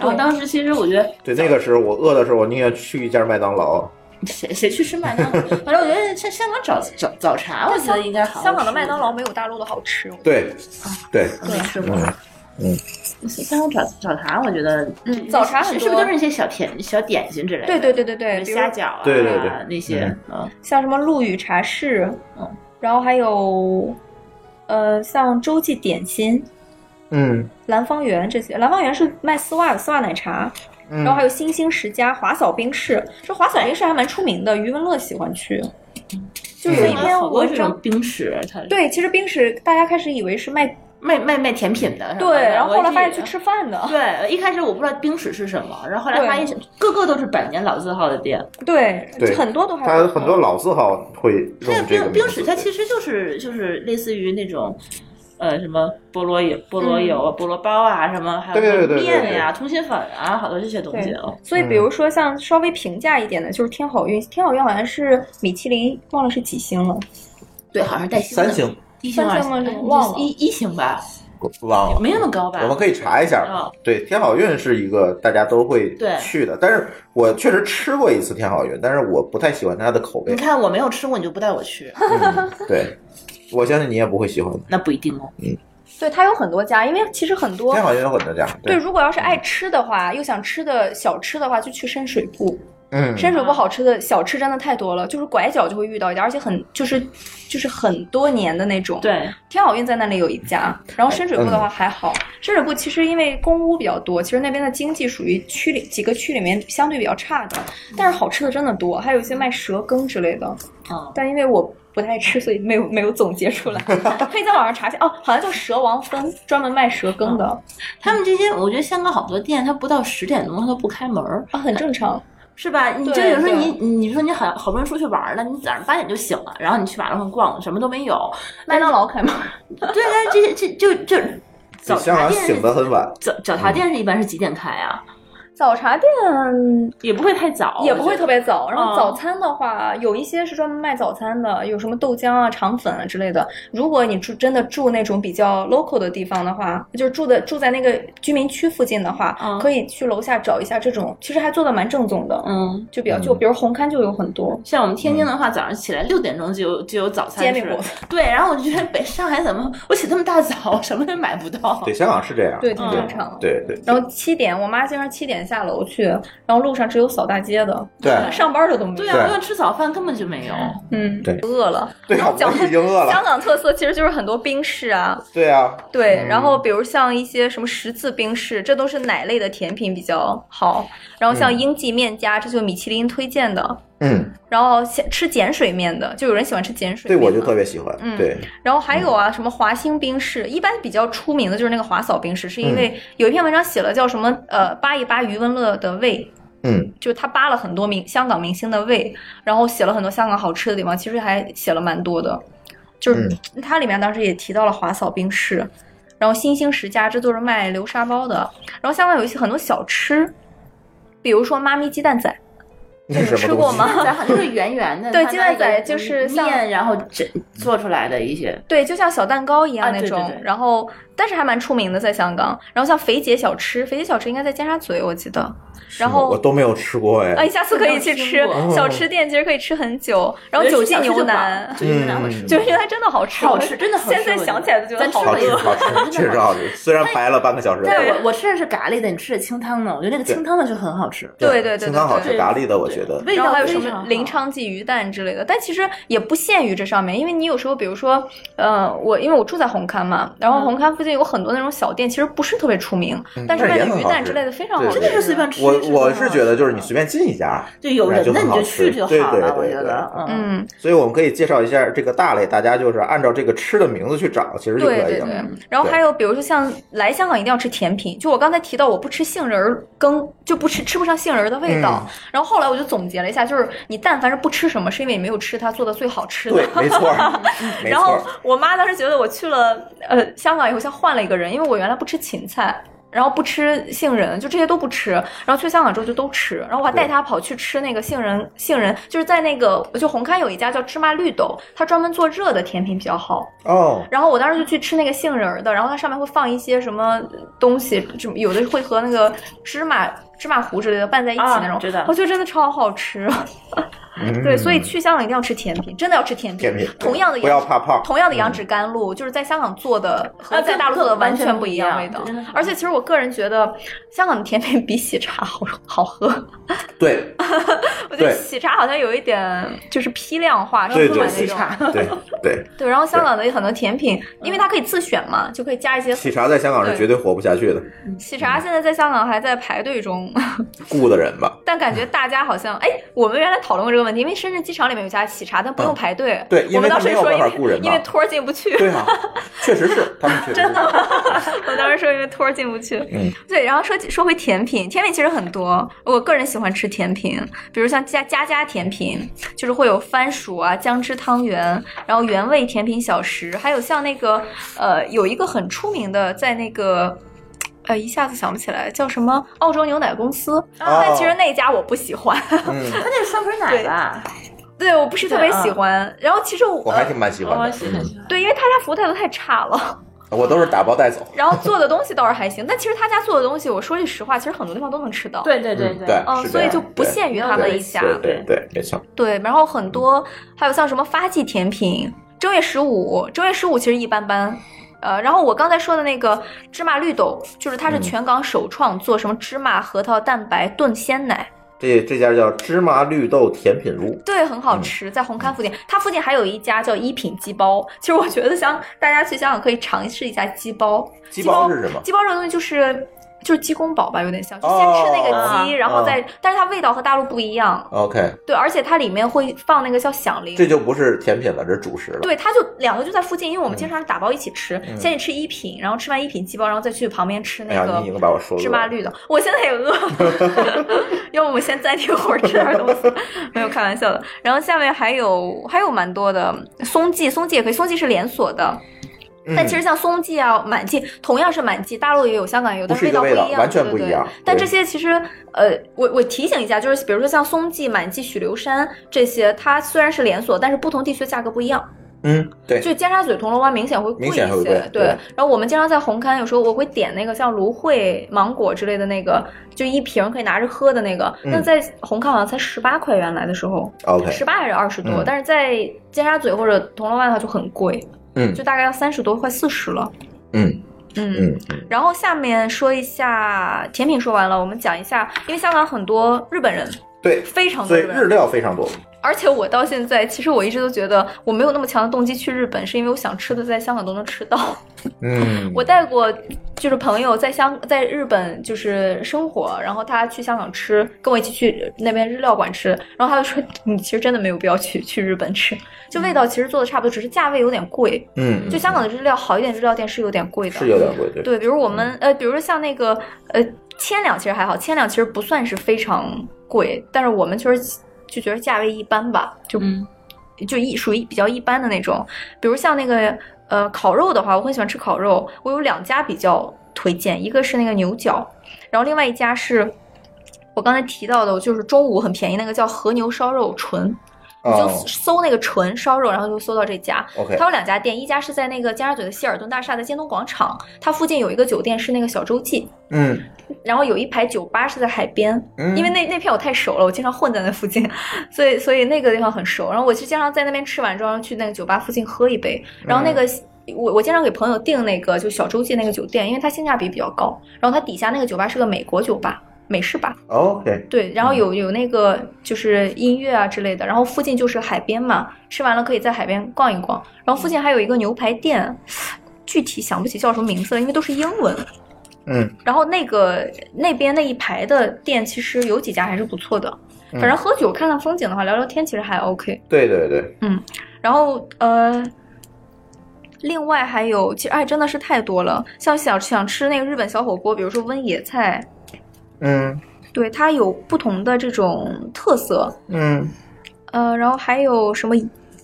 S5: 然后
S4: 对
S5: 当时其实我觉得
S3: 对，那个时候我饿的时候，我宁愿去一家麦当劳。
S5: 谁谁去吃麦当劳，反正我觉得像香港早早早茶，我觉得应该好好吃。
S4: 香港的麦当劳没有大陆的好吃，
S3: 对，
S5: 啊
S3: 对，
S5: 没吃过。
S3: 嗯
S5: 香港早早茶，我觉得，
S4: 嗯早茶很
S5: 是
S4: 多
S5: 是不是都是那些小甜小点心之类的？
S4: 对对对对对，
S5: 什
S4: 比
S5: 么
S4: 如
S5: 虾饺啊，
S3: 对对对
S5: 那些，嗯，
S4: 像什么陆羽茶室，嗯，然后还有，呃，像周记点心、
S3: 嗯
S4: 兰芳园这些，兰芳园是卖丝袜的丝袜奶茶，
S3: 嗯
S4: 然后还有星星十佳、华嫂冰室，这华嫂冰室还蛮出名的，余文乐喜欢去，就
S5: 嗯
S4: 有一篇
S5: 好多
S4: 文
S5: 这
S4: 章
S5: 种，冰室，啊它
S4: 对，其实冰室大家开始以为是卖
S5: 卖卖卖甜品的，是吧
S4: 对，然后后来发现去。
S5: 嗯我
S4: 吃饭的，
S5: 对，一开始我不知道冰室是什么，然后后来
S4: 对
S5: 发现是个个都是百年老字号的店。
S4: 对，
S3: 对
S4: 很多都还
S3: 他很多老字号会
S5: 那
S3: 用这个
S5: 冰
S3: 名
S5: 冰
S3: 字
S5: 室它其实就是就是类似于那种，呃，什么菠萝油、菠萝油啊、菠萝包啊，什么还有
S3: 对对对对对
S5: 面呀、通心粉啊，好多这些东西
S4: 对
S5: 啊。
S4: 所以，
S3: 嗯
S4: 比如说像稍微平价一点的，就是天好运，天好运好像是米其林，忘了是几星了。
S5: 对，好像是带星的
S3: 三星，
S5: 一星二
S4: 三星吗
S5: 哎
S4: 忘了
S5: 一一星吧，
S3: 我忘了。
S5: 没那么高吧？
S3: 我们可以查一下，
S5: 嗯
S3: 对，天好运是一个大家都会
S5: 对
S3: 去的，但是我确实吃过一次天好运，但是我不太喜欢它的口
S5: 你
S3: 味。
S5: 看我没有吃过，你就不带我 去，
S3: 嗯，对，我相信你也不会喜欢的。
S5: 那不一定哦。
S4: 对，它有很多家，因为其实很多
S3: 天好运有很多家，
S4: 对，如果要是爱吃的话，又想吃的小吃的话，就去深水埗。
S3: 嗯，
S4: 深水埗好吃的小吃真的太多了，就是拐角就会遇到一家，而且很就是就是很多年的那种。，
S5: 对，
S4: 天好运在那里有一家，然后深水埗的话还好。深水埗其实因为公屋比较多，其实那边的经济属于区里几个区里面相对比较差的，但是好吃的真的多，还有一些卖蛇羹之类的。
S5: 嗯，
S4: 但因为我不太吃，所以没有没有总结出来。可以在网上查一下哦，好像叫蛇王芬，专门卖蛇羹的
S5: 他们这些，我觉得香港好多店，它不到十点钟它都不开门儿，
S4: 啊，很正常。
S5: 是吧？你就
S4: 对
S5: 有时候
S4: 对
S5: 你你说你好好不容易出去玩儿了，你早上八点就醒了，然后你去马路上逛，什么都没有。
S4: 麦当劳开门，
S5: 对，但是这些这就就早
S3: 香
S5: 茶
S3: 港
S5: 店
S3: 醒得很晚，
S5: 早早茶店是一般是几点开啊？
S4: 早茶店
S5: 也不会太早，
S4: 也不会特
S5: 别。
S4: 别早。然
S5: 嗯
S4: 后早餐的话，有一些是专门卖早餐的，有什么豆浆啊、肠粉啊之类的。如果你住真的住那种比较 local 的地方的话，就是住的住在那个居民区附近的话，
S5: 嗯
S4: 可以去楼下找一下这种，其实还做的蛮正宗的，
S5: 嗯，
S4: 就比较就比如红磡就有很多。
S5: 像我们天津的话，早上起来六点钟就有就有早餐
S4: 煎饼
S5: 吃
S4: 果子，
S5: 对，然后我就觉得北上海怎么我起这么大早，什么也买不到。
S3: 对，香港是这样，
S4: 对，挺
S5: 嗯
S4: 正常的。
S3: 对对
S4: 然后七点，我妈经常七点下楼去，然后路上只有扫大街的，
S3: 对
S4: 上班的都没有。
S5: 对啊，
S3: 对
S5: 因为吃早饭根本就没有。
S4: 嗯，
S3: 对
S4: 饿了。
S3: 对啊，
S4: 讲
S3: 我已经饿
S4: 香
S3: 了，
S4: 港特色其实就是很多冰室啊，
S3: 对啊，
S4: 对，
S3: 嗯
S4: 然后比如像一些什么十字冰室，这都是奶类的甜品比较好。然后像
S3: 嗯
S4: 英记面家，这就是米其林推荐的。
S3: 嗯，
S4: 然后像吃碱水面的，就有人喜欢吃碱水
S3: 对
S4: 面嘛。
S3: 我就嗯特别喜欢，
S4: 嗯
S3: 对，
S4: 然后还有啊，什么华兴冰室，一般比较出名的就是那个华嫂冰室，是
S3: 嗯
S4: 因为有一篇文章写了叫什么呃扒一扒余文乐的胃，
S3: 嗯
S4: 就他扒了很多明香港明星的胃，然后写了很多香港好吃的地方，其实还写了蛮多的。就是它里面当时也提到了华嫂冰室，然后新兴十佳，这都是卖流沙包的。然后香港有一些很多小吃，比如说妈咪鸡蛋仔，
S3: 那是什
S4: 吃
S3: 么
S4: 过
S3: 东西？
S4: 吗？
S5: 咱好像就是圆圆的，
S4: 对
S5: 它
S4: 鸡蛋仔
S5: 拿一个
S4: 就是像
S5: 面，然后整做出来的一些，
S4: 对，就像小蛋糕一
S5: 啊
S4: 样那
S5: 对对
S4: 种，
S5: 对
S4: 然后但是还蛮出名的，在香港。然后像肥姐小吃，肥姐小吃应该在尖沙咀，我记得。然后
S3: 我都没有吃过
S4: 哎，
S3: 哎，
S4: 下次可以去吃
S5: 没有听
S3: 过
S4: 小吃店，其实可以吃很久。然后九记牛腩，
S5: 九记牛腩我吃
S3: 嗯
S5: 过，
S4: 就是因为它真的好吃，
S5: 好吃真的好吃
S4: 现在想起来就觉得
S5: 咱吃
S4: 好
S3: 好吃
S5: 过
S4: 饿。
S3: 好吃，确实好吃，虽然排了半个小时，
S5: 但是我我吃的是咖喱的，你吃的清汤的，我觉得那个清汤的就很好吃，
S4: 对对对
S3: 清汤好
S4: 对
S3: 吃，
S5: 对
S3: 咖喱的我觉得，
S5: 味
S4: 然后
S5: 道
S4: 还有
S5: 非
S4: 什
S5: 常
S4: 么
S5: 好
S4: 林昌记鱼蛋之类的，但其实也不限于这上面，因为你有时候，比如说，呃，我因为我住在红磡嘛，
S5: 嗯
S4: 然后红磡附近有很多那种小店，其实不是特别出名，但是
S3: 但是嗯也
S4: 卖的
S3: 很
S4: 鱼
S3: 好
S4: 蛋
S3: 吃
S4: 之类的非常好
S3: 对
S4: 吃，
S5: 真的是随便吃。
S3: 我
S5: 是
S3: 我
S5: 很好
S3: 是觉得就是你随便进一家，
S5: 就有人那你就去就好
S3: 对对
S5: 了，
S3: 对
S5: 我觉
S3: 对
S5: 得，嗯，
S4: 嗯，
S3: 所以我们可以介绍一下这个大类，大家就是按照这个吃的名字去找，其实就可
S4: 对
S3: 以
S4: 对
S3: 了。
S4: 对。然后还有比如说像来香港一定要吃甜品，就我刚才提到我不吃杏仁儿羹，就不吃吃不上杏仁儿的味道。
S3: 嗯
S4: 然后后来我就总结了一下，就是你但凡是不吃什么，是因为你没有吃它做的最好吃的。
S3: 对，没错 儿，没
S4: 然
S3: 错
S4: 后
S3: 儿。
S4: 我妈当时觉得我去了呃香港以后像换了一个人，因为我原来不吃芹菜。然后不吃杏仁，就这些都不吃。然后去香港之后就都吃，然后我还带他跑去吃那个杏仁，杏仁就是在那个就红磡有一家叫芝麻绿豆，它专门做热的甜品比较好。
S3: 哦，
S4: 然后我当时就去吃那个杏仁儿的，然后它上面会放一些什么东西，就有的会和那个芝麻芝麻糊之类的拌在一起
S5: 啊
S4: 那种，
S5: 知道
S4: 我觉得真的超好吃。
S3: 嗯
S4: 对，所以去香港一定要吃甜品，真的要吃甜品。
S3: 甜品
S4: 同样的
S3: 不要
S4: 杨
S3: 怕胖嗯
S4: 同样的杨枝甘露，就是在香港做的和
S5: 啊
S4: 在
S5: 对
S4: 大陆做的完全不一样
S5: 完
S4: 味
S5: 全不
S4: 道
S5: 一样真的是。
S4: 而且其实我个人觉得，香港的甜品比喜茶好 好喝。
S3: 对
S4: 我觉得
S3: 对
S4: 喜茶好像有一点就是批量化生
S3: 对
S4: 产
S3: 对
S4: 那
S3: 喜
S4: 种。
S5: 茶
S3: 对 对，
S4: 对，然后香港的很多甜品，因为它可以自选嘛，就可以加一些
S3: 喜茶在香港是绝对活不下去的，
S4: 喜茶现在在香港还在排队中，
S3: 雇的人吧？
S4: 但感觉大家好像哎，我们原来讨论过这个问题，因为深圳机场里面有一家喜茶，但不用
S3: 嗯
S4: 排队。
S3: 对因
S4: 我
S3: 为
S4: 们当
S3: 他
S4: 时
S3: 没有
S4: 说因
S3: 办法
S4: 为
S3: 雇人嘛
S4: 因为托儿进不去。
S3: 对啊，确实是，他们 确实真的，
S4: 我们当时说因为托儿进不去。
S3: 嗯，
S4: 对，然后说起说回甜品，甜品其实很多，我个人喜欢吃甜品，比如像家家家甜品，就是会有番薯啊、姜汁汤圆，然后原味甜品小食，还有像那个呃，有一个很出名的，在那个。呃，一下子想不起来叫什么澳洲牛奶公司，
S3: 哦
S4: 但其实那家我不喜欢，
S3: 嗯，
S5: 它那是酸皮奶吧？
S4: 对我不是特别喜欢。然后其实呃我
S3: 我还挺蛮喜欢
S5: 哦我
S3: 的，
S5: 喜欢
S3: 嗯，
S4: 对，因为他家服务态度太差了，
S3: 我都是打包带走。
S4: 然后做的东西倒是还行，但其实他家做的东西，我说句实话，其实很多地方都能吃到。
S5: 对对对
S3: 嗯对
S4: 嗯，
S3: 是
S4: 所
S3: 这
S4: 以
S3: 样
S4: 就不
S3: 对
S4: 限于他们一家。
S3: 对对对，没错。
S4: 对然后很多还有像什么发迹甜品，正月十五，正月十五其实一般般。呃，然后我刚才说的那个芝麻绿豆，就是它是
S3: 嗯
S4: 全港首创做什么芝麻核桃蛋白炖鲜奶，
S3: 这这家叫芝麻绿豆甜品屋，
S4: 对，很
S3: 嗯
S4: 好吃，在红磡附近。它附近还有一家叫一品鸡包，其实我觉得像大家去香港可以尝试一下鸡包。
S3: 鸡包是什么？
S4: 鸡包这个东西就是就是鸡公煲吧，有点像，就先吃那个鸡，
S5: 哦
S4: 然后再，但是它味道和大陆不一样，
S3: OK，
S4: 对，而且它里面会放那个叫响铃。
S3: 这就不是甜品了，这是主食了。
S4: 对，它就两个就在附近，因为我们
S3: 嗯
S4: 经常打包一起吃，
S3: 嗯
S4: 先去吃一品，然后吃完一品鸡包，然后再去旁边吃
S3: 哎
S4: 那
S3: 呀，你已经把
S4: 个
S3: 我说
S4: 芝
S3: 饿
S4: 麻
S3: 了。
S4: 绿的。我现在也饿， 要不我们先暂停会儿吃点东西， 没有开玩笑的。然后下面还有还有蛮多的松记，松记也可以，松记是连锁的，
S3: 嗯
S4: 但其实像松记啊、满记，同样是满记，大陆也有，香港也有，
S3: 不
S4: 但
S3: 是一
S4: 味
S3: 个
S4: 道不一
S3: 味道
S4: 样，
S3: 完全
S4: 对
S3: 不一
S4: 对对
S3: 样
S4: 但
S3: 对
S4: 这些其实，呃，我我提醒一下，就是比如说像松记、满记、许留山这些，它虽然是连锁，但是不同地区价格不一样。
S3: 嗯，对，
S4: 就尖沙咀、铜锣湾明显会贵一
S3: 明显
S4: 些，
S3: 会贵
S4: 对。
S3: 对
S4: 然后我们经常在红磡，有时候我会点那个像芦荟、芒果之类的那个，就一瓶可以拿着喝的那个。
S3: 嗯
S4: 那在红磡好像才十八块，原来的时候
S3: OK，
S4: 十八还是二十多，
S3: 嗯
S4: 但是在尖沙咀或者铜锣湾的话就很贵，
S3: 嗯
S4: 就大概要三十多，快四十了。
S3: 嗯
S4: 嗯，
S3: 嗯嗯
S4: 然后下面说一下甜品说完了，我们讲一下，因为香港很多日本人，
S3: 对，
S4: 非常多
S3: 所以
S4: 日本
S3: 日
S4: 人，
S3: 料非常多。
S4: 而且我到现在，其实我一直都觉得我没有那么强的动机去日本，是因为我想吃的在香港都能吃到。
S3: 嗯，
S4: 我带过就是朋友在香在日本就是生活，然后他去香港吃，跟我一起去那边日料馆吃，然后他就说你其实真的没有必要去去日本吃，就味道其实做的差不多，只是价位有点贵。
S3: 嗯，
S4: 就香港的日料好一点，日料店是有点贵的，
S3: 是有点贵，对。
S4: 对，比如我们呃，比如说像那个呃，千两其实还好，千两其实不算是非常贵，但是我们确实就觉得价位一般吧，就、
S5: 嗯
S4: 就一属于比较一般的那种。比如像那个呃烤肉的话，我很喜欢吃烤肉，我有两家比较推荐，一个是那个牛角，然后另外一家是。我刚才提到的，就是中午很便宜那个叫和牛烧肉纯，你就
S3: 哦
S4: 搜那个纯烧肉，然后就搜到这家。
S3: OK，
S4: 它有两家店，一家是在那个尖沙咀的希尔顿大厦的尖东广场，它附近有一个酒店是那个小洲际，
S3: 嗯
S4: 然后有一排酒吧是在海边，
S3: 嗯，
S4: 因为那那片我太熟了，我经常混在那附近，所以所以那个地方很熟。然后我是经常在那边吃完之后去那个酒吧附近喝一杯，然后那个。我我经常给朋友订那个就小洲际那个酒店，因为它性价比比较高。然后它底下那个酒吧是个美国酒吧，美式吧，
S3: OK，
S4: 对，然后有有那个就是音乐啊之类的，然后附近就是海边嘛，吃完了可以在海边逛一逛，然后附近还有一个牛排店，具体想不起叫什么名字了，因为都是英文。
S3: 嗯，
S4: 然后那个那边那一排的店其实有几家还是不错的，反正喝酒看看风景的话，聊聊天其实还 OK。
S3: 对对对，
S4: 然后呃，另外还有，其实哎真的是太多了，像想想吃那个日本小火锅，比如说温野菜，
S3: 嗯
S4: 对它有不同的这种特色，
S3: 嗯
S4: 呃，然后还有什么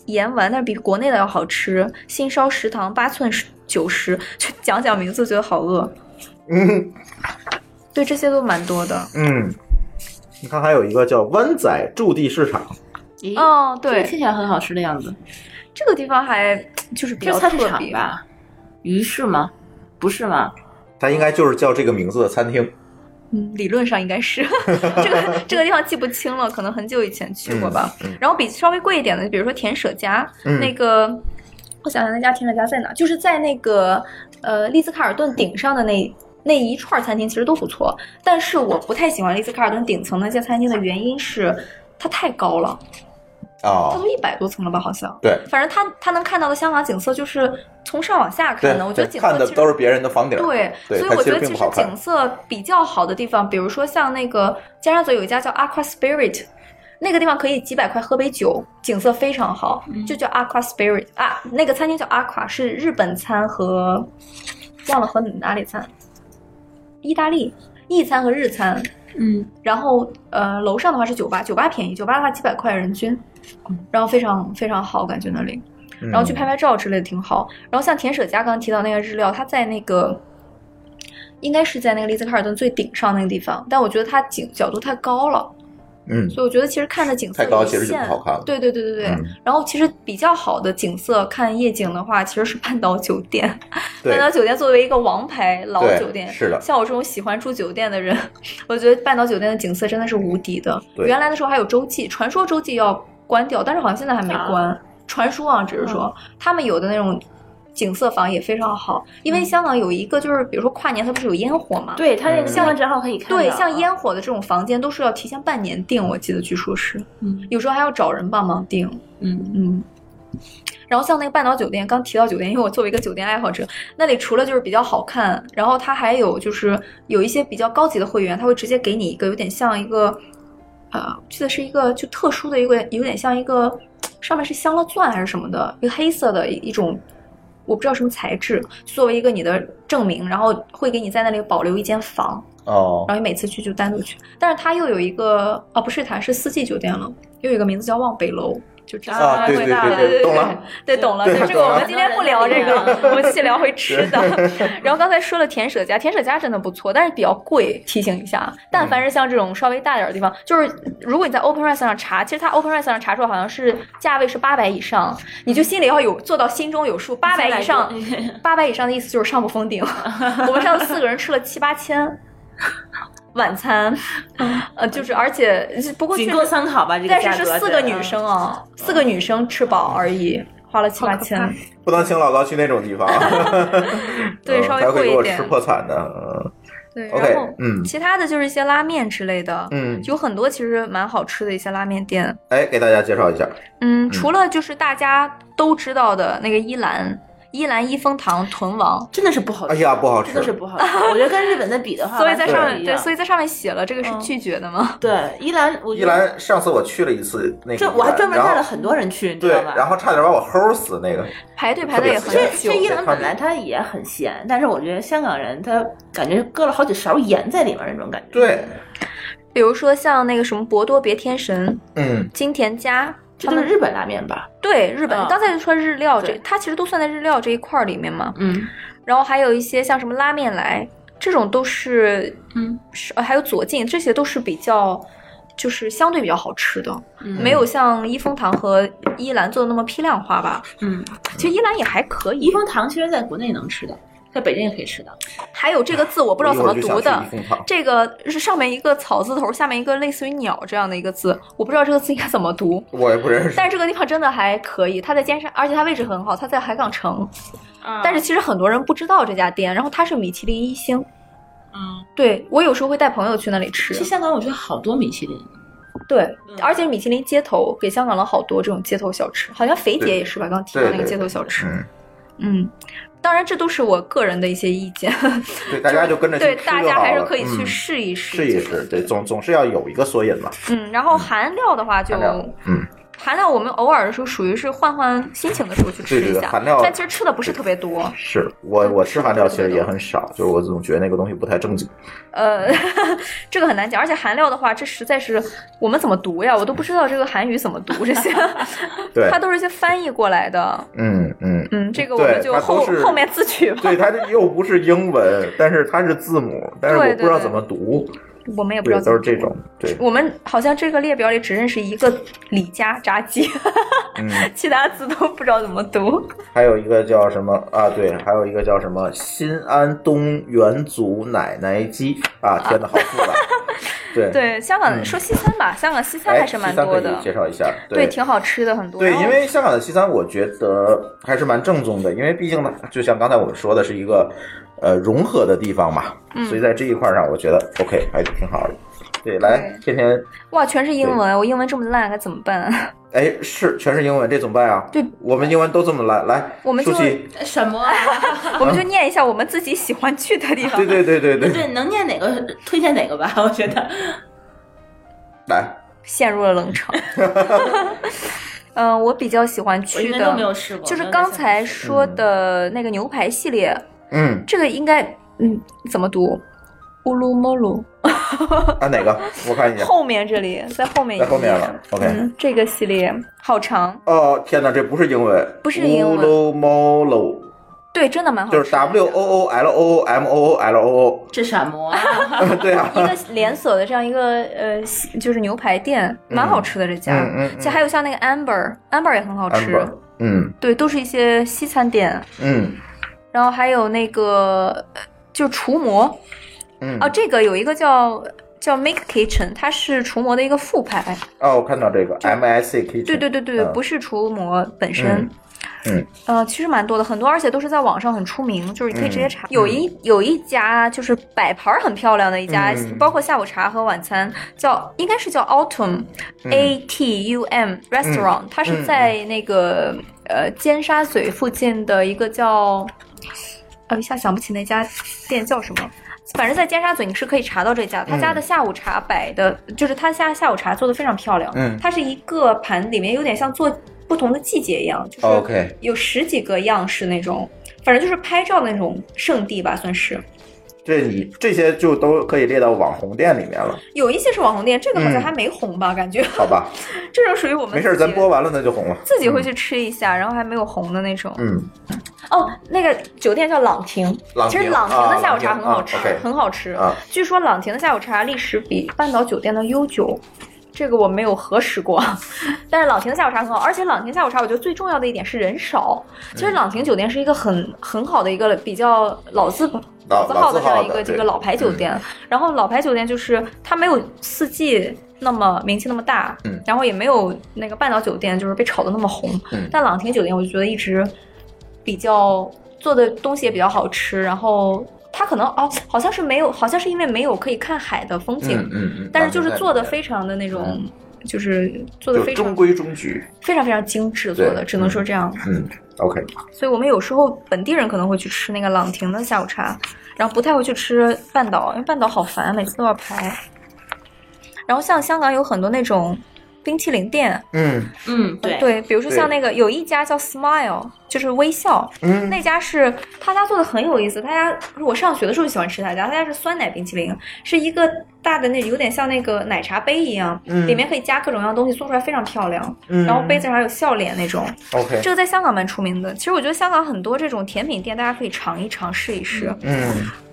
S4: 盐丸，但是比国内的要好吃。新烧食堂八寸九十， 就讲讲名字觉得好饿。
S3: 嗯
S4: 对，这些都蛮多的。
S3: 嗯，你看还有一个叫湾仔驻地市场，
S5: 咦，
S4: 哦，对，
S5: 嗯听起来很好吃的样子，
S4: 这个地方还就是比
S5: 这
S4: 较
S5: 是菜市
S4: 特
S5: 场
S4: 别，
S5: 吧？鱼市吗？不是吗？
S3: 它应该就是叫这个名字的餐厅。
S4: 嗯，理论上应该是 这个这个地方记不清了，可能很久以前去过吧。
S3: 嗯嗯
S4: 然后比稍微贵一点的，比如说田舍家、
S3: 嗯
S4: 那个，我想想那家田舍家在哪？就是在那个呃丽兹卡尔顿顶上的那。那一串餐厅其实都不错，但是我不太喜欢丽兹卡尔顿顶层那些餐厅的原因是它太高了，它
S3: 哦
S4: 都，一百多层了吧？好像，
S3: 对
S4: 反正它它能看到的香港景色就是从上往下
S3: 对
S4: 看的，我觉
S3: 对
S4: 得景色
S3: 看的
S4: 其实
S3: 都是别人的房顶儿。
S4: 对，
S3: 对
S4: 所以
S3: 它
S4: 我
S3: 其
S4: 觉
S3: 实
S4: 得
S3: 并
S4: 其
S3: 不
S4: 实
S3: 好看
S4: 景色比较好的地方，比如说像那个尖沙咀有一家叫 Aqua Spirit，那个地方可以几百块喝杯酒，景色非常好，
S3: 嗯
S4: 就叫 Aqua Spirit 啊。那个餐厅叫 Aqua，是日本餐和忘了和哪里餐，意大利意餐和日餐。
S5: 嗯，
S4: 然后呃，楼上的话是酒吧，酒吧便宜，酒吧的话几百块人均，然后非常非常好，感觉那里。
S3: 嗯，
S4: 然后去拍拍照之类的挺好。然后像田舍家刚提到那个日料，它在那个应该是在那个丽兹卡尔顿最顶上那个地方，但我觉得它景角度太高了，
S3: 嗯，
S4: 所以我觉得其实看着景色
S3: 太高
S4: 有
S3: 其实就不
S4: 限
S3: 好看了
S4: 对对对对对。
S3: 嗯
S4: 然后其实比较好的景色看夜景的话，其实是半岛酒店。
S3: 对
S4: 半岛酒店作为一个王牌老
S3: 对
S4: 酒店，
S3: 是的
S4: 像我这种喜欢住酒店的人，我觉得半岛酒店的景色真的是无敌的。
S3: 对
S4: 原来的时候还有洲际，传说洲际要关掉，但是好像现在还
S5: 啊
S4: 没关。传说啊，只是说、
S5: 嗯
S4: 他们有的那种景色房也非常好，因为香港有一个就是，比如说跨年它不是有烟火嘛？
S5: 嗯对，它那个
S3: 嗯
S5: 相关账号可以看啊到。
S4: 对，像烟火的这种房间都是要提前半年订，我记得据说是，
S5: 嗯
S4: 有时候还要找人帮忙订。
S5: 嗯，
S4: 嗯，然后像那个半岛酒店，刚提到酒店，因为我作为一个酒店爱好者，那里除了就是比较好看，然后它还有就是有一些比较高级的会员，他会直接给你一个有点像一个，呃，我记得是一个就特殊的一个，有点像一个上面是镶了钻还是什么的，一个黑色的一一种。我不知道什么材质，作为一个你的证明，然后会给你在那里保留一间房，
S3: 哦
S4: 然后你每次去就单独去。但是它又有一个啊，不是它是四季酒店了，又有一个名字叫望北楼，就这样。
S3: 啊，对
S5: 味
S3: 对
S5: 道
S3: 对
S4: 对
S3: 懂了。
S4: 对，懂了。
S3: 对
S4: 对，这个
S3: 懂
S4: 我们
S5: 了
S4: 今天不 聊这个，我们继续聊回吃的。然后刚才说了田舍家，田舍家真的不错，但是比较贵。提醒一下，但凡是
S3: 嗯
S4: 像这种稍微大点儿的地方，就是如果你在 OpenRice 上查，其实它 OpenRice 上查出来好像是价位是八百以上，你就心里要有做到心中有数，
S3: 嗯
S4: 八百以上， 八百以上的意思就是上不封 顶。我们上次四个人吃了七八千。晚餐，呃，就是而且不过确
S5: 仅
S4: 实
S5: 供参考吧，这个
S4: 但是
S5: 价
S4: 是
S5: 格
S4: 四个女，生啊，四个女生吃饱而已，花了七八千。
S3: 不能请老高去那种地方，
S4: 对
S3: 嗯
S4: 稍微
S3: 他会给
S4: 贵一
S3: 我
S4: 点
S3: 吃破产的。
S4: 对，
S3: 嗯 OK，
S4: 然后
S3: 嗯
S4: 其他的就是一些拉面之类的，
S3: 嗯，
S4: 有很多其实蛮好吃的一些拉面店。
S3: 哎，给大家介绍一下，
S4: 嗯，除了就是大家都知道的那个一兰、一兰一风堂、豚王，
S5: 真的是不好吃。
S3: 哎呀不好吃
S5: 真的是不好吃。我觉得跟日本的比的话，
S4: 所以在上面
S5: 面
S4: 对，所
S5: 以
S4: 以在上面写了这个是
S5: 嗯
S4: 拒绝的吗？
S5: 对依兰，我
S3: 依
S5: 觉得
S3: 兰上次我去了一次，那个
S5: 这
S3: 依
S5: 我还
S3: 兰
S5: 专门
S3: 然后
S5: 带了很多人去，你知
S3: 对
S5: 道吧？，
S3: 然后差点把我齁死那个。
S4: 排队排的也很
S3: 特别
S5: 这
S4: 久
S5: 这。伊朗本来它也很咸，但是我觉得香港人他感觉搁了好几勺盐在里面那种感觉。
S3: 对，
S4: 比如说像那个什么博多别天神、
S3: 嗯，
S4: 金田家，
S5: 这都是日本拉面吧？
S4: 对日本，
S5: 嗯
S4: 刚才就说日料这
S5: 对，
S4: 它其实都算在日料这一块儿里面嘛。
S5: 嗯，
S4: 然后还有一些像什么拉面来这种都是，
S5: 嗯
S4: 是，呃还有左近这些都是比较，就是相对比较好吃的，没有像一风堂和一兰做的那么批量化吧。
S5: 嗯，
S4: 其实一兰也还可以
S5: 怡。丰堂其实在国内能吃到，在北京也可以吃到。
S4: 还有这个字我不知道怎么读的
S3: 哎我一会儿就想去一。风堂
S4: 这个是上面一个草字头，下面一个类似于鸟这样的一个字，我不知道这个字应该怎么读。
S3: 我也不认识。
S4: 但是这个地方真的还可以，它在尖沙，而且它位置很好，它在海港城。但是其实很多人不知道这家店，然后它是米其林一星。
S5: 嗯，
S4: 对我有时候会带朋友去那里吃
S5: 去，香港我觉得好多米其林，
S4: 对，
S5: 嗯
S4: 而且米其林街头给香港了好多这种街头小吃，好像肥姐也是吧？刚提到
S3: 对
S4: 那个
S3: 对
S4: 街头小吃，
S3: 嗯，
S4: 嗯，当然这都是我个人的一些意见，
S3: 对，大家就 跟着去
S4: 对
S3: 吃
S4: 大
S3: 就
S4: 家
S3: 好
S4: 还是
S3: 了
S4: 可以去
S3: 嗯
S4: 试一试，
S3: 试一试，对，总总是要有一个索引嘛。
S4: 嗯，然后韩料的话就
S3: 嗯韩料嗯，
S4: 韩料我们偶尔的时候属于是换换心情的时候去吃
S3: 对对
S4: 一
S3: 对
S4: 下，
S3: 韩料
S4: 但其实吃的不是特别多。
S3: 是我我吃韩料其实也很少，就是我总觉得那个东西不太正经。
S4: 呃， 这个很难讲，而且韩料的话，这实在是我们怎么读呀？我都不知道这个韩语怎么读这些，
S3: 对
S4: 它，都是一些翻译过来的。
S3: 嗯嗯，
S4: 嗯，这个我
S3: 对
S4: 们就
S3: 它都
S4: 后
S3: 是
S4: 后面自取吧。
S3: 对，它这又不是英文，但是它是字母，但是
S4: 对
S3: 我
S4: 对
S3: 不知道
S4: 对
S3: 怎么读，
S4: 我们也不知
S3: 对
S4: 道，怎
S3: 都
S4: 么
S3: 是这种， 对，
S4: 我们好像这个列表里只认识一个李家炸鸡，
S3: 嗯，
S4: 其他字都不知道怎么读。
S3: 还有一个叫什么啊？对，还有一个叫什么新安东元祖奶奶鸡啊！天哪，好复 杂。对，
S4: 对，香港
S3: 嗯
S4: 说西餐吧，香港西餐
S3: 哎，
S4: 还是蛮
S3: 西餐可
S4: 多
S3: 以
S4: 的，
S3: 介绍一下，
S4: 对，挺好吃的很多。
S3: 对，
S4: 然后
S3: 因为香港的西餐，我觉得还是蛮正宗的，因为毕竟呢，就像刚才我们说的，是一个呃融合的地方嘛，
S4: 嗯
S3: 所以在这一块上，我觉得 OK 还挺好的。对，来，天天，
S4: 哇，全是英文，我英文这么烂，该怎么办？
S3: 哎，是全是英文，这怎么办啊？
S4: 对，
S3: 我们英文都这么烂，来，
S4: 我们
S3: 舒
S4: 就
S3: 淇，
S5: 什 么、啊？
S4: 我们就念一下我们自己喜欢去的地方
S3: 对。对对对对，
S5: 对，能念哪个推荐哪个吧， 我觉得。
S3: 来，
S4: 陷入了 冷场。嗯、我比较喜欢
S5: 我
S4: 去
S5: 应该都没有
S4: 的，
S5: 试过。
S4: 就是刚才说的那个牛排系列，
S3: 嗯，
S4: 这个应该嗯怎么读？乌鲁莫鲁
S3: 啊哪个？我看一下，
S4: 后面这里，在后面一
S3: 在后面
S4: 页
S3: 了，OK。
S4: 嗯，这个系列好长，
S3: 哦，天哪，这不是英文，
S4: 不是英文哦
S3: Olo Molo，
S4: 对，真的蛮好吃
S3: 就
S4: 的。
S3: 是 W O O L O M O O L O
S5: 这什么、啊？
S3: O，对啊
S4: 一， 个连锁的这样一个呃，西就是牛排店，蛮好吃的这
S3: 嗯
S4: 家。
S3: 嗯嗯
S4: 其实还有像那个 Amber，Amber 也很好吃。
S3: Amber 嗯
S4: 对，都是一些西餐店。
S3: 嗯
S4: 然后还有那个呃就厨魔
S3: 嗯
S4: 哦，这个有一个叫叫 Make Kitchen，它是厨魔的一个副牌。
S3: 哦，我看到这个 M S C K，
S4: 对对对对，
S3: 嗯
S4: 不是厨魔本身。
S3: 嗯嗯
S4: 呃，其实蛮多的，很多，而且都是在网上很出名，就是你可以直接查。
S3: 嗯
S4: 有一有一家就是摆盘儿很漂亮的一家，
S3: 嗯
S4: 包括下午茶和晚餐，叫应该是叫 Autumn、A
S3: 嗯
S4: T U M Restaurant，、它是在那
S3: 嗯
S4: 个、呃尖沙咀附近的一个叫，呃一下想不起那家店叫什么。反正，在尖沙咀你是可以查到这
S3: 嗯
S4: 家，他家的下午茶摆的，就是他家下午茶做的非常漂亮。
S3: 嗯
S4: 它是一个盘，里面有点像做不同的季节一样，就是
S3: 哦 OK
S4: 有十几个样式那种，反正就是拍照那种圣地吧，算是。
S3: 这你这些就都可以列到网红店里面了，
S4: 有一些是网红店，这个好像
S3: 嗯
S4: 还没红吧，感觉
S3: 好吧？
S4: 这种属于我们
S3: 没事儿，
S4: 自己
S3: 咱播完了那就红了。
S4: 自己会去吃一下，然后还没有红的那种。
S3: 嗯，
S4: 哦，那个酒店叫朗廷，
S3: 朗
S4: 其
S3: 廷
S4: 实朗廷的下午茶
S3: 啊
S4: 很好吃，
S3: 朗廷啊，OK
S4: 很好吃。
S3: 啊
S4: 据说朗廷的下午茶历史比半岛酒店的悠久，这个我没有核实过， 但是朗廷的下午茶很好，而且朗廷下午茶我觉得最重要的一点是人少。
S3: 嗯
S4: 其实朗廷酒店是一个很很好的一个比较老字
S3: 老
S4: 字号
S3: 老字
S4: 这样
S3: 号
S4: 一
S3: 的
S4: 个这
S3: 对嗯
S4: 个老牌酒店，然后老牌酒店就是它没有四季。那么名气那么大，
S3: 嗯
S4: 然后也没有那个半岛酒店就是被炒的那么红，
S3: 嗯
S4: 但朗廷酒店我就觉得一直比较做的东西也比较好吃，然后它可能哦，好像是没有，好像是因为没有可以看海的风景，
S3: 嗯嗯嗯，
S4: 但是就是做的
S3: 非
S4: 非常的那种，
S3: 嗯
S4: 就是做的
S3: 就
S4: 非
S3: 中
S4: 常
S3: 规中矩。
S4: 非常非常精致做的，
S3: 对
S4: 只能说这样。
S3: 嗯，OK，
S4: 所以我们有时候本地人可能会去吃那个朗廷的下午茶，然后不太会去吃半岛，因为半岛好烦，每次都要排。然后像香港有很多那种冰淇淋店，
S3: 嗯
S5: 嗯，对，
S4: 对，比如说像那个有一家叫 Smile，就是微笑，
S3: 嗯
S4: 那家是他家做的很有意思，他家我上学的时候就喜欢吃他家，他家是酸奶冰淇淋，是一个大的那有点像那个奶茶杯一样，
S3: 嗯
S4: 里面可以加各种各样的东西，做出来非常漂亮，
S3: 嗯，
S4: 然后杯子上还有笑脸那种，
S3: OK，
S4: 这个在香港蛮出名的。其实我觉得香港很多这种甜品店，大家可以尝一尝试一试，
S3: 嗯，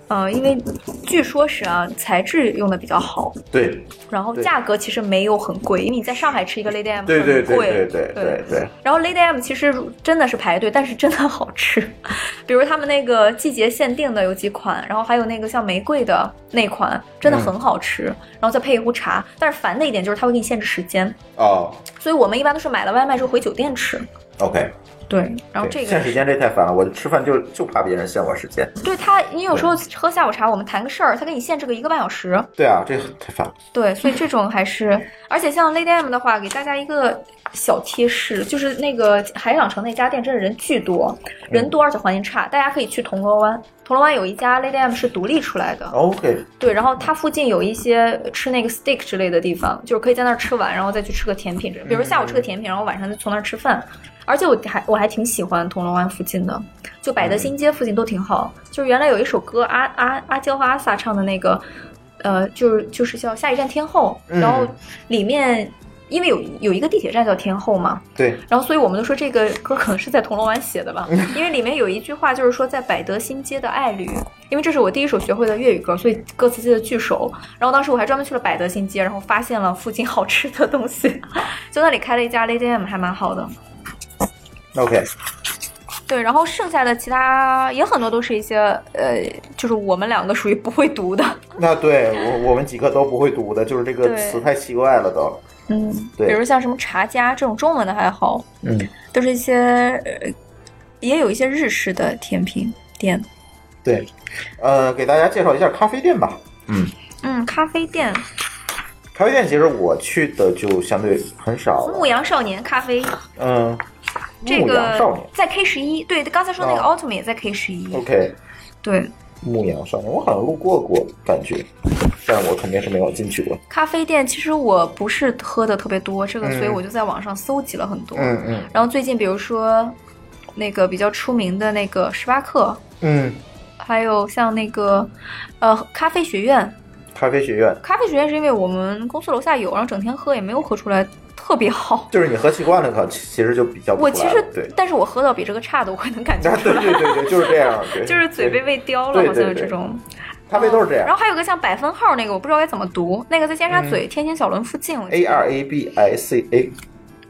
S4: 呃，因为据说是啊，材质用的比较好，
S3: 对
S4: 然后
S3: 对
S4: 价格其实没有很贵，因为你在上海吃一个 Lady M
S3: 对对
S4: 很
S3: 对
S4: 贵，
S3: 对对对对，
S4: 然后 Lady M 其实真的是排队，但是真的好吃。比如他们那个季节限定的有几款，然后还有那个像玫瑰的那款，真
S3: 嗯
S4: 的很好吃。然后再配一壶茶，但是烦的一点就是它会给你限制时间，
S3: 哦
S4: 所以我们一般都是买了外卖之后回酒店吃。
S3: ，OK，
S4: 对，然
S3: 对
S4: 后哦这
S3: 限
S4: 个
S3: 时间这太烦了，我吃饭就就怕别人限我时间。
S4: 对他，你有时候喝下午茶，我们谈个事儿，他给你限制个一个半小时。
S3: 对啊，这太烦了。
S4: 对，所以这种还是，而且像 Lady M 的话，给大家一个小贴士，就是那个海港城那家店真的人巨多，人多而且环境差，大家可以去铜锣湾。铜锣湾有一家 Lady M 是独立出来的，
S3: OK，
S4: 对，然后它附近有一些吃那个 steak 之类的地方，就是可以在那儿吃完，然后再去吃个甜品之类的。比如下午吃个甜品，然后晚上再从那儿吃饭。而且我还我还挺喜欢铜锣湾附近的，就百德新街附近都挺好。就是原来有一首歌，阿阿阿娇和阿 sa 唱的那个，呃，就是就是叫《下一站天后》，然后
S3: 嗯
S4: 里面因为有有一个地铁站叫天后嘛，
S3: 对，
S4: 然后，所以我们都说这个歌可能是在铜锣湾写的 吧，因为里面有一句话就是说在百德新街的爱侣，因为这是我第一首学会的粤语歌，所以歌词记得巨熟。然后当时我还专门去了百德新街，然后发现了附近好吃的东西， 就那里开了一家 Lady M，还蛮好的。
S3: OK，
S4: 对，然后剩下的其他也很多都是一些呃，就是我们两个属于不会读的，
S3: 那对我我们几个都不会读的，就是这个
S4: 对
S3: 词太奇怪了都。
S4: 嗯，
S3: 对
S4: 比如像什么茶家这种中文的还好，
S3: 嗯，
S4: 都是一些呃，也有一些日式的甜品店。
S3: 对，呃，给大家介绍一下咖啡店吧。
S4: 嗯，咖啡店，
S3: 咖啡店其实我去的就相对很少了，
S4: 牧羊少年咖啡，
S3: 嗯，
S4: 这
S3: 牧羊少
S4: 个
S3: 年
S4: 在 K 十一，对，刚才说那个
S3: 哦
S4: Ultimate 也在 K 十一，
S3: ，OK，
S4: 对，
S3: 牧羊少年，我好像路过过，感觉，但我肯定是没有进去过。
S4: 咖啡店其实我不是喝的特别多，这个，
S3: 嗯
S4: 所以我就在网上搜集了很多。
S3: 嗯嗯
S4: 然后最近比如说那个比较出名的那个星巴克，
S3: 嗯，
S4: 还有像那个呃咖啡学院，
S3: 咖啡学院
S4: 咖啡学院是因为我们公司楼下有，然后整天喝也没有喝出来特别好。
S3: 就是你喝习惯了，可其其实就比较不
S4: 我
S3: 出
S4: 其
S3: 来了对
S4: 实，，但是我喝到比这个差的，我会能感觉
S3: 啊
S4: 出
S3: 对
S4: 来，
S3: 对对对，就是这样，对，
S4: 就是嘴被
S3: 对
S4: 喂刁了，
S3: 对
S4: 好像
S3: 对
S4: 有
S3: 对
S4: 这种。
S3: 咖啡都是这
S4: 然
S3: 样
S4: 后还有个像百分号那个，我不知道该怎么读，那个在尖沙咀天星小轮附近，我记
S3: 嗯，A
S4: 得。
S3: R A B I C A，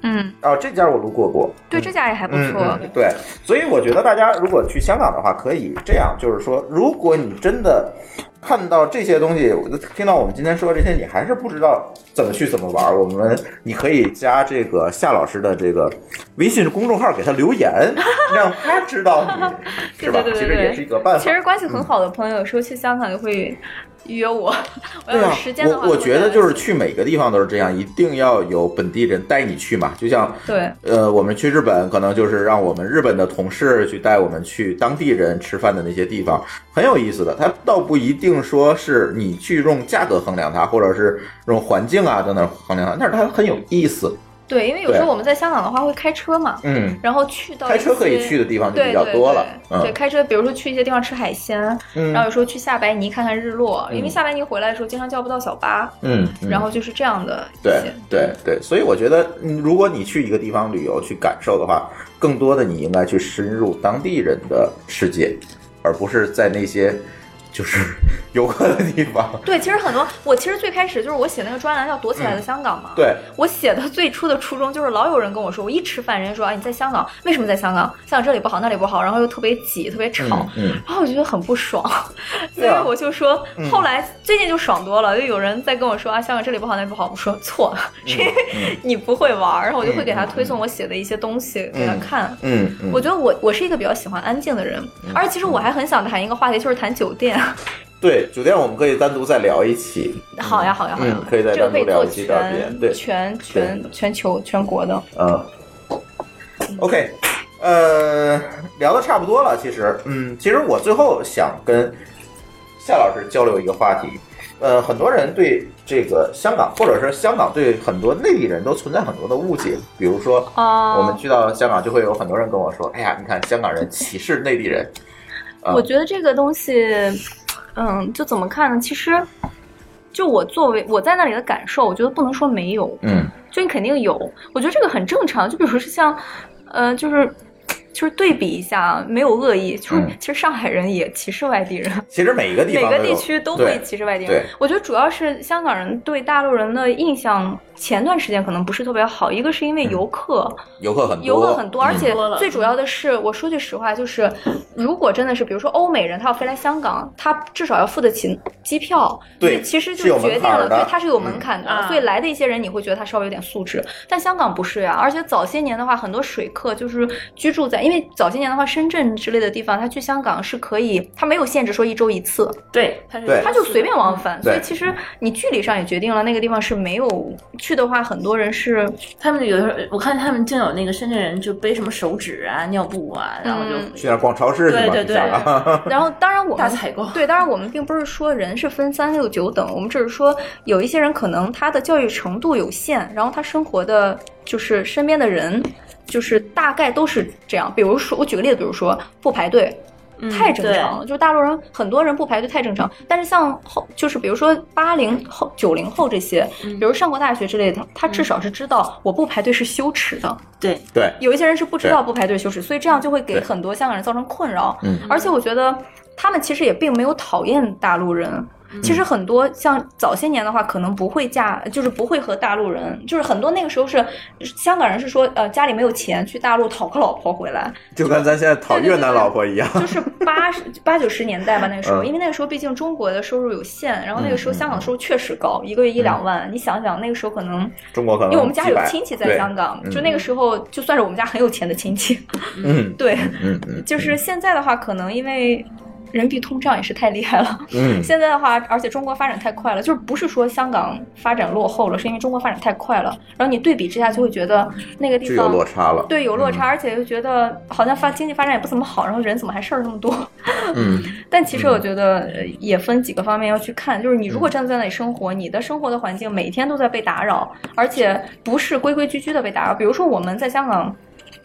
S4: 嗯，
S3: 哦，这家我路过过，
S4: 对，这家也还不
S3: 嗯
S4: 错。
S3: 嗯。对，所以我觉得大家如果去香港的话，可以这样，就是说，如果你真的看到这些东西，我就听到我们今天说这些，你还是不知道怎么去怎么玩儿，我们你可以加这个夏老师的这个微信公众号给他留 言，让他知道你，是吧？
S4: 对对对对
S3: 其实也是一个办法。
S4: 其实关系很好的朋友，有时候去香港就会约我， 我
S3: 对
S4: 要有
S3: 啊
S4: 时间的，话，
S3: 我我觉得就是去每个地方都是这样，一定要有本地人带你去嘛。就像
S4: 对
S3: 呃，我们去日本可能就是让我们日本的同事去带我们去当地人吃饭的那些地方，很有意思的。它倒不一定说是你去用价格衡量它，或者是用环境啊等等衡量它，但是它很有意思。
S4: 对，因为有时候
S3: 对
S4: 我们在香港的话会开车嘛，
S3: 嗯，
S4: 然后去到一
S3: 开车可以
S4: 些
S3: 去的地方就
S4: 对
S3: 比较
S4: 对
S3: 多了。
S4: 对对，开车，比如说去一些地方吃海鲜，
S3: 嗯
S4: 然后有时候去下白泥看看日落，因为
S3: 嗯
S4: 下白泥回来的时候经常叫不到小巴，
S3: 嗯，嗯嗯
S4: 然后就是这样的一
S3: 对
S4: 些。
S3: 对对，所以我觉得，嗯如果你去一个地方旅游去感受的话，更多的你应该去深入当地人的世界，而不是在那些就是 游客的地方。
S4: 对，其实很多，我其实最开始就是我写那个专栏叫《躲起来的香港》嘛，
S3: 对，
S4: 我写的最初的初衷就是，老有人跟我说，我一吃饭，人家说，哎，你在香港，为什么在香港？香港这里不好，那里不好，然后又特别挤，特别吵，
S3: 嗯嗯，
S4: 然后我觉得很不爽， 所
S3: 对
S4: 以
S3: 啊
S4: 我就说，
S3: 嗯
S4: 后来最近就爽多了，就有人在跟我说啊，香港这里不好，那里不好，我说错，
S3: 嗯
S4: 是因为 你不会玩儿，然后我就会给他推送我写的一些东西给他看。
S3: 嗯嗯，
S4: 我觉得我我是一个比较喜欢安静的人，而且其实我还很想谈一个话题，就是谈酒店。
S3: 对酒店我们可以单独再聊一期。
S4: 好呀，好呀，好呀
S3: 嗯，可以再
S4: 这个
S3: 单
S4: 可
S3: 独
S4: 以
S3: 聊
S4: 做
S3: 一期照片。对
S4: 全，全全全球全国的。
S3: 嗯，OK，呃，聊的差不多了。其实，嗯，其实我最后想跟夏老师交流一个话题。呃，很多人对这个香港，或者是香港对很多内地人都存在很多的误解，比如说，
S4: 哦
S3: 我们去到香港就会有很多人跟我说：“哎呀，你看香港人歧视内地人。啊
S4: 我觉得这个东西，嗯，就怎么看呢？其实，就我作为我在那里的感受，我觉得不能说没有，”
S3: 嗯
S4: 就你肯定有。我觉得这个很正常。就比如说是像，呃，就是。就是对比一下啊，没有恶意。就是
S3: 嗯
S4: 其实上海人也歧视外地人，
S3: 其实每一个地
S4: 每
S3: 方
S4: 个
S3: 有
S4: 地区都会
S3: 对
S4: 歧视外地
S3: 对
S4: 人。我觉得主要是香港人对大陆人的印象，前段时间可能不是特别好。一个是因
S3: 嗯
S4: 为游客，
S3: 游客很多，嗯
S4: 游客很多，而且
S5: 多了
S4: 最主要的是，我说句实话，就是如果真的是，比如说欧美人，他要飞来香港，他至少要付得起机票，
S3: 对
S4: 所以其实
S3: 是有
S4: 就
S3: 门
S4: 决定
S3: 槛
S4: 了，
S3: 的
S4: 对，它是有门槛的，
S5: 嗯
S4: 所以来的一些人你会觉得他稍微有点素质，但香港不是呀，而且早些年的话，很多水客就是居住在，因为因为早些年的话，深圳之类的地方，他去香港是可以，他没有限制说一周一次，
S5: 对，他是
S3: 对
S4: 他就随便往返，
S3: 嗯对
S4: 所以其实你距离上也决定了那个地方是没有去的话，很多 人是
S5: 他们有的时候，我看他们竟有那个深圳人就背什么手纸啊、尿布啊，然后就、
S4: 嗯
S3: 去那儿逛超市去吧，
S5: 对对
S3: 你想啊，
S4: 然后，当然我们
S5: 大采购
S4: 对，当然我们并不是说人是分三六九等，我们只是说有一些人可能他的教育程度有限，然后他生活的就是身边的人，就是大概都是这样。比如说，我举个例子，比如说不排队。
S5: 嗯
S4: 太正常了，就是大陆人很多人不排队太正常，但是像后就是比如说八零后、九零后这些，比如上过大学之类的，他至少是知道我不排队是羞耻的，
S5: 对
S3: 对，
S4: 有一些人是不知
S3: 对
S4: 道不排队羞耻，所以这样就会给
S3: 对
S4: 很多香港人造成困扰。
S3: 嗯
S4: 而且我觉得他们其实也并没有讨厌大陆人。
S3: 嗯
S4: 其实很多像早些年的话，可能不会嫁，就是不会和大陆人，就是很多那个时候是香港人是说，呃，家里没有钱去大陆讨个老婆 回来，
S3: 就跟咱现在讨
S4: 对对
S3: 越南老婆一样，
S4: 就是八十八九十年代吧，那个时候，
S3: 嗯
S4: 因为那个时候毕竟中国的收入有限，然后那个时候
S3: 嗯嗯
S4: 香港的收入确实高，一个月一两万，你想想那个时候可能，
S3: 中国可能
S4: 因为我们家
S3: 几
S4: 有
S3: 百
S4: 亲戚在香，港
S3: 嗯，
S4: 就那个时候就算是我们家很有钱的亲戚，
S3: 对嗯
S4: 对，
S3: 嗯嗯
S4: 就是现在的话，可能因为人币通胀也是太厉害了。
S3: 嗯，
S4: 现在的话，而且中国发展太快了，就是不是说香港发展落后了，是因为中国发展太快了。然后你对比之下，就会觉得那个地
S3: 就嗯有
S4: 方
S3: 落差了，嗯
S4: 对有落差，而且又觉得好像发经济发展也不怎么好，然后人怎么还事儿那么多？
S3: 嗯，嗯
S4: 但其实我觉得呃也分几个方面要去看，就是你如果真的在那里生活，你的生活的环境每天都在被打扰，而且不是规规矩矩的被打扰。比如说我们在香港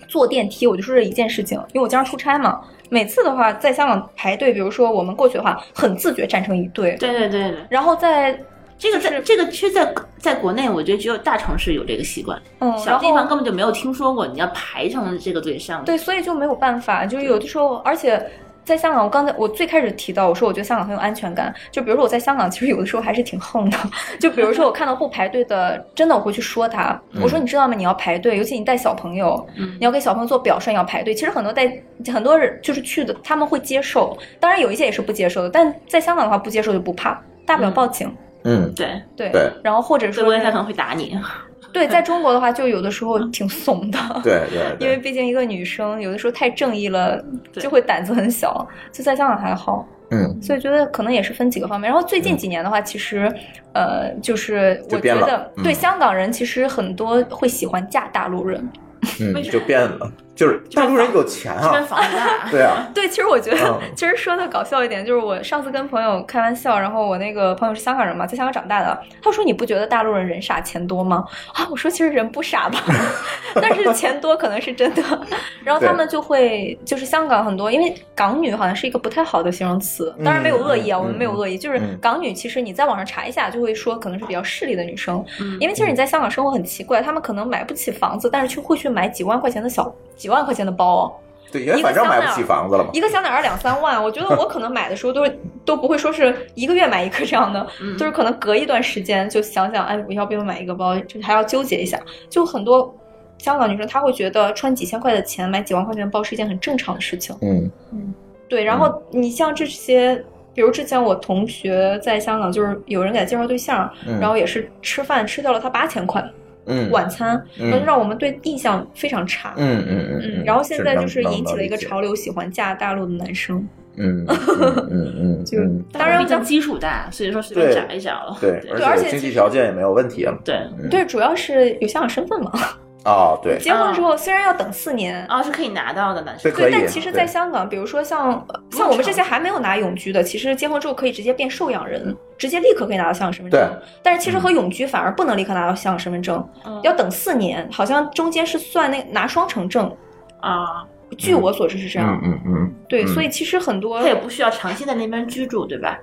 S4: 坐电梯，我就说这一件事情，因为我经常出差嘛，每次的话在香港排队，比如说我们过去的话，很自觉站成一队，
S5: 对对对对，
S4: 然后在
S5: 这个在这个其实在在国内，我觉得只有大城市有这个习惯，
S4: 嗯，
S5: 小
S4: 然
S5: 地方
S4: 后
S5: 根本就没有听说过你要排成这个队上。
S4: 对，所以就没有办法，就是有的时候，而且。在香港，我刚才我最开始提到，我说我觉得香港很有安全感。就比如说我在香港，其实有的时候还是挺横的。就比如说我看到不排队的，真的我会去说他，我说你知道吗？你要排队，尤其你带小朋友，
S5: 嗯
S4: 你要给小朋友做表率，你要排队。其实很多带很多人就是去的，他们会接受，当然有一些也是不接受的。但在香港的话，不接受就不怕，大不了
S5: 嗯
S4: 报警。
S3: 嗯
S5: 对，
S4: 对，
S3: 对
S4: 然后或者
S5: 所
S4: 说
S5: 以他
S4: 是
S5: 可能会打你。
S4: 嗯 对，在中国的话，就有的时候挺怂的。
S3: 对对，
S4: 因为
S3: 对
S4: 毕竟一个女生有的时候太正义了，
S5: 对
S4: 就会胆子很小。就在香港还好，
S3: 嗯
S4: 所以觉得可能也是分几个方面。然后最近几年的话，其实呃，就是我
S3: 就变
S4: 觉
S3: 了
S4: 得
S3: 嗯
S4: 对香港人其实很多会喜欢嫁大陆人。
S3: 嗯就变了，就是大陆人有钱
S5: 这边
S3: 啊，
S5: 房子大，
S3: 对啊，
S4: 对，其实我觉得，
S3: 嗯
S4: 其实说的搞笑一点，就是我上次跟朋友开玩笑，然后我那个朋友是香港人嘛，在香港长大的，他说你不觉得大陆人人傻钱多吗？啊，我说其实人不 傻吧，但是钱多可能是真的。 然后他们就会就是香港很多，因为港女好像是一个不太好的形容词，当然没有恶意啊，
S3: 嗯嗯
S4: 我们没有恶意，就是
S3: 嗯
S4: 港女其实你在网上查一下就会说可能是比较势利的女生，
S5: 嗯
S3: 嗯
S4: 因为其实你在香港生活很奇怪，他们可能买不起房子，但是却会去买几万块钱的小几万块钱的包哦。
S3: 对，因为反正买不起房子了嘛，
S4: 一个小奶儿两三万，我觉得我可能买的时候都是都不会说是一个月买一个这样的，
S5: 嗯
S4: 就是可能隔一段时间就想想，哎，我要不要买一个包，就是还要纠结一下。就很多香港女生她会觉得穿几千块的钱买几万块钱的包是一件很正常的事情，
S3: 嗯
S4: 对。然后你像这些。比如之前我同学在香港，就是有人给他介绍对象，
S3: 嗯
S4: 然后也是吃饭吃掉了他八千块
S3: 嗯
S4: 晚餐，
S3: 嗯
S4: 然后让我们对印象非常差。
S3: 嗯嗯
S4: 嗯，然后现在就是引起了一个潮，流，喜欢嫁大陆的男生。
S3: 嗯 嗯嗯嗯，
S4: 就是
S3: 嗯
S4: 当然
S5: 毕竟基数大，所以说随便
S3: 对
S5: 找一找了。
S3: 对，
S5: 对
S3: 而且经济条件也没有问题了
S5: 对，
S3: 嗯
S4: 对，主要是有香港身份嘛。
S3: 啊，对，
S4: 结婚之
S5: 嗯
S4: 后虽然要等四年，
S5: 啊，是可以拿到的男生
S3: 对。可
S4: 对，
S3: 以
S4: 但其实，在
S3: 对
S4: 香港，比如说像呃
S5: 不用
S4: 像我们这些
S5: 长
S4: 还没有拿永居的，其实结婚之后可以直接变受养人，直接立刻可以拿到香港身份证
S3: 对。嗯
S4: 但是其实和永居反而不能立刻拿到香港身份证，
S5: 嗯
S4: 要等四年，好像中间是算那拿双程证。
S5: 啊，
S4: 据我所知是这样
S3: 嗯。嗯嗯，
S4: 对，
S3: 嗯
S4: 所以其实很多
S5: 他啊也不需要长期在那边居住，对吧？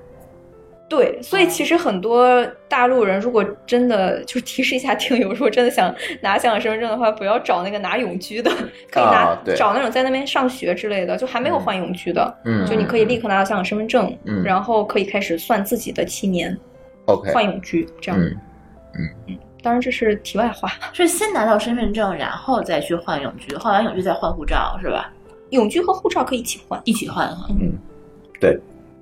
S4: 对，所
S3: 嗯
S4: 以其实很多大陆人，如果真的就是提示一下听友，如果真的想拿香港身份证的话，不要找那个拿永居的，可以拿、
S3: 啊对
S4: 找那种在那边上学之类的，就还没有换永居的，
S3: 嗯
S4: 就你可以立刻拿到香港身份证，
S3: 嗯
S4: 然后可以开始算自己的七年
S3: OK，
S4: 换永居，这样。
S3: 嗯
S4: 当然这是题外话，
S5: 是先拿到身份证，然后再去换永居，换完永居再换护照，是吧？
S4: 永居和护照可以一起换。
S5: 一起换哈。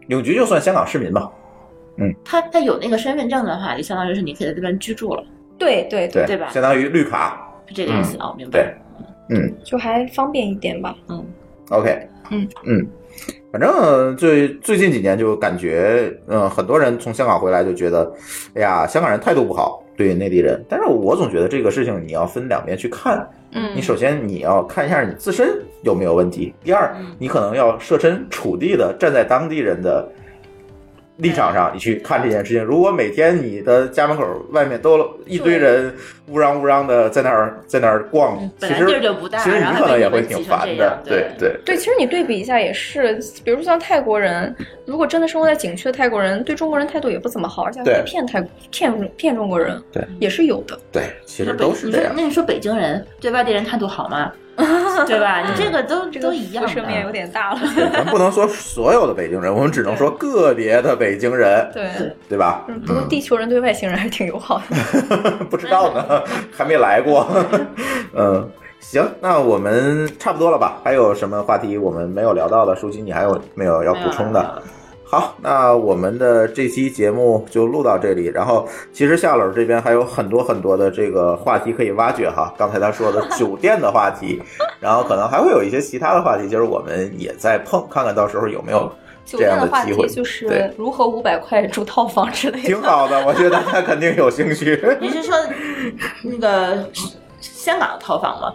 S3: 永居就算香港市民吧，
S5: 他他有那个身份证的话，就相当于是你可以在这边居住了，
S4: 对对对
S3: 对
S5: 对吧
S3: 相当于绿卡，
S5: 是这个意思啊？我明白。
S3: 嗯对嗯
S4: 就还方便一点吧。
S3: ，OK，
S4: 嗯
S3: 嗯，反正最最近几年就感觉，嗯，很多人从香港回来就觉得，哎呀，香港人态度不好对内地人，但是我总觉得这个事情你要分两边去看，
S4: 嗯
S3: 你首先你要看一下你自身有没有问题，第二，
S5: 嗯
S3: 你可能要设身处地的站在当地人的立场上，你去看这件事情。如果每天你的家门口外面都一堆人乌嚷乌嚷的在那儿在那儿逛，
S5: 嗯本
S3: 其
S5: 来
S3: 实
S5: 地儿就不大
S3: 其实你
S5: 然后
S3: 可能
S5: 还被
S3: 也
S5: 你
S3: 会
S5: 们
S3: 挺
S5: 挤成
S3: 烦
S5: 这
S3: 的
S5: 样，
S3: 对对。
S6: 对，其实你对比一下也是，比如像泰国人，如果真的生活在景区的泰国人，对中国人态度也不怎么好，而且还
S3: 对
S6: 会骗泰骗骗中国人，
S3: 对，
S6: 也是有的。
S3: 对，其实
S5: 北
S3: 都是
S5: 你
S3: 这
S5: 说
S3: 样。
S5: 那你说北京人对外地人态度好吗？对吧？你这个 都
S6: 这个
S5: 都一样
S6: 辐射面有
S5: 的。
S6: 点大了。
S3: 对咱不能说所有的北京人，我们只能说个别的北京人，
S6: 对，
S3: 对嗯吧？
S6: 嗯，不过地球人对外星人还是挺友好的。
S3: 不知道呢，还没来过。 嗯，行，那我们差不多了吧？还有什么话题我们没有聊到的？舒淇，你还有没有要
S5: 啊
S3: 补充的？好，那我们的这期节目就录到这里。然后，其实夏老师这边还有很多很多的这个话题可以挖掘哈。刚才他说的酒店的话题，然后可能还会有一些其他的话题，就是我们也在碰，看看到时候有没有
S6: 酒
S3: 这
S6: 店
S3: 样
S6: 的话
S3: 机
S6: 题
S3: 会。
S6: 就是
S3: 对，
S6: 如何五百块住套房之类
S3: 挺
S6: 的。
S3: 好的，我觉得大家肯定有兴趣。
S5: 你是说那个香港的套房吗？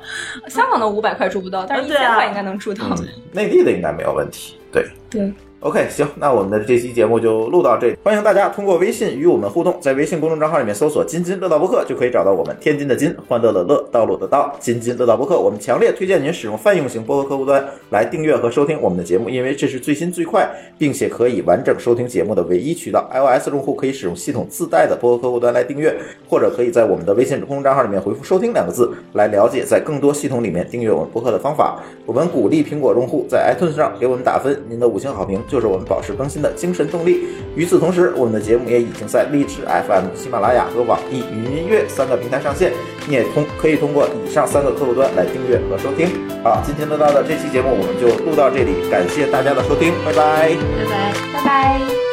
S6: 香港的五百块住不到，但是一
S5: 对
S6: 千
S5: 啊
S6: 块应该能住到。
S3: 嗯，内地的应该没有问题。对
S6: 对。
S3: OK，行，那我们的这期节目就录到这里。欢迎大家通过微信与我们互动，在微信公众账号里面搜索“津津乐道播客”就可以找到我们。天津的津，欢乐的乐，道路的道，津津乐道播客。我们强烈推荐您使用泛用型播客客户端来订阅和收听我们的节目，因为这是最新最快，并且可以完整收听节目的唯一渠道。iOS 用户可以使用系统自带的播客客户端来订阅，或者可以在我们的微信公众账号里面回复“收听”两个字来了解在更多系统里面订阅我们播客的方法。我们鼓励苹果用户在 iTunes 上给我们打分，您的五星好评就是我们保持更新的精神动力。与此同时，我们的节目也已经在荔枝 FM、喜马拉雅和网易云音乐三个平台上线，你也通可以通过以上三个客户端来订阅和收听。好，今天得到的这期节目我们就录到这里，感谢大家的收听，拜拜。
S5: 拜拜。
S6: 拜拜。